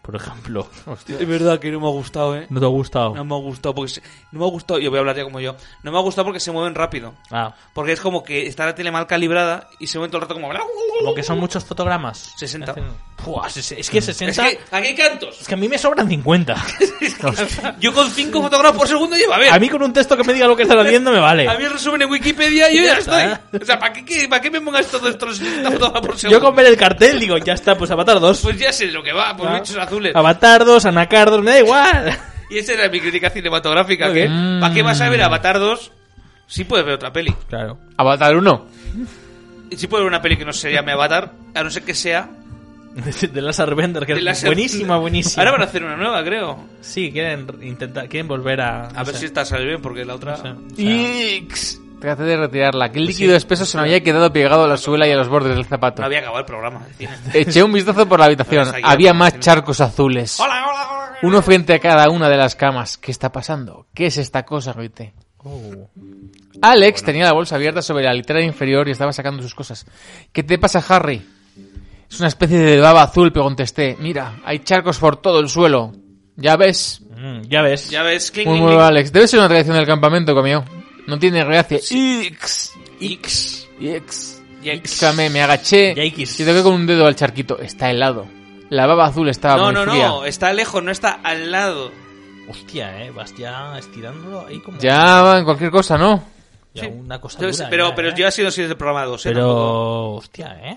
Por ejemplo. Es verdad que no me ha gustado, ¿eh? ¿No te ha gustado? No me ha gustado porque... se- No me ha gustado, yo voy a hablar ya como yo. No me ha gustado porque se mueven rápido. Ah, Porque es como que está la tele mal calibrada y se mueven todo el rato como. Como que son muchos fotogramas. 60. Hacen- Buah, es, es que 60. Es que aquí hay cantos. a mí me sobran 50. Yo con 5 fotogramas por segundo llevo a ver. Ah. A mí con un texto que me diga lo que está leyendo me A vale. mí el resumen en Wikipedia y yo ya estoy. O sea, ¿para qué, qué- para qué me pongas todos estos esta fotogramas por segundo? Yo con ver el cartel digo, ya está, pues Avatar 2. Pues ya sé lo que va, por bichos azules. Ah, Avatar 2, Anacar 2, me da igual. Y esa era mi crítica cinematográfica. que bien. ¿Para qué vas a ver Mm. Avatar 2 si puedes ver otra peli? Claro. Avatar 1. Y si puedes ver una peli que no se llame Avatar, a no ser que sea... De las Arbender, que de es la- buenísima, buenísima. Ahora van a hacer una nueva, creo. Sí, quieren intentar, quieren volver a. A ver si esta sale bien, porque la otra... Ix. Traté de retirarla. Aquel líquido espeso se me había quedado pegado a la suela y a los bordes del zapato. No había acabado el programa. es decir. Eché un vistazo por la habitación. Pero está Había guiado, más sí. charcos azules. Hola, hola, hola. Uno frente a cada una de las camas. ¿Qué está pasando? ¿Qué es esta cosa? grité. Alex tenía la bolsa abierta sobre la litera inferior y estaba sacando sus cosas. ¿Qué te pasa, Harry? Es una especie de baba azul, pero contesté. Mira, hay charcos por todo el suelo. Ya ves. Mm, ya ves. Ya ves, clink, Muy clink, bueno, Alex. Debe ser una tradición del campamento, comió. No tiene gracia. Ix. clink. Ix. Ix. Yikes. Xame, me agaché Yikes. y toqué con un dedo al charquito. Está helado. La baba azul estaba No, muy no, fría. no. Está lejos, no está al lado. Hostia, eh. Vas ya estirándolo ahí como. Ya va en cualquier cosa, ¿no? ya Sí. una cosa. Entonces, dura, pero, ya, pero eh. yo ha sido sin el programa 2, ¿eh? Tampoco- Pero. Hostia, eh.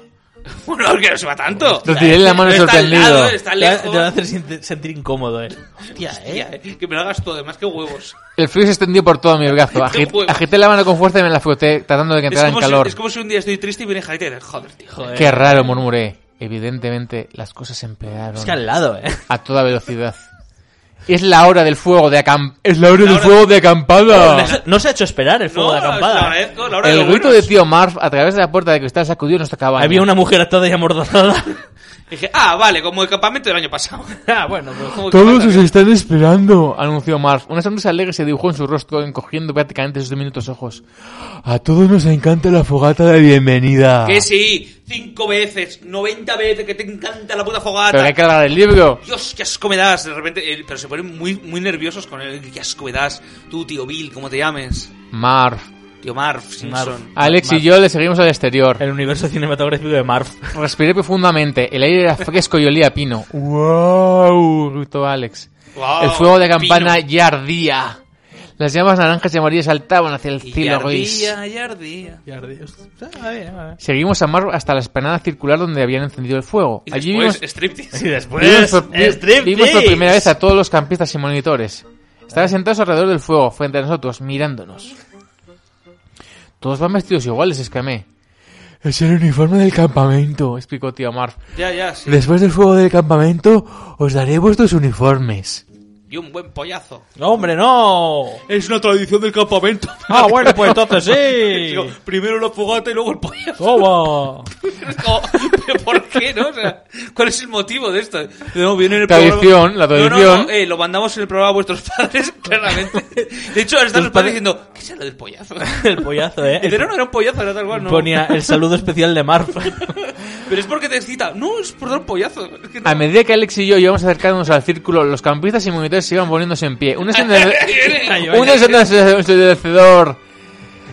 Bueno, que no se va tanto. Lo tiré en la mano Pero está al sorprendido. lado, está Te va- Te lejos. va a hacer sin- sentir incómodo, eh. Hostia, Tía, eh. eh, Que me lo hagas todo, además que huevos. El frío se extendió por todo mi brazo. Agi- Qué huevo. agité la mano con fuerza y me la froté tratando de que Es entrara en como, calor. Si, es como si un día estoy triste y viene Javier y te dice, joder, tío. Joder. Qué raro, murmuré. Evidentemente, las cosas empeoraron Es que al lado, eh. a toda velocidad. Es la hora del fuego de acamp... ¡Es la hora La del hora- fuego de acampada! No se ha hecho esperar el fuego No, de eh. os lo acampada. agradezco, la hora de El los grito de buenos. tío Marf a través de la puerta de cristal sacudió nuestra cabaña. Había una mujer atada y amordazada. Dije, ah, vale, como el campamento del año pasado. ah, bueno, pues. Como que Todos falta os que- están esperando, anunció Marf. Una sonrisa alegre se dibujó en su rostro, encogiendo prácticamente sus diminutos ojos. A todos nos encanta la fogata de bienvenida. Que sí, cinco veces, 90 veces, que te encanta la puta fogata. Pero que hay que agarrar el libro. Dios, qué asco me das. De repente, eh, pero se ponen muy, muy nerviosos con el qué asco me das. Tú, tío Bill, ¿cómo te llames? Marf. Tío Marf, Simpson. Alex y yo le seguimos al exterior. El universo cinematográfico de Marv. Respiré profundamente. El aire era fresco y olía a pino. ¡Wow! gritó Alex. Guau, el fuego de campana pino. ya ardía. Las llamas naranjas y amarillas saltaban hacia el Y cielo gris. ardía, y ardía. Seguimos a Marv hasta la esplanada circular donde habían encendido el fuego. Y Allí después, vimos striptease. Y después. Vimos por, vi- striptease. vimos por primera vez a todos los campistas y monitores. Estaban sentados alrededor del fuego, frente a nosotros, mirándonos. Todos van vestidos iguales, escamé. Es el uniforme del campamento, explicó tío Marf. Ya, ya, sí. Después del fuego del campamento, os daré vuestros uniformes. Y un buen pollazo. ¡No, hombre, no! Es una tradición del campamento. Ah, bueno, pues entonces sí. Digo, primero la fogata y luego el pollazo. ¿Cómo? Es como, ¿pero ¿por qué, no? O sea, ¿cuál es el motivo de esto? No, viene en el Tradición, programa- la No, no, tradición. no, eh, lo mandamos en el programa a vuestros padres, claramente. De hecho, están los padres diciendo, ¿qué es lo del pollazo? El pollazo, eh. Pero no era un pollazo, era tal cual, ¿no? Ponía el saludo especial de Marv. Pero es porque te excita. No, es por dar pollazo. Es que no. A medida que Alex y yo íbamos acercándonos al círculo, los campistas y monitores se iban poniéndose en pie. Uno Ahí ensende- va, uno ya. ensendecedor.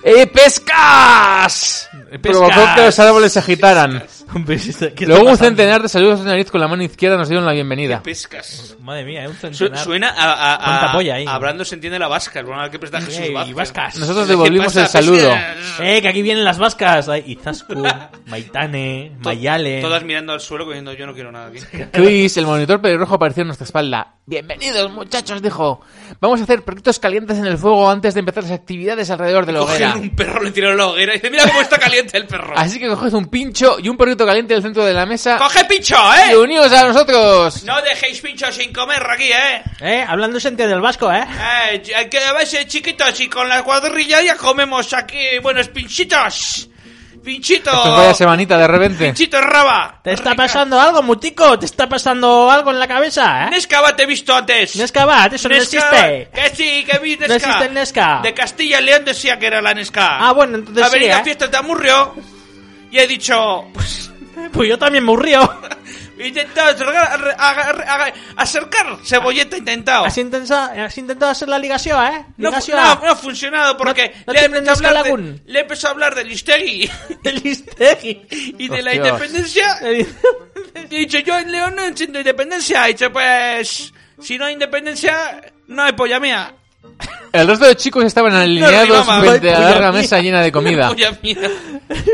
¡Eh, pescas! Provocó que los árboles se agitaran. ¿Ves? Está- ¿qué está Luego un pasando? centenar de saludos de nariz con la mano izquierda nos dieron la bienvenida. Pescas. Madre mía, es un Su- centenar. suena a, a, a- Cuánta polla ahí. Hablando se entiende la vasca. El bueno, que prestar Jesús Ey, Vázquez. vascas. Nosotros ¿Qué devolvimos pasa, el saludo. pescas? ¡Eh, que aquí vienen las vascas! Ay, Izaskun, Maitane, To- Mayale. Todas mirando al suelo diciendo yo no quiero nada aquí. Chris, el monitor pelirrojo, apareció en nuestra espalda. Bienvenidos, muchachos, dijo. Vamos a hacer perritos calientes en el fuego antes de empezar las actividades alrededor de la hoguera. Cogieron un perro, le tiraron a la hoguera y dice mira cómo está caliente el perro. Así que coged un pincho y un perrito caliente del centro de la mesa ¡Coge pincho, y eh! uníos a nosotros. No dejéis pincho sin comer aquí, eh. Eh, hablando gente del vasco, eh. Eh, ch- hay que a veces chiquitos y con la cuadrilla ya comemos aquí buenos pinchitos. Pinchito. Pues vaya semanita de repente. Pinchito raba. ¿Te está pasando algo, mutico? ¿Te está pasando algo en la cabeza, eh? Nescaba te he visto antes. Nesca, va, eso no Nesca, existe. Que sí, que vi Nesca. No existe el Nesca. De Castilla y León decía que era la Nesca. Ah, bueno, entonces Ha sí, venido a ¿eh? fiestas de Amurrio y he dicho... Pues, Pues yo también me río. intentado acercar, arre- agar- agar- acercar cebolleta intentado. Has intentado, has intentado hacer la ligación, eh. No, fu- Ligación. no, no ha funcionado porque no le, te he empezado aprendes a hablar de, Calagún. le he empezado a hablar de Listegui El Istegui. y de la Hostias. independencia. Y he dicho, yo en León no entiendo independencia. Y he dicho, pues, si no hay independencia, no hay polla mía. El resto de chicos estaban alineados rimaba. frente a la Ay, larga puya mesa llena de comida. Polla mía.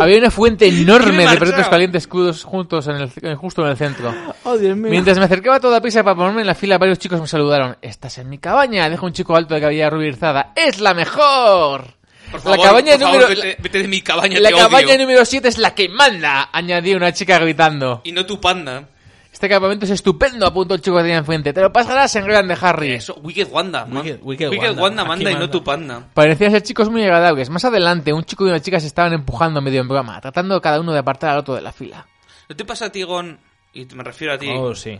Había una fuente enorme de marchaba. perritos calientes crudos juntos en el, eh, justo en el centro. Oh, Dios mío. Mientras me acercaba a toda prisa para ponerme en la fila, varios chicos me saludaron. Estás en mi cabaña, dijo un chico alto de cabellera rubia izada. ¡Es la mejor! Por favor, la cabaña por favor, número vete, vete de mi cabaña, la te cabaña odio. número 7 es la que manda, añadió una chica gritando. Y no tu panda. Este campamento es estupendo, apuntó el chico que tenía enfrente. Te lo pasarás en grande, Harry. Eso, Wicked Wanda. man. Wicked- Wicked Wanda, Wanda. manda Aquí y no manda. tu panda. Parecían ser chicos muy agradables. Más adelante, un chico y una chica se estaban empujando medio en broma, tratando cada uno de apartar al otro de la fila. ¿No te pasa a ti, Gon? Y me refiero a ti. Oh, sí.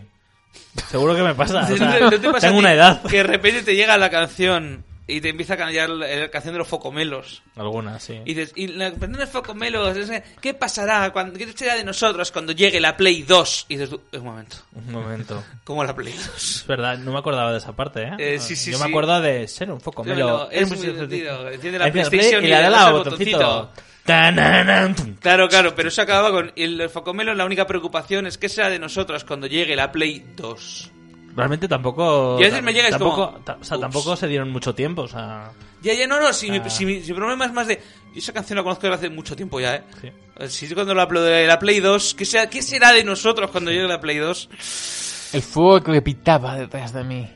Seguro que me pasa. o sea, ¿No te pasa a tengo ti una edad. Que de repente te llega la canción y te empieza a cambiar la, la canción de los focomelos. Alguna, sí. Y dices, y la canción de los focomelos, es que, ¿qué pasará? Cuando, ¿Qué será de nosotros cuando llegue la Play 2? Y dices, tú, un momento, Un momento. ¿cómo la Play 2? Es verdad, no me acordaba de esa parte, ¿eh? Eh, sí, sí, Yo sí. me acuerdo de ser un foco melo. Es muy divertido. Enciende la PlayStation y le le da das al botoncito. botoncito. Tananan, pum. Claro, claro, pero eso acababa con... y El focomelo, la única preocupación es qué será de nosotros cuando llegue la Play 2. Realmente tampoco. Y a veces me llega y es tampoco, como, ta- o sea, ups. tampoco se dieron mucho tiempo, o sea. Ya, ya, no, no, si, Ah. mi, si mi- si mi problema es más de... yo Esa canción la conozco desde hace mucho tiempo ya, ¿eh? Sí. Eh, Si es cuando la, de la Play 2, ¿qué será, ¿qué será de nosotros cuando llegue la Play 2? El fuego que crepitaba detrás de mí.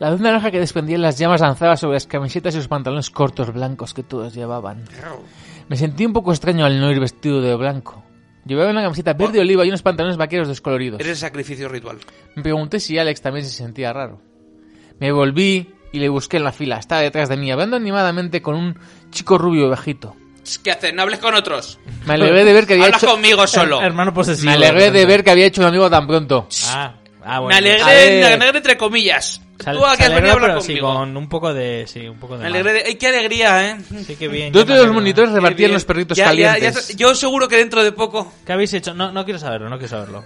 La luz naranja que desprendía las llamas lanzaba sobre las camisetas y los pantalones cortos blancos que todos llevaban. Me sentí un poco extraño al no ir vestido de blanco. Llevaba una camiseta verde oliva y unos pantalones vaqueros descoloridos. Eres el sacrificio ritual. Me pregunté si Alex también se sentía raro. Me volví y le busqué en la fila. Estaba detrás de mí, hablando animadamente con un chico rubio y bajito. Tss, ¿Qué haces? No hables con otros. Me alegré de ver que había Hablas hecho... conmigo solo. Hermano posesivo. Me alegré de ver que había hecho un amigo tan pronto. Ah, ah, bueno. Me A alegré, ver. me alegré entre comillas. Se ale- Tú aquí se has venido alegró, a hablar pero sí, conmigo. con un poco de. Sí, un poco de. Me mal. alegré de... ¡Ay, qué alegría, eh! Sí, qué bien. Dos qué de los mal, monitores qué Qué repartían bien. los perritos Ya, ya, ya, calientes. yo seguro que dentro de poco... bien. ¿Qué habéis hecho? No, no quiero saberlo, no quiero saberlo.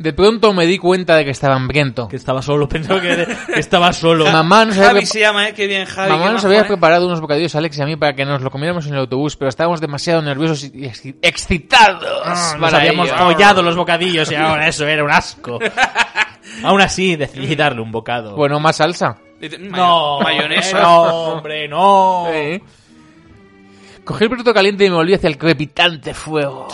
De pronto me di cuenta de que estaba hambriento. Que estaba solo, pensaba que, que estaba solo. Mamá nos había, Javi prepa- se llama, ¿eh? Qué bien, Javi. Mamá qué nos majón, había ¿eh? preparado unos bocadillos a Alex y a mí para que nos lo comiéramos en el autobús, pero estábamos demasiado nerviosos y exci- excitados. Ah, Nos para habíamos ello. follado los bocadillos y ahora eso era un asco. Aún así, decidí darle un bocado. Bueno, más salsa. eh. Dice, "Mayo- no, Mayonesa. No, hombre, no. Eh. Cogí el perrito caliente y me volví hacia el crepitante fuego.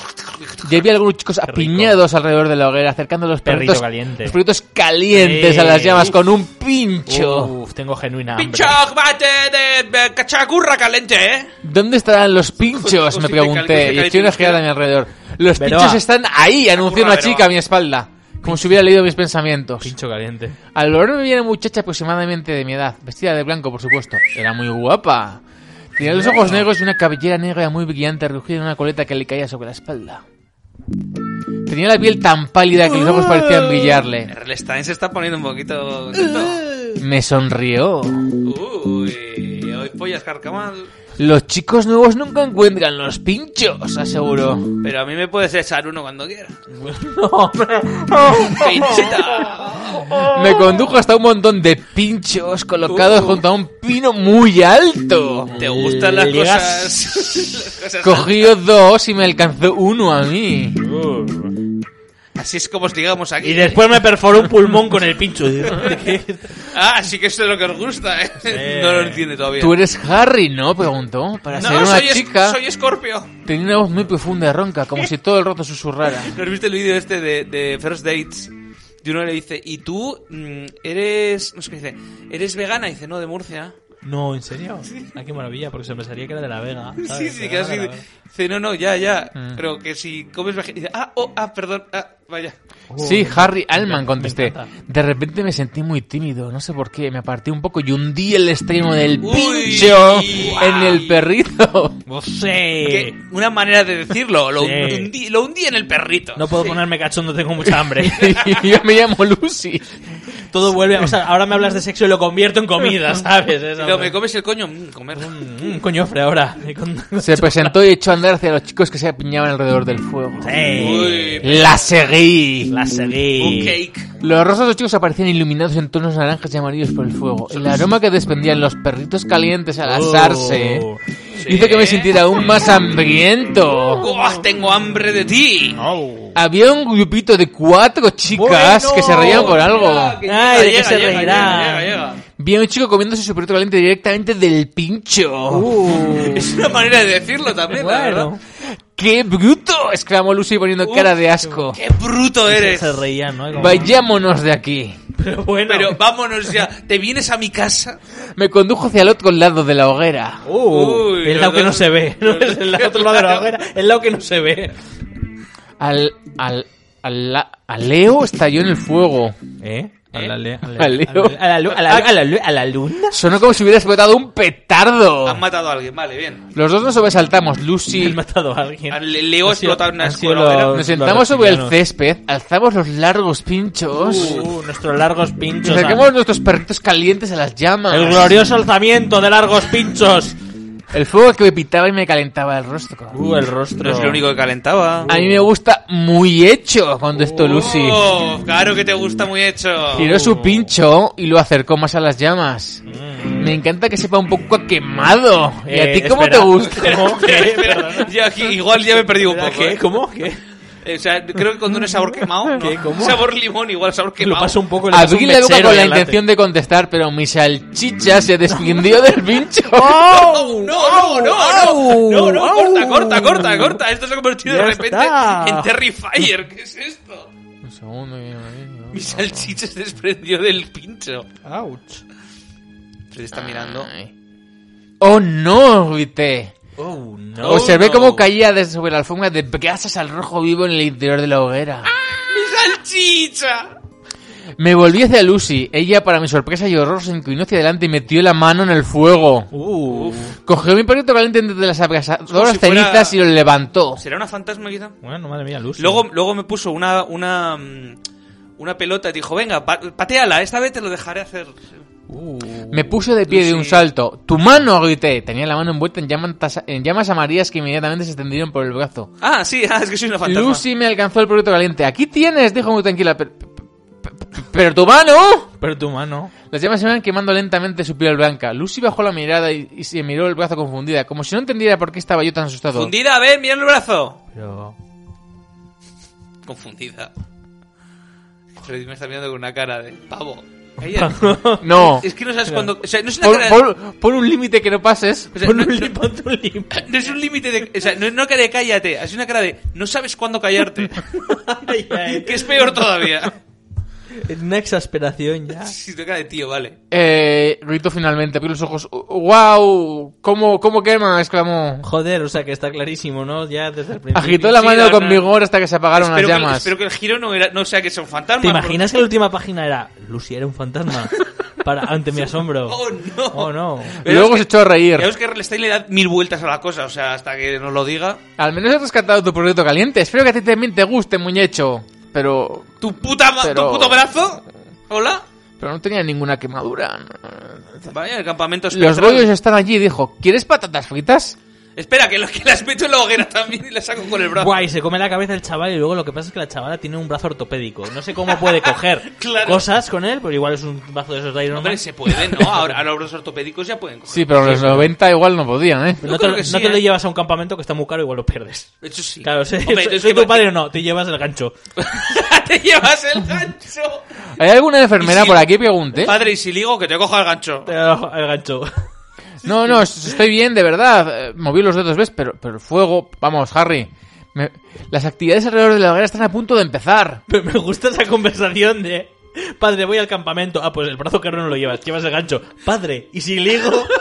Ya vi a algunos chicos apiñados alrededor de la hoguera, acercando los Perrito perritos, caliente. los perritos calientes Eh, a las llamas uf. con un pincho. Uf, tengo genuina hambre. Pincho bate de de cachacurra caliente, ¿eh? ¿Dónde estarán los pinchos? Hostia, calentito, Me pregunté y eché calentito. una girada a mi alrededor. Los Beroa. pinchos están ahí, anunció Una una chica a mi espalda, como si hubiera leído mis pensamientos. Pincho caliente. Al volverme vi a una muchacha aproximadamente de mi edad, vestida de blanco, por supuesto. Era muy guapa. Tenía los ojos negros y una cabellera negra muy brillante rugida en una coleta que le caía sobre la espalda. Tenía la piel tan pálida que los ojos parecían brillarle. El Stein se está poniendo un poquito... contento. Me sonrió. Uy, hoy pollas carcamal. Los chicos nuevos nunca encuentran los pinchos, aseguró. Pero a mí me puedes echar uno cuando quieras. Me condujo hasta un montón de pinchos colocados Uh. junto a un pino muy alto. ¿Te gustan las Llegas- cosas? las cosas Cogí dos y me alcanzó uno a mí. Así es como os digamos aquí. Y después me perforó un pulmón con el pincho. Ah, así que esto es lo que os gusta, ¿eh? No lo entiende todavía. Tú eres Harry, ¿no? Preguntó. Para No, ser una soy, es- chica, soy Scorpio. tenía una voz muy profunda y ronca, como si todo el rato susurrara. ¿No has visto el vídeo este de, de First Dates? Y uno le dice, ¿y tú mm, eres... no sé qué dice, ¿eres vegana? Y dice, no, de Murcia. No, ¿en serio? Ah, qué maravilla, porque se pensaría que era de la Vega. Sí, ¿sabes? sí, que Era de así... la Ah. de- Vega. Dice, no, no, ya, ya. Pero que si comes vegetales... Dice, ah, oh, ah, perdón, ah, vaya. Sí, Harry Alman, contesté. encanta. De repente me sentí muy tímido, no sé por qué. Me aparté un poco y hundí el extremo del Uy. pincho en el perrito. No Que sé. una manera de decirlo. Lo, Eh. Sí. hundí, lo hundí en el perrito. No puedo ponerme cachondo, tengo mucha hambre. y yo me llamo Lucy. Todo vuelve. O sea, ahora me hablas de sexo y lo convierto en comida, ¿sabes? Y Eso, luego, me comes el coño, mm, comer. Mm, coñofre ahora. Se presentó y echó a andar hacia los chicos que se apiñaban alrededor del fuego. Uy, La seguí. La un seguí. cake. Los rostros de los chicos aparecían iluminados en tonos naranjas y amarillos por el fuego. El aroma que desprendían los perritos calientes al asarse ¿eh? Oh. hizo que me sintiera aún más hambriento. ¡Guau, ¡Oh, tengo hambre de ti! Había un grupito de cuatro chicas que se reían por algo. Ay, ¿de qué se reirá? Llega, llega, llega. Vi a un chico comiéndose su perrito caliente directamente del pincho. Es una manera de decirlo también, la verdad. Bueno, ¡Qué bruto! exclamó Lucy poniendo cara de asco. ¡Qué bruto eres! se reían, ¿no? Y como- Vayámonos de aquí. Pero bueno. Pero vámonos ya, te vienes a mi casa. Me condujo hacia el otro lado de la hoguera. Uh, Uy, el lado los que no dos- se ve. ¿no? Es el Claro. otro lado de la hoguera. El lado que no se ve. Al, al, al, la- al Leo estalló en el fuego. ¿Eh? A la, le- a la- Al Leo. a la, lu- a la- a la lu- a la luna. Sonó como si hubiera explotado un petardo. Oh. Han matado a alguien, vale, bien. Los dos nos sobresaltamos. Lucy. Han matado a alguien. Al- Le Leo Han sido- explotado una han sido escuela, los- Nos los sentamos sobre el reptilianos. césped, alzamos los largos pinchos Uh, nuestros largos y pinchos. ah. sacamos nuestros perritos calientes a las llamas. El glorioso alzamiento de largos pinchos. El fuego que me pitaba y me calentaba el rostro. Uh, el rostro. No es lo único que calentaba. A mí me gusta muy hecho, contestó Lucy. Uh. Oh, claro que te gusta muy hecho. Tiró su pincho y lo acercó más a las llamas. Me encanta que sepa un poco a quemado. ¿Y a Mm. Eh, ti cómo espera. te gusta? ¿Cómo? Espera, ¿Qué? espera, yo aquí- igual ya me he perdido un Espera, poco. ¿Qué? ¿eh? ¿Cómo? ¿Qué? Eh, O sea, creo que cuando no es sabor quemado, ¿Qué? no. ¿Cómo? sabor limón, igual sabor Que lo quemado. paso un poco. le paso Abrí un la boca mechero con y la el látex. intención de contestar, pero mi salchicha se desprendió del pincho. ¡Oh! No, no, no, no, no, no, corta, corta, corta, corta. Esto se ha convertido de Ya repente está. en Terrifier. ¿Qué es esto? Un segundo, que me- Mi salchicha se desprendió del pincho. Ouch. Freddy está mirando. Oh no, grité. Oh, no. Observé no. cómo caía desde sobre la alfombra de brasas al rojo vivo en el interior de la hoguera. ¡Ah! ¡Mi salchicha! Me volví hacia Lucy. Ella, para mi sorpresa y horror, se inclinó hacia adelante y metió la mano en el fuego. Uh, Cogió mi perrito caliente entre las abrasadoras si fuera- cenizas y lo levantó. ¿Será una fantasma quizá? bueno, madre mía, luz. Luego, luego me puso una, una, mm, una pelota y dijo, venga, pa- pateala, esta vez te lo dejaré hacer. Me puse de pie de un Lucy. salto. ¡Tu mano! grité. Tenía la mano envuelta en llamas, en llamas amarillas que inmediatamente se extendieron por el brazo. Ah, sí, ah, es que soy una fantasma. Lucy me alcanzó el perrito caliente. Aquí tienes, dijo muy tranquila. "Pero- pero- Pero tu mano. Pero tu mano. Las llamas se iban quemando lentamente su piel blanca. Lucy bajó la mirada y, y se miró el brazo confundida, como si no entendiera por qué estaba yo tan asustado. Confundida, ven, mira el brazo. Pero. Confundida. Freddy me está mirando con una cara de pavo. Ella- No. Es que no sabes cuándo... O sea, no es una Pon, cara... pon- pon un límite que no pases. o sea, Pon no- un no- limpo, tu limpo. no es un límite de... O sea, no es una cara de cállate, es una cara de no sabes cuándo callarte. Ay, ay. que es peor todavía. Es Una exasperación ya. Sí, una cara de tío, vale. Eh, gritó finalmente, abrió los ojos. ¡Wow! ¿Cómo, ¿Cómo quema? exclamó. Joder, o sea que está clarísimo, ¿no? Ya desde el principio. Agitó la Sí, mano la- con vigor hasta que se apagaron Espero las que, llamas. espero que el giro no, era, no sea que son fantasmas. ¿Te porque- imaginas que la última página era Lucy era un fantasma? Para, ante mi asombro. Oh, no. Oh, no. Pero Luego es se echó a reír. Ya ves que Real Style le da mil vueltas a la cosa, o sea, hasta que nos lo diga. Al menos he rescatado tu proyecto caliente. Espero que a ti también te guste, muñecho. Pero. ¿Tu puta ma- Pero- Eh. tu puto brazo? ¿Hola? Pero no tenía ninguna quemadura. Vaya, el campamento Los espectral. bollos están allí, dijo. ¿Quieres patatas fritas? Espera, que, lo- que las meto en la hoguera también y las saco con el brazo. Guay, se come la cabeza el chaval y luego lo que pasa es que la chavala tiene un brazo ortopédico. No sé cómo puede coger Claro. cosas con él, pero igual es un brazo de esos de Iron Man. Hombre, se puede, ¿no? Ahora a los brazos ortopédicos ya pueden coger. Sí, pero los 90 igual no podían, ¿eh? No Yo te, creo lo- que sí, no te lo ¿eh? llevas a un campamento que está muy caro, igual lo pierdes. De hecho, sí. Claro, sí. Hombre, soy, entonces, soy ¿qué tu más- padre o no, te llevas el gancho. te llevas el gancho. ¿Hay alguna enfermera ¿Y si- por aquí? Pregunte. Padre, y si ligo, que te coja el gancho. Te lo- El gancho. No, no, es- estoy bien, de verdad. Eh, Moví los dedos, ¿ves? Pero, pero el fuego... Vamos, Harry. me- Las actividades alrededor de la hoguera están a punto de empezar. Pero me gusta esa conversación de. Padre, voy al campamento. Ah, pues el brazo carro no lo llevas, llevas el gancho. Padre, ¿y si ligo?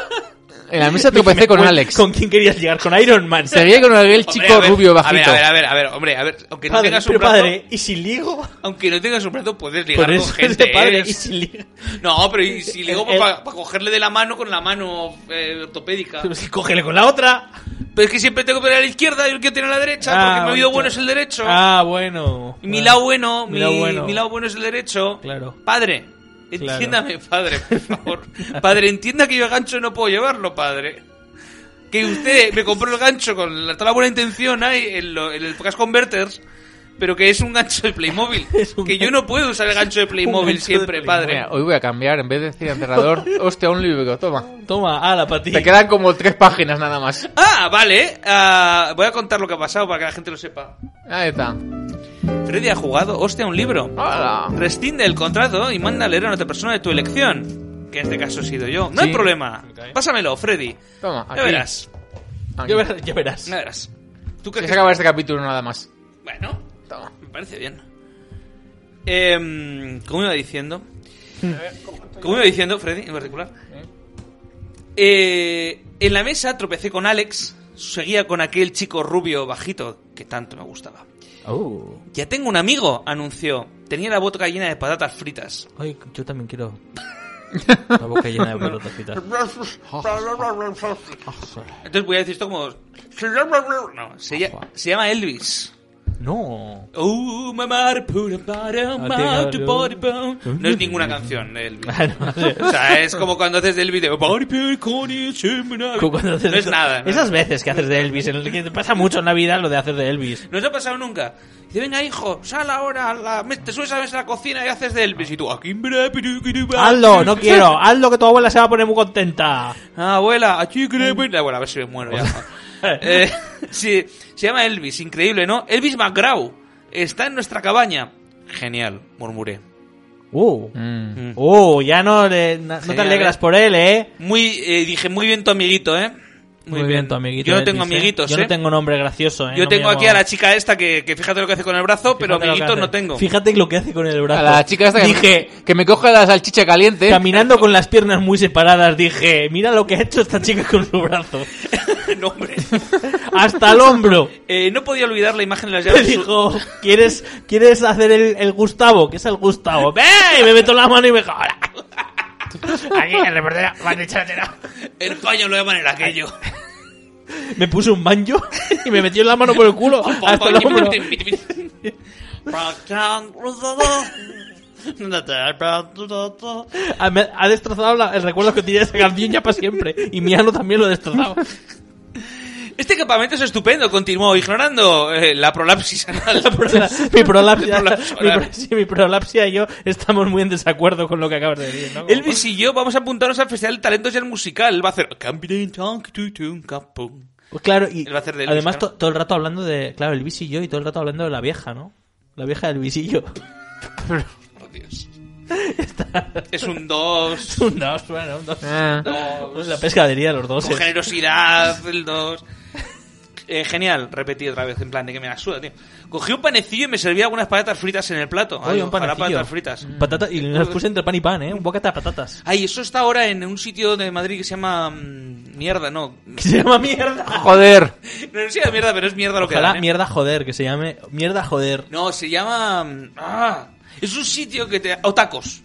En la mesa tropecé Me- con me- Alex. ¿Con quién querías llegar? ¿Con Iron Man? Seguía con aquel Hombre, chico a ver, rubio a ver, bajito. A ver, a ver, a ver, hombre, a ver, aunque no Padre, tengas un pero brazo, padre, ¿y si ligo? aunque no tengas un brazo puedes ligar Por con eso es gente. de padre, ¿eh? ¿y si ligo? No, pero y si ligo El- para cogerle de la mano con la mano eh, ortopédica. Pero si Pues cógele con la otra. Pero es que siempre tengo que poner a la izquierda y el que tiene a la derecha, Ah, porque mi oído mucho. bueno es el derecho. Ah, bueno. Y mi Claro. lado bueno, Mi mi, lado bueno. mi lado bueno es el derecho. Claro. Padre, Claro. entiéndame, padre, por favor. padre, entienda que yo el gancho no puedo llevarlo, padre. Que usted me compró el gancho con la, toda la buena intención ahí en, lo- en el Focus Converters, pero que es un gancho de Playmobil. Es un que yo no puedo usar el gancho de Playmobil gancho de siempre, Playmobil. padre. Mira, hoy voy a cambiar, en vez de decir enterrador, hostia, un libro, toma. Toma, ala, para ti. Te quedan como tres páginas nada más. Ah, vale. ah, voy a contar lo que ha pasado para que la gente lo sepa. Ahí está. Freddy ha jugado, hostia, un libro. Hola. Rescinde el contrato y manda a leer a otra persona de tu elección. Que en este caso he sido yo. No hay Sí. problema. Pásamelo, Freddy. Toma, aquí. Ya verás. Aquí. Ya verás. ya verás. Ya verás. ¿Tú Que crees se que... acaba este capítulo nada más. Bueno, Toma. me parece bien. Em, como iba diciendo... Como iba diciendo, Freddy, en particular... Eh, en la mesa tropecé con Alex. Seguía con aquel chico rubio bajito que tanto me gustaba. Oh. Ya tengo un amigo, anunció. Tenía la boca llena de patatas fritas. Ay, yo también quiero. La boca llena de pelotas y tal. Entonces voy a decir esto como. No, se, llama- se llama Elvis. No. Oh, my mother put a bottom Ah, out te- to body bone. No es ninguna canción de Elvis. Ah, no, sí. O sea, es como cuando haces del video. Body bone, corny, seminal. Como cuando haces No es eso- nada. ¿no? Esas veces que haces de Elvis, en el que te pasa mucho en la vida lo de hacer de Elvis. No os ha pasado nunca. Dice, venga, hijo, sal ahora, a la... me- te subes a la mesa de la cocina y haces de Elvis. Y tú, "Ah, aquí, Hazlo, no quiero. Hazlo que tu abuela se va a poner muy contenta. Ah, abuela, aquí Mm. creepy. Bueno, a ver si me muero ya. Eh, sí, se llama Elvis, increíble, ¿no? Elvis McGraw está en nuestra cabaña. Genial, murmuré. Uh. Mm. Uh, ya no, le- na- no te Genial, alegras eh. por él, eh. Muy, eh, dije, muy bien tu amiguito, ¿eh? tu amiguito Yo no Elvis, tengo eh. amiguitos, ¿eh? Yo no tengo nombre gracioso, eh. Yo No me tengo llamo- aquí a la chica esta que, que fíjate lo que hace con el brazo, Fíjate pero lo que amiguitos hace. no tengo. Fíjate lo que hace con el brazo. A la chica esta que, Dije, que me coge la salchicha caliente. caminando con las piernas muy separadas, dije, mira lo que ha hecho esta chica con su brazo. no, hombre. Hasta el hombro. Eh, no podía olvidar la imagen de las Me llaves. dijo, ¿quieres, ¿quieres hacer el, el Gustavo? ¿Qué es el Gustavo? ¡Ve! Y me meto la mano y me dijo, "Ahora". Aquí, el reportero, van a echar a tirar. El coño lo llaman el aquello. Me puse un banjo y me metió la mano por el culo hasta el hombro. Ha, Ah, me- ha destrozado la- el recuerdo que tenía esa canción ya para siempre. Y mi ano también lo ha destrozado. Este campamento es estupendo, continuó, ignorando eh, la prolapsis anal. La prola- mi prolapsia, El prolapso mi, oral. pro- sí, mi prolapsia y yo estamos muy en desacuerdo con lo que acabas de decir, ¿no? Elvis y yo vamos a apuntarnos al Festival de Talentos y al Musical. Él va a hacer... Pues claro, y Él va a hacer de Elvis, además claro. to- todo el rato hablando de, claro, el y yo y todo el rato hablando de la vieja, ¿no? La vieja del visillo. Oh, Dios. Es un 2, un dos, bueno, un dos. Ah. La pescadería de los dos. con eh. generosidad, el 2... genial, repetí otra vez, en plan de que me la suda, tío. Cogí un panecillo y me serví algunas patatas fritas en el plato. Oye, un ojalá panecillo. Mm. patatas fritas. Patata, y las puse entre pan y pan, ¿eh? Un bocata de patatas. Ay, eso está ahora en un sitio de Madrid que se llama... mm, Mierda, no. Que se llama mierda. Joder. No es de mierda, pero es mierda lo que Ojalá dan, ¿eh? mierda joder, que se llame mierda joder. No, se llama... ah, es un sitio que te... O tacos.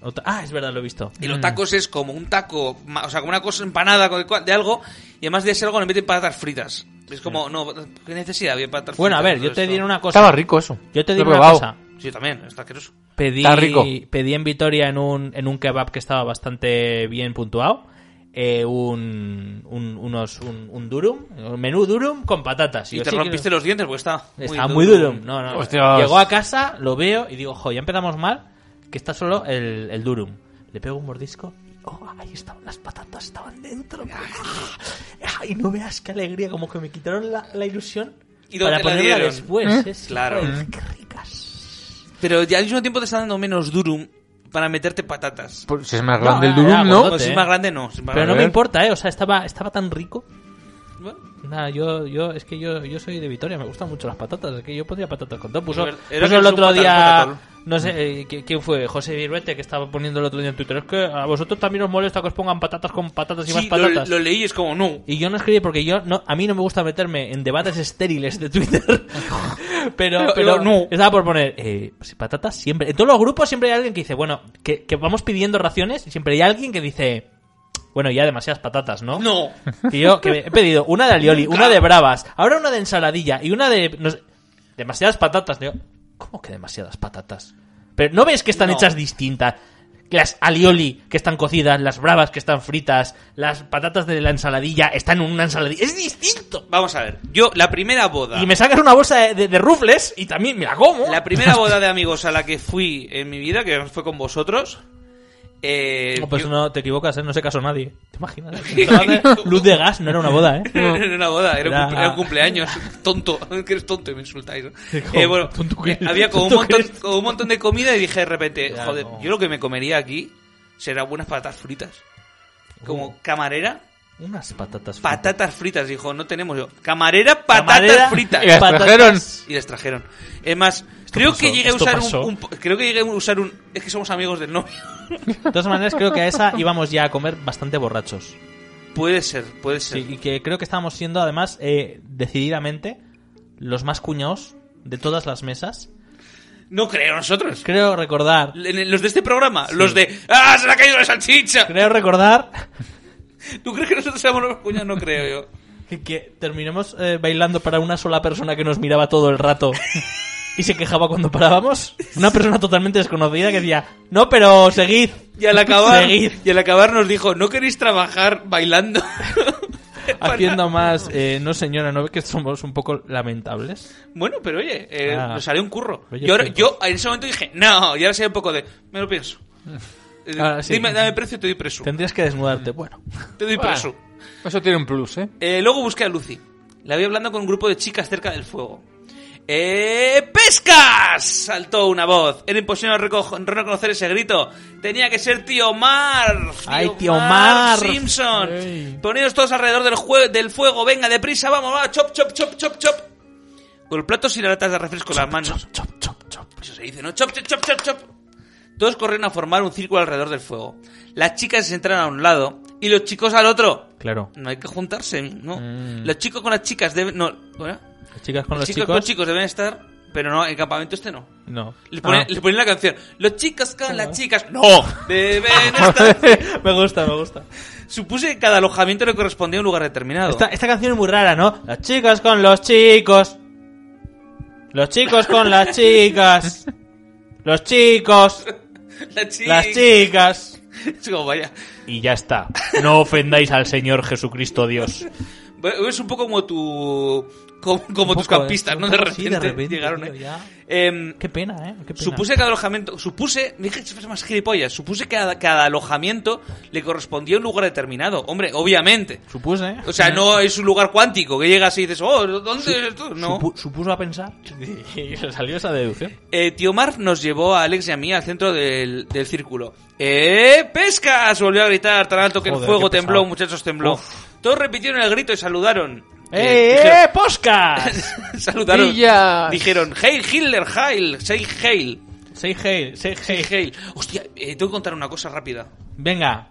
O ta- Ah, es verdad, lo he visto. Y los tacos es como un taco, ma- o sea, como una cosa empanada con- de algo, y además de ese algo le meten patatas fritas. Es como, no, ¿qué necesidad? Bien, patatas Bueno, a fritas, ver, todo yo te esto. diré una cosa. Estaba rico eso. Yo te Lo he digo una probado. cosa. Sí, también, está asqueroso. Pedí, Está rico. pedí en Vitoria en un, en un kebab que estaba bastante bien puntuado. eh, un, un- unos, un, un durum, un menú durum con patatas. Y yo te sí que rompiste los dientes porque está lo- Estaba muy durum. No, no. Hostias. Llegó a casa, lo veo y digo, jo, ya empezamos mal, que está solo el, el durum. Le pego un mordisco y, oh, ahí estaban las patatas, estaban dentro. Ay, no veas qué alegría, como que me quitaron la, la ilusión ¿Y para dónde la ponerla dieron? después. ¿eh? Sí, Claro. joder, Qué ricas. Pero ya al mismo tiempo te está dando menos durum para meterte patatas. Por- Si es más grande el era durum, ¿no? gordote. Pues si es más grande, no. si es Pues más eh. Pero no me grande. importa, ¿eh? O sea, estaba, estaba tan rico. Bueno, Nada, yo, yo, es que yo, yo soy de Vitoria, me gustan mucho las patatas. Es que yo podría patatas con todo. Puso, Pero eres puso el un otro patán, día, patatón. no sé, eh, ¿qui- ¿quién fue? José Viruete, que estaba poniendo el otro día en Twitter. Es que a vosotros también os molesta que os pongan patatas con patatas y más Sí, lo, patatas. lo leí y es como, no. Y yo no escribí porque yo no, a mí no me gusta meterme en debates estériles de Twitter. pero, Pero- pero pero no. estaba por poner eh, si patatas siempre. En todos los grupos siempre hay alguien que dice, bueno, que, que vamos pidiendo raciones y siempre hay alguien que dice, bueno, ya demasiadas patatas, ¿no? No. Que yo que he pedido una de alioli, una de bravas, ahora una de ensaladilla y una de no sé, demasiadas patatas. Digo, ¿cómo que demasiadas patatas? Pero no ves que están No. hechas distintas. Que Las alioli que están cocidas, las bravas que están fritas, las patatas de la ensaladilla están en una ensaladilla. Es distinto. Vamos a ver. Yo, la primera boda. Y me sacas una bolsa de, de- de rufles y también me la como. Ah. La primera boda de amigos a la que fui en mi vida, que fue con vosotros. Eh, No, pues yo- no te equivocas, ¿eh? no se casó nadie. ¿Te imaginas? Luz de gas, no era una boda, ¿eh? No era una boda, era, un Era- cumple- era un cumpleaños. Tonto, que eres tonto y me insultáis. ¿no? ¿Cómo? Eh, bueno, ¿Tonto qué? eh, había como un, ¿Tonto qué montón, como un montón de comida y dije de repente, Ya, joder, no. yo lo que me comería aquí serán buenas patatas fritas. Uh. Como camarera, Unas patatas. fritas. patatas fritas. Dijo, no tenemos yo. Camarera, patatas Camarera, fritas. Y las Patatas. trajeron. Y les trajeron. Es más, creo pasó, que llegué a esto usar un, pasó. un po- Creo que llegué a usar un. Es que somos amigos del novio. De todas maneras, creo que a esa íbamos ya a comer bastante borrachos. Puede ser, puede ser. Sí, y que creo que estábamos siendo, además, eh, decididamente los más cuñados de todas las mesas. No creo nosotros. Creo recordar. En- Los de este programa, los de ¡Ah! ¡Se le ha caído la salchicha! Creo recordar ¿Tú crees que nosotros seamos los cuñados? No creo yo. que, que terminemos eh, bailando para una sola persona que nos miraba todo el rato y se quejaba cuando parábamos. Una persona totalmente desconocida que decía, no, pero seguid. Y al acabar, Seguid. y al acabar nos dijo, no queréis trabajar bailando. Haciendo más, eh, no señora, ¿no ve que somos un poco lamentables? Bueno, pero oye, eh, Ah. nos salió un curro. Bellos Yo, ahora- tiempos. yo en ese momento dije, no, y ahora sería un poco de, me lo pienso. Eh, Ah, sí. dime, dame precio, te doy preso. Tendrías que desnudarte. Bueno, Te doy Bueno. preso. Eso tiene un plus, ¿eh? Eh, luego busqué a Lucy. La vi hablando con un grupo de chicas cerca del fuego. ¡Eh, ¡Pescas! Saltó una voz. Era imposible reco- reconocer ese grito. Tenía que ser tío Mar. ¡Ay, tío Mar! Simpson. Ponedos todos alrededor del, jue- del fuego. Venga, deprisa, vamos, va. Chop, chop, chop, chop, chop. Con los platos y las latas de refresco en las manos. Eso se dice, ¿no? Chop, chop, chop, chop, chop. Todos corrieron a formar un círculo alrededor del fuego. Las chicas se sentaron a un lado y los chicos al otro. claro. No hay que juntarse, ¿no? Los chicos con las chicas deben... No, ¿verdad? Las chicas Mm. con Los, los, chicos, con chicos deben estar, pero no, el campamento este no. No. Le ponen, Ah. le ponen la canción. Los chicos con las chicas... No. Deben estar... me gusta, me gusta. Supuse que cada alojamiento le correspondía a un lugar determinado. Esta, esta canción es muy rara, ¿no? Las chicas con los chicos. Los chicos con las chicas. Los chicos. Las chicas... Las chicas. Es como, vaya. Y ya está. No ofendáis al Señor Jesucristo Dios. Bueno, Es un poco como tu... Como, como Un tus poco, campistas, ¿eh? ¿no? Un De poco, repente, sí, de repente, llegaron, tío, ¿eh? ya. Em, Qué pena, ¿eh? Qué pena. Supuse que cada alojamiento. Supuse. Dije que fuese más gilipollas. Supuse que cada, cada alojamiento le correspondía a un lugar determinado. Hombre, obviamente. Supuse, ¿eh? O sea, no es un lugar cuántico que llegas y dices, oh, ¿dónde es esto? No. Supu- supuso a pensar. Y salió esa deducción. Eh, tío Mar nos llevó a Alex y a mí al centro del, del círculo. ¡Eh! ¡Pescas! Volvió a gritar tan alto que el Joder, fuego qué tembló, pesado. muchachos, tembló. Uf. Todos repitieron el grito y saludaron. ¡Eh, dijeron- eh, poscas! saludaron. Pillas. Dijeron, Hail Hitler, Hail, say Hail. Say hey, say Say hey. Hail. Hostia, eh, tengo que contar una cosa rápida. Venga,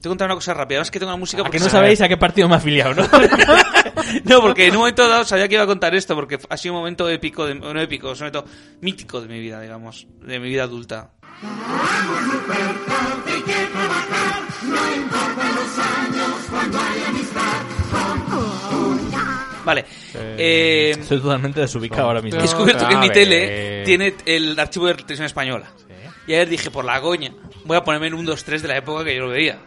Te voy a contar una cosa rápida, es que tengo la música a porque que no sabéis a qué partido me he afiliado, ¿no? No, porque en un momento dado sabía que iba a contar esto porque ha sido un momento épico, de, no épico, un momento mítico de mi vida, digamos, de mi vida adulta. Vale, Eh, Estoy totalmente desubicado ahora mismo. he descubierto que en mi A tele ver. tiene el archivo de televisión española. Y ayer dije, por la coña, voy a ponerme en un 2-3 de la época que yo lo veía.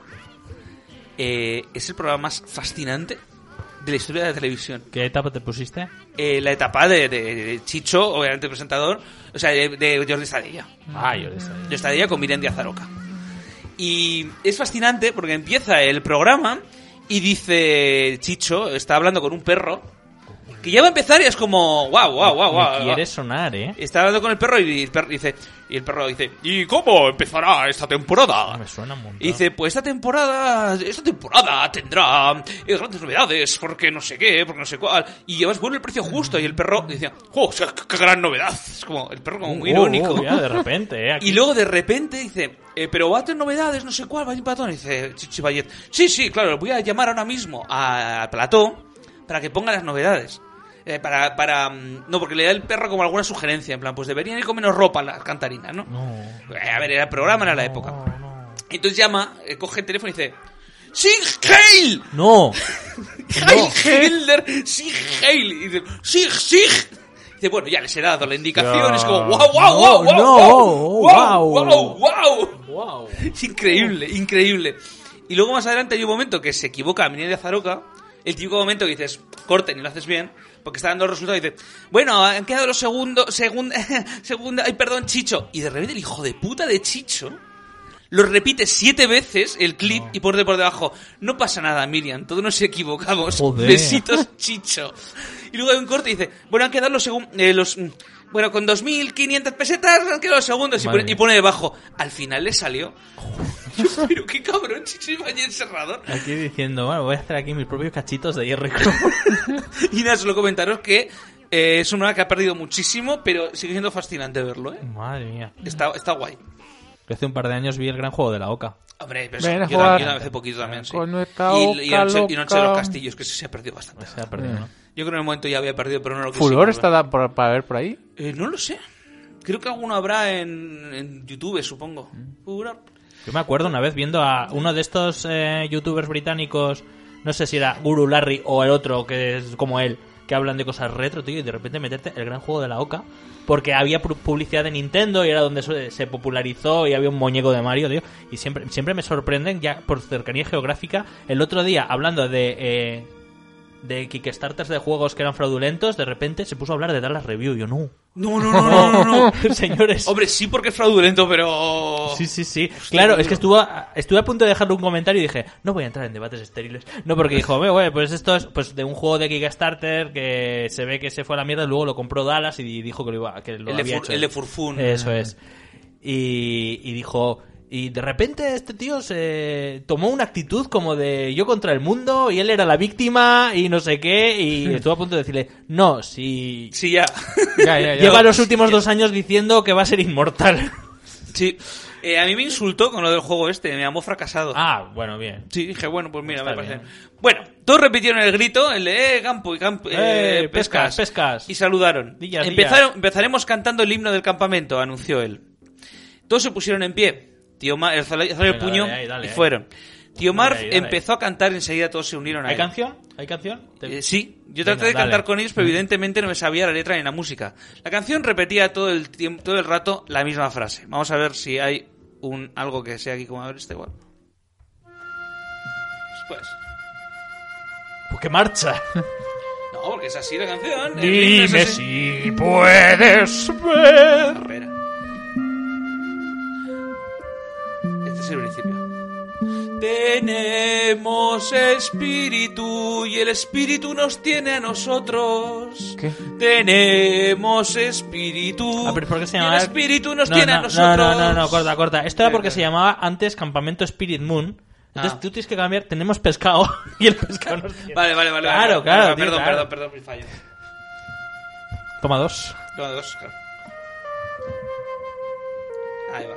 Eh, es el programa más fascinante de la historia de la televisión. ¿Qué etapa te pusiste? Eh, la etapa de, de- de Chicho, obviamente presentador, o sea, de, de Jordi Estadella. Ah, yo le sé. Yo estaría con Miriam Díaz Aroca. Y es fascinante porque empieza el programa y dice Chicho, está hablando con un perro, que ya va a empezar y es como, wow, wow, wow, wow. Me quiere sonar, ¿eh? Está hablando con el perro y el perro dice, y el perro dice, ¿y cómo empezará esta temporada? Me suena un montón. Y dice, pues esta temporada, esta temporada tendrá eh, grandes novedades, porque no sé qué, porque no sé cuál. Y llevas bueno el precio justo. Y el perro decía, ¡oh, qué, qué gran novedad! Es como el perro como muy Oh, irónico. oh, ya, de repente, ¿eh? Aquí- Y luego de repente dice, eh, pero va a tener novedades, no sé cuál, va a ir Platón. Y dice Chichi Vallet, sí, sí, claro, voy a llamar ahora mismo a Platón para que ponga las novedades. Eh, para, para, mm, no, porque le da el perro como alguna sugerencia, en plan, pues deberían ir con menos ropa las cantarinas, ¿no? No. Eh, a ver, era el programa, era la época. Entonces llama, eh, coge el teléfono y dice, ¡Sig Heil! No. ¡Heil Hitler! ¡Sig Heil! Y dice, ¡Sig, sig! Y Dice, bueno, ya les he dado la indicación, es como, wow, wow, wow, wow, No, wow, no, wow, wow, wow. wow. Es increíble, increíble. Y luego más adelante hay un momento que se equivoca a Miriam de Azaroca, el típico momento que dices, corten y lo haces bien, porque está dando el resultado y dices, bueno, han quedado los segundos, segunda, segunda, ay, perdón, Chicho. Y de repente el hijo de puta de Chicho lo repite siete veces el clip y pone por debajo, no pasa nada, Miriam, todos nos equivocamos. Joder. Besitos, Chicho. Y luego hay un corte y dice, bueno, han quedado los segundos, los... mm, Bueno, con 2.500 pesetas han quedado los segundos y Madre pone, y mía. pone debajo. Al final le salió. Pero qué cabrón, Chicho Ibañez Serrador. Aquí diciendo, bueno, voy a hacer aquí mis propios cachitos de hierro. Y nada, solo comentaros que eh, es un programa que ha perdido muchísimo, pero sigue siendo fascinante verlo, ¿eh? Madre mía. Está, está guay. Yo hace un par de años vi el gran juego de la OCA. Hombre, pero Ven a yo jugar también hace poquito también, sí. con esta Y, y, oca Noche, y Noche de los loca. Castillos, que sí se ha perdido bastante. Se ha perdido, ¿no? Yo creo que en el momento ya había perdido, pero no lo quise ¿Furor volver. está da- por- para ver por ahí? Eh, no lo sé. Creo que alguno habrá en, en YouTube, supongo. Mm. Furor. Yo me acuerdo una vez viendo a uno de estos eh, youtubers británicos, no sé si era Guru Larry o el otro que es como él, que hablan de cosas retro, tío, y de repente meterte el gran juego de la Oca, porque había pu- publicidad de Nintendo y era donde se se popularizó y había un muñeco de Mario, tío, y siempre, siempre me sorprenden ya por cercanía geográfica. El otro día, hablando de... eh, de Kickstarters de juegos que eran fraudulentos, de repente se puso a hablar de Dallas Review. Yo no. No, no, no, no, no, no. Señores. Hombre, sí porque es fraudulento, pero... Sí, sí, sí. claro, es que estuvo a- estuve a punto de dejarle un comentario y dije, no voy a entrar en debates estériles. No, porque dijo, "Hombre, güey, pues esto es pues de un juego de Kickstarter que se ve que se fue a la mierda, luego lo compró Dallas y dijo que lo, iba, que lo El de, había fur- hecho. el de Furfun. Eso es. Y, y dijo... Y de repente este tío se tomó una actitud como de yo contra el mundo y él era la víctima y no sé qué y estuve a punto de decirle, no, si Sí, ya. Ya, ya, ya. lleva los últimos dos años diciendo que va a ser inmortal. Sí. Eh, a mí me insultó con lo del juego este, me llamó fracasado. ah, bueno, bien. Sí, dije, bueno, pues mira, Está me parece. bien. Bueno, todos repitieron el grito, el de eh, campo y campo, eh, Eh, pescas, pescas, pescas. Y saludaron. Dillas, Empezaron, Empezaremos cantando el himno del campamento, anunció él. Todos se pusieron en pie. Tío Ma- eh, salió el Venga, puño dale ahí, dale y ahí. fueron. Tío Marv ahí, dale empezó a cantar enseguida, todos se unieron a ¿Hay él. canción? ¿Hay canción? Te- Eh, sí, Venga, yo traté de dale. Mm. cantar con ellos, pero evidentemente no me sabía la letra ni la música. La canción repetía todo el tiempo, todo el rato la misma frase. Vamos a ver si hay un algo que sea aquí como a ver este igual. Pues, Pues que marcha. no, porque es así la canción. el ritmo es Dime así. si puedes ver. Espera. Este es el principio. Tenemos espíritu y el espíritu nos tiene a nosotros. ¿Qué? Tenemos espíritu. Ah, pero ¿por qué se y llamaba? El espíritu nos no, tiene no, a nosotros. No, no, no, no, corta, corta. Esto era Espera, porque se espera. llamaba antes Campamento Spirit Moon. Entonces Ah. tú tienes que cambiar. Tenemos pescado y el pescado nos tiene. Vale, vale, vale. Claro, vale, claro, tío, Perdón, claro. perdón, perdón, mi fallo. Toma dos. Toma dos, claro. Ahí va.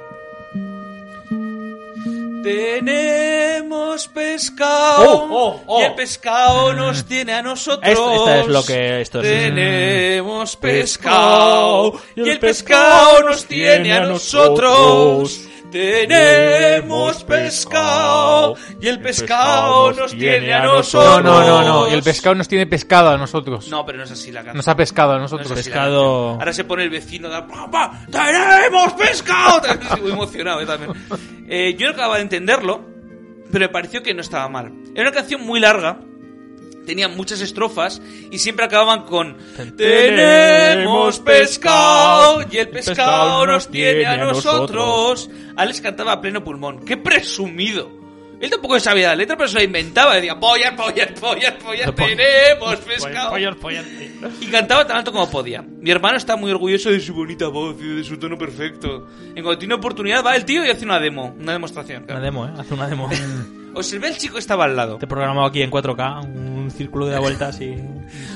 Tenemos pescado Oh, oh, oh. y el pescado nos tiene a nosotros. Esto- esta es lo que- esto es. Tenemos pescado y el pescado nos tiene a nosotros. tenemos pescado y el pescado nos tiene a nosotros. No, no, no, no. Y el pescado nos tiene pescado a nosotros. No, pero no es así la canción. Nos ha pescado a No es nosotros. así la canción. Ahora se pone el vecino, da ¡Papá! ¡Tenemos pescado! Estoy muy emocionado yo también. Eh, yo no acababa de entenderlo, pero me pareció que no estaba mal. Era una canción muy larga, tenía muchas estrofas y siempre acababan con Tenemos pescado y el pescado nos tiene a nosotros. Alex cantaba a pleno pulmón. ¡Qué presumido! Él tampoco sabía la letra, pero se la inventaba. Decía, pollas, pollas, pollas, pollas, tenemos pescado. Y cantaba tan alto como podía. Mi hermano está muy orgulloso de su bonita voz y de su tono perfecto. En cuanto tiene oportunidad, va el tío y hace una demo, una demostración. Una claro. demo, ¿eh? Hace una demo. Te Observé al chico que estaba al lado. he programado aquí en 4K un círculo de vueltas y O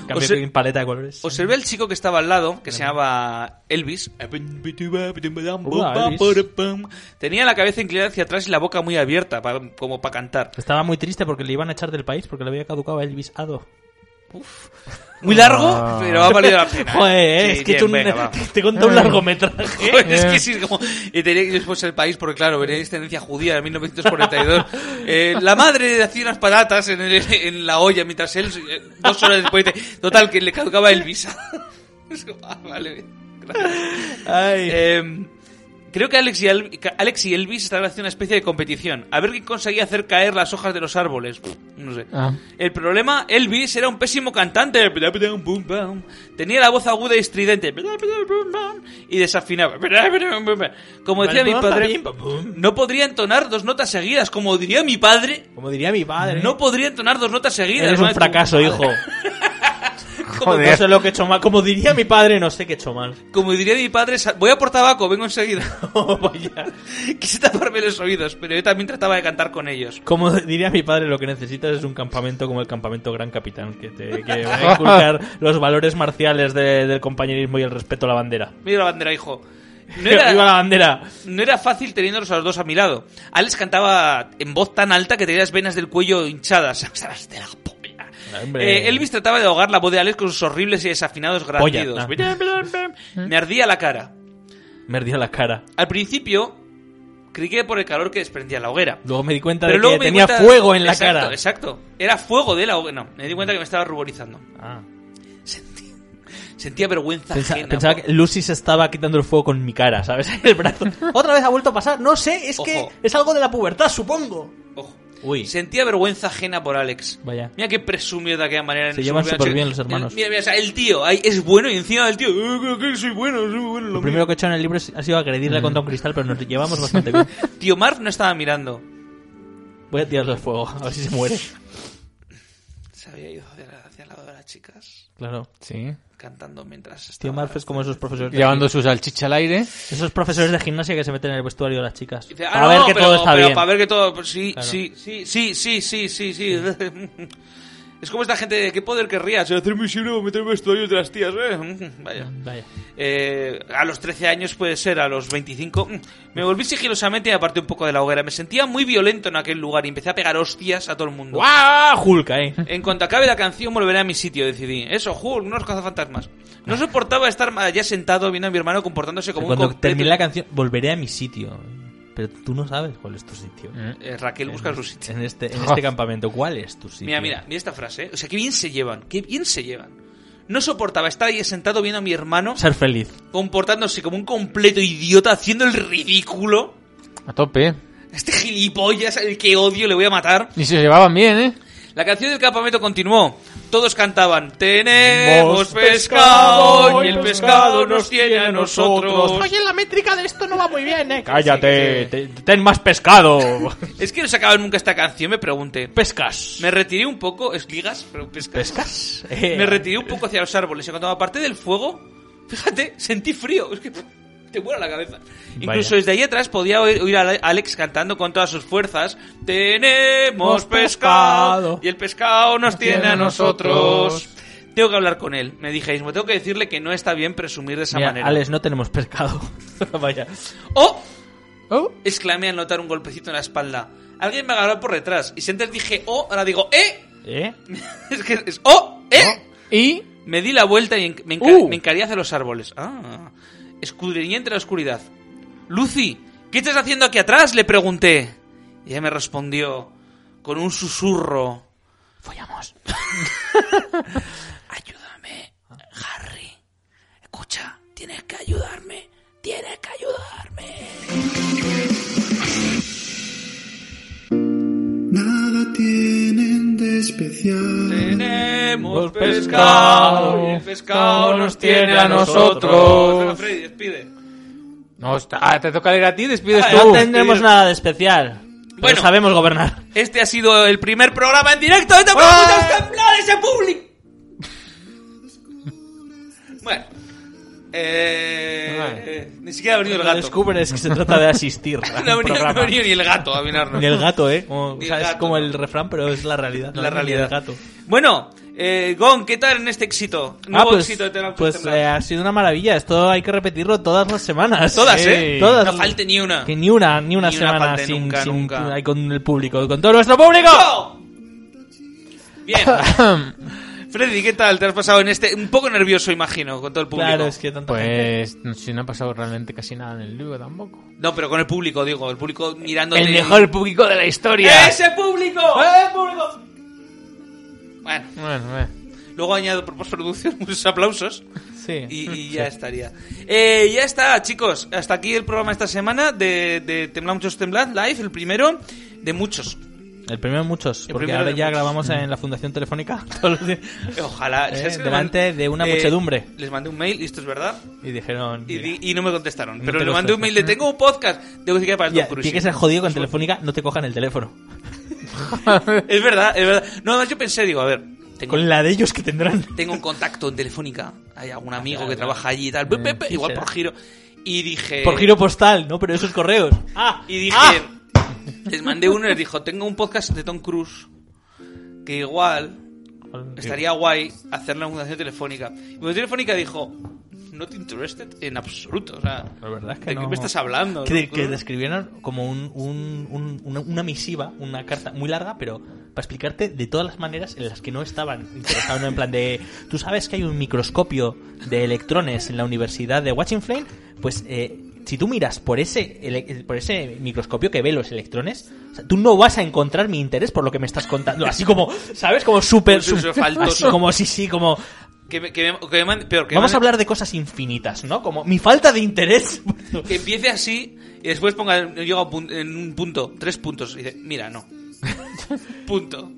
cambio sea- aquí en paleta de colores. Observé al chico que estaba al lado, que se llamaba Elvis. Tenía la cabeza inclinada hacia atrás y la boca muy abierta, pa- como para cantar. Estaba muy triste porque le iban a echar del país porque le había caducado a Elvis Ado. Muy largo, pero ha valido la pena. Ah. Joder, eh, Sí, es que he bien, hecho un- venga, va. te he contado un largometraje. Joder, Pues es que sí, es como. Y tenía que después el país, porque claro, veníais tendencia judía en 1942. Eh, la madre hacía unas patatas en, el- en la olla mientras él, eh, dos horas después, de- total, que le caducaba el visa. Es como, ah, vale, bien, gracias. Eh, creo que Alex y, Al- que Alex y Elvis estaban haciendo una especie de competición. A ver quién conseguía hacer caer las hojas de los árboles. Pff, No sé. Ah. El problema, Elvis era un pésimo cantante. Tenía la voz aguda y estridente. Y desafinaba. Como decía mi padre, no podría entonar dos notas seguidas. Como diría mi padre, Como diría mi padre. no podría entonar dos notas seguidas. Eres un Madre, fracaso, hijo. como- No sé lo que he hecho mal. Como diría mi padre, no sé qué he hecho mal. Como diría mi padre, sa- voy a por tabaco, vengo enseguida. Oh, Vaya. Quise taparme los oídos, pero yo también trataba de cantar con ellos. Como diría mi padre, lo que necesitas es un campamento como el campamento Gran Capitán, que te que va a inculcar los valores marciales de- del compañerismo y el respeto a la bandera. Mira la bandera, hijo. No ¡Viva la era, bandera! no era fácil teniéndolos a los dos a mi lado. Alex cantaba en voz tan alta que tenía las venas del cuello hinchadas. Estabas de la polla. Hombre. Eh, Elvis trataba de ahogar la voz de Alex con sus horribles y desafinados Polla, grandidos. ah. Me ardía la cara. Me ardía la cara. Al principio, creí que por el calor que desprendía la hoguera. Luego me di cuenta Pero de luego que me di tenía cuenta- fuego en la Exacto, cara. Exacto. Era fuego de la hoguera. No, me di cuenta que me estaba ruborizando. Ah. Sentía vergüenza Pensa- ajena. pensaba que Lucy se estaba quitando el fuego con mi cara, ¿sabes? El brazo. Otra vez ha vuelto a pasar. No sé, es que Ojo. es algo de la pubertad, supongo. Ojo. Uy. Sentía vergüenza ajena por Alex. Vaya. Mira qué presumido de aquella manera. en Se su llevan propia superbién noche. los hermanos. El- Mira, mira, o sea, el tío ahí es bueno y encima del tío. "Eh, que- que soy bueno, soy bueno. Lo lo primero que he hecho en el libro es- ha sido agredirle contra un cristal, pero nos llevamos bastante bien. mío". Tío Marv no estaba mirando. Voy a tirarle al fuego, a ver si se muere. Se había ido hacia, la- hacia el lado de las chicas, Claro. Sí. cantando mientras estaba. Tío Marf es como esos profesores. de- Llevando su salchicha al aire. Esos profesores de gimnasia que se meten en el vestuario de las chicas. Dice, para "Ah, ver no, que pero- todo está pero bien. Para ver que todo. pues, sí, Claro. sí, sí, sí, sí, sí, sí, sí. Es como esta gente de qué poder querrías. Hacerme visible o meterme vestuarios de las tías, eh. Vaya. Vaya. Eh, a los 13 años puede ser, a los 25. mm, Me volví sigilosamente y aparté un poco de la hoguera. Me sentía muy violento en aquel lugar y empecé a pegar hostias a todo el mundo. ¡Guau! Julka, eh. En cuanto acabe la canción volveré a mi sitio, decidí. Eso, Hulk, unos cazafantasmas. No soportaba estar allá sentado viendo a mi hermano comportándose como Ah. Cuando un completo- termine la canción, volveré a mi sitio. Pero tú no sabes cuál es tu sitio. Eh, Raquel busca su sitio. En este, en este campamento, ¿cuál es tu sitio? Mira, mira, mira esta frase. ¿eh? O sea, qué bien se llevan, qué bien se llevan. No soportaba estar ahí sentado viendo a mi hermano Ser feliz. comportándose como un completo idiota, haciendo el ridículo. A tope. Este gilipollas, el que odio, le voy a matar. Y se llevaban bien, ¿eh? La canción del campamento continuó. Todos cantaban, tenemos Tenemos pescado y el pescado nos tiene a nosotros. la métrica de esto no va muy bien, eh. Cállate, te- ten más pescado. Es que no se acaba nunca esta canción, me pregunté. Pescas. Me retiré un poco, es ligas, pero pescas. Pescas. Eh, Me retiré un poco hacia los árboles y cuando me aparté del fuego, fíjate, sentí frío. Es que te vuela la cabeza. Incluso desde ahí atrás podía oír, oír a Alex cantando con todas sus fuerzas. Tenemos Hemos pescado pescado. y el pescado nos tiene a tiene a nosotros. nosotros. Tengo que hablar con él, me dijeis. Me tengo que decirle que no está bien presumir de esa Mira, manera. Alex, no tenemos pescado. Vaya. ¡Oh! Oh. exclamé al notar un golpecito en la espalda. Alguien me agarró por detrás. Y si antes dije oh, ahora digo eh. ¿Eh? es que es oh, eh. Y Me di la vuelta y enc- me, enca- Uh. me encaré hacia los árboles. Ah. Escudriñé entre la oscuridad. Lucy, ¿Qué estás haciendo aquí atrás? Le pregunté. Y ella me respondió con un susurro. Follamos. Ayúdame, Harry. Escucha, tienes que ayudarme. Tienes que ayudarme. Nada tienen de especial. pescado, Tenemos pescado y el pescado nos tiene a nosotros. nosotros. Venga, Freddy, despide. No, está, ah, te toca leer a ti, despides Ah, tú. No tenemos nada de especial. Pero Bueno. sabemos gobernar. Este ha sido el primer programa en directo de ¡Ah! Tocamuchos Temblores en público. Bueno. Eh, eh, ni siquiera ha venido el Lo gato. descubres que se trata de asistir. al No ha venido, programa. no ha venido ni el gato a mirarnos. Ni el gato, ¿eh? Como, Ni o el sea, es gato, como no. el refrán, pero es la realidad. ¿no? La Ni realidad. El gato. Bueno, eh, Gon, ¿qué tal en este éxito? Ah, Nuevo pues, éxito de Tocamuchos pues Temblores. eh, ha sido una maravilla. Esto hay que repetirlo todas las semanas. Todas, Sí. ¿eh? Todas. No falte ni una. Que ni una, ni una Ni una semana falte sin, nunca, sin- nunca. ahí con el público, con todo nuestro público. ¡Go! Bien. Freddy, ¿qué tal? ¿Te has pasado en este...? Un poco nervioso, imagino, con todo el público. Claro, es que tanta gente. Pues no, si no ha pasado realmente casi nada en el libro tampoco. No, pero con el público, digo. El público mirando... público de la historia. ¡Ese público! público! ¡Eh, Bueno, Bueno, eh. luego añado por postproducción muchos aplausos Sí. y, y ya estaría. Eh, ya está, chicos. Hasta aquí el programa esta semana de, de Temblad Muchos Temblad Live, el primero de muchos. El primero de muchos, El porque primero ahora de ya muchos. grabamos en la Fundación Telefónica todos los días. Ojalá. Eh, ¿sabes qué? delante de una muchedumbre. Les mandé un mail, y esto es verdad, Y dijeron. eh, y, "Mira". di- y no me contestaron. No pero te le lo mandé un mail de tengo un podcast de música para el Ya, Tom Cruise". tiene que ser jodido con Telefónica, no te cojan el teléfono. Es verdad, es verdad. No, además yo pensé, digo, a ver, tengo, Con la de ellos que tendrán. tengo un contacto en Telefónica, hay algún amigo que claro. trabaja allí y tal, pe, pe, pe, Eh, sí igual será. por giro. Y dije... Por giro ¡Ah! postal, ¿no? Pero esos correos. Eh, Ah, y dije... Les mandé uno y les dijo, tengo un podcast de Tom Cruise que igual estaría guay hacer la fundación telefónica. Y la telefónica dijo, no te interested en absoluto. O sea, La verdad es que ¿de qué no. me estás hablando? Que, Tom que Cruise? describieron como un, un- un- una, una misiva, una carta muy larga, pero para explicarte de todas las maneras en las que no estaban interesados. ¿no? En plan de, tú sabes que hay un microscopio de electrones en la Universidad de Watching Flame, pues eh, si tú miras por ese, ele- el- por ese microscopio que ve los electrones, o sea, tú no vas a encontrar mi interés por lo que me estás contando. Así como, ¿sabes? Como súper... Pues eso, sup- faltoso. Así como, sí, sí, como... Que me, que me- que me mande- peor, que me Vamos a mande- hablar de cosas infinitas, ¿no? Como mi falta de interés. Que empiece así y después ponga. Llego a pun- en un punto, tres puntos. Y dice, mira, no. punto.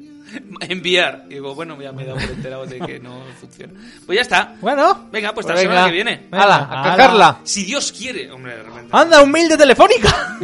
Enviar. Y digo, bueno, ya me he dado por enterado de que no funciona. Pues ya está. Bueno. Venga, pues hasta Pues la semana venga. que viene. Hala, Hala. a cagarla. Si Dios quiere. Hombre, de repente. ¡Anda, un mail de Telefónica!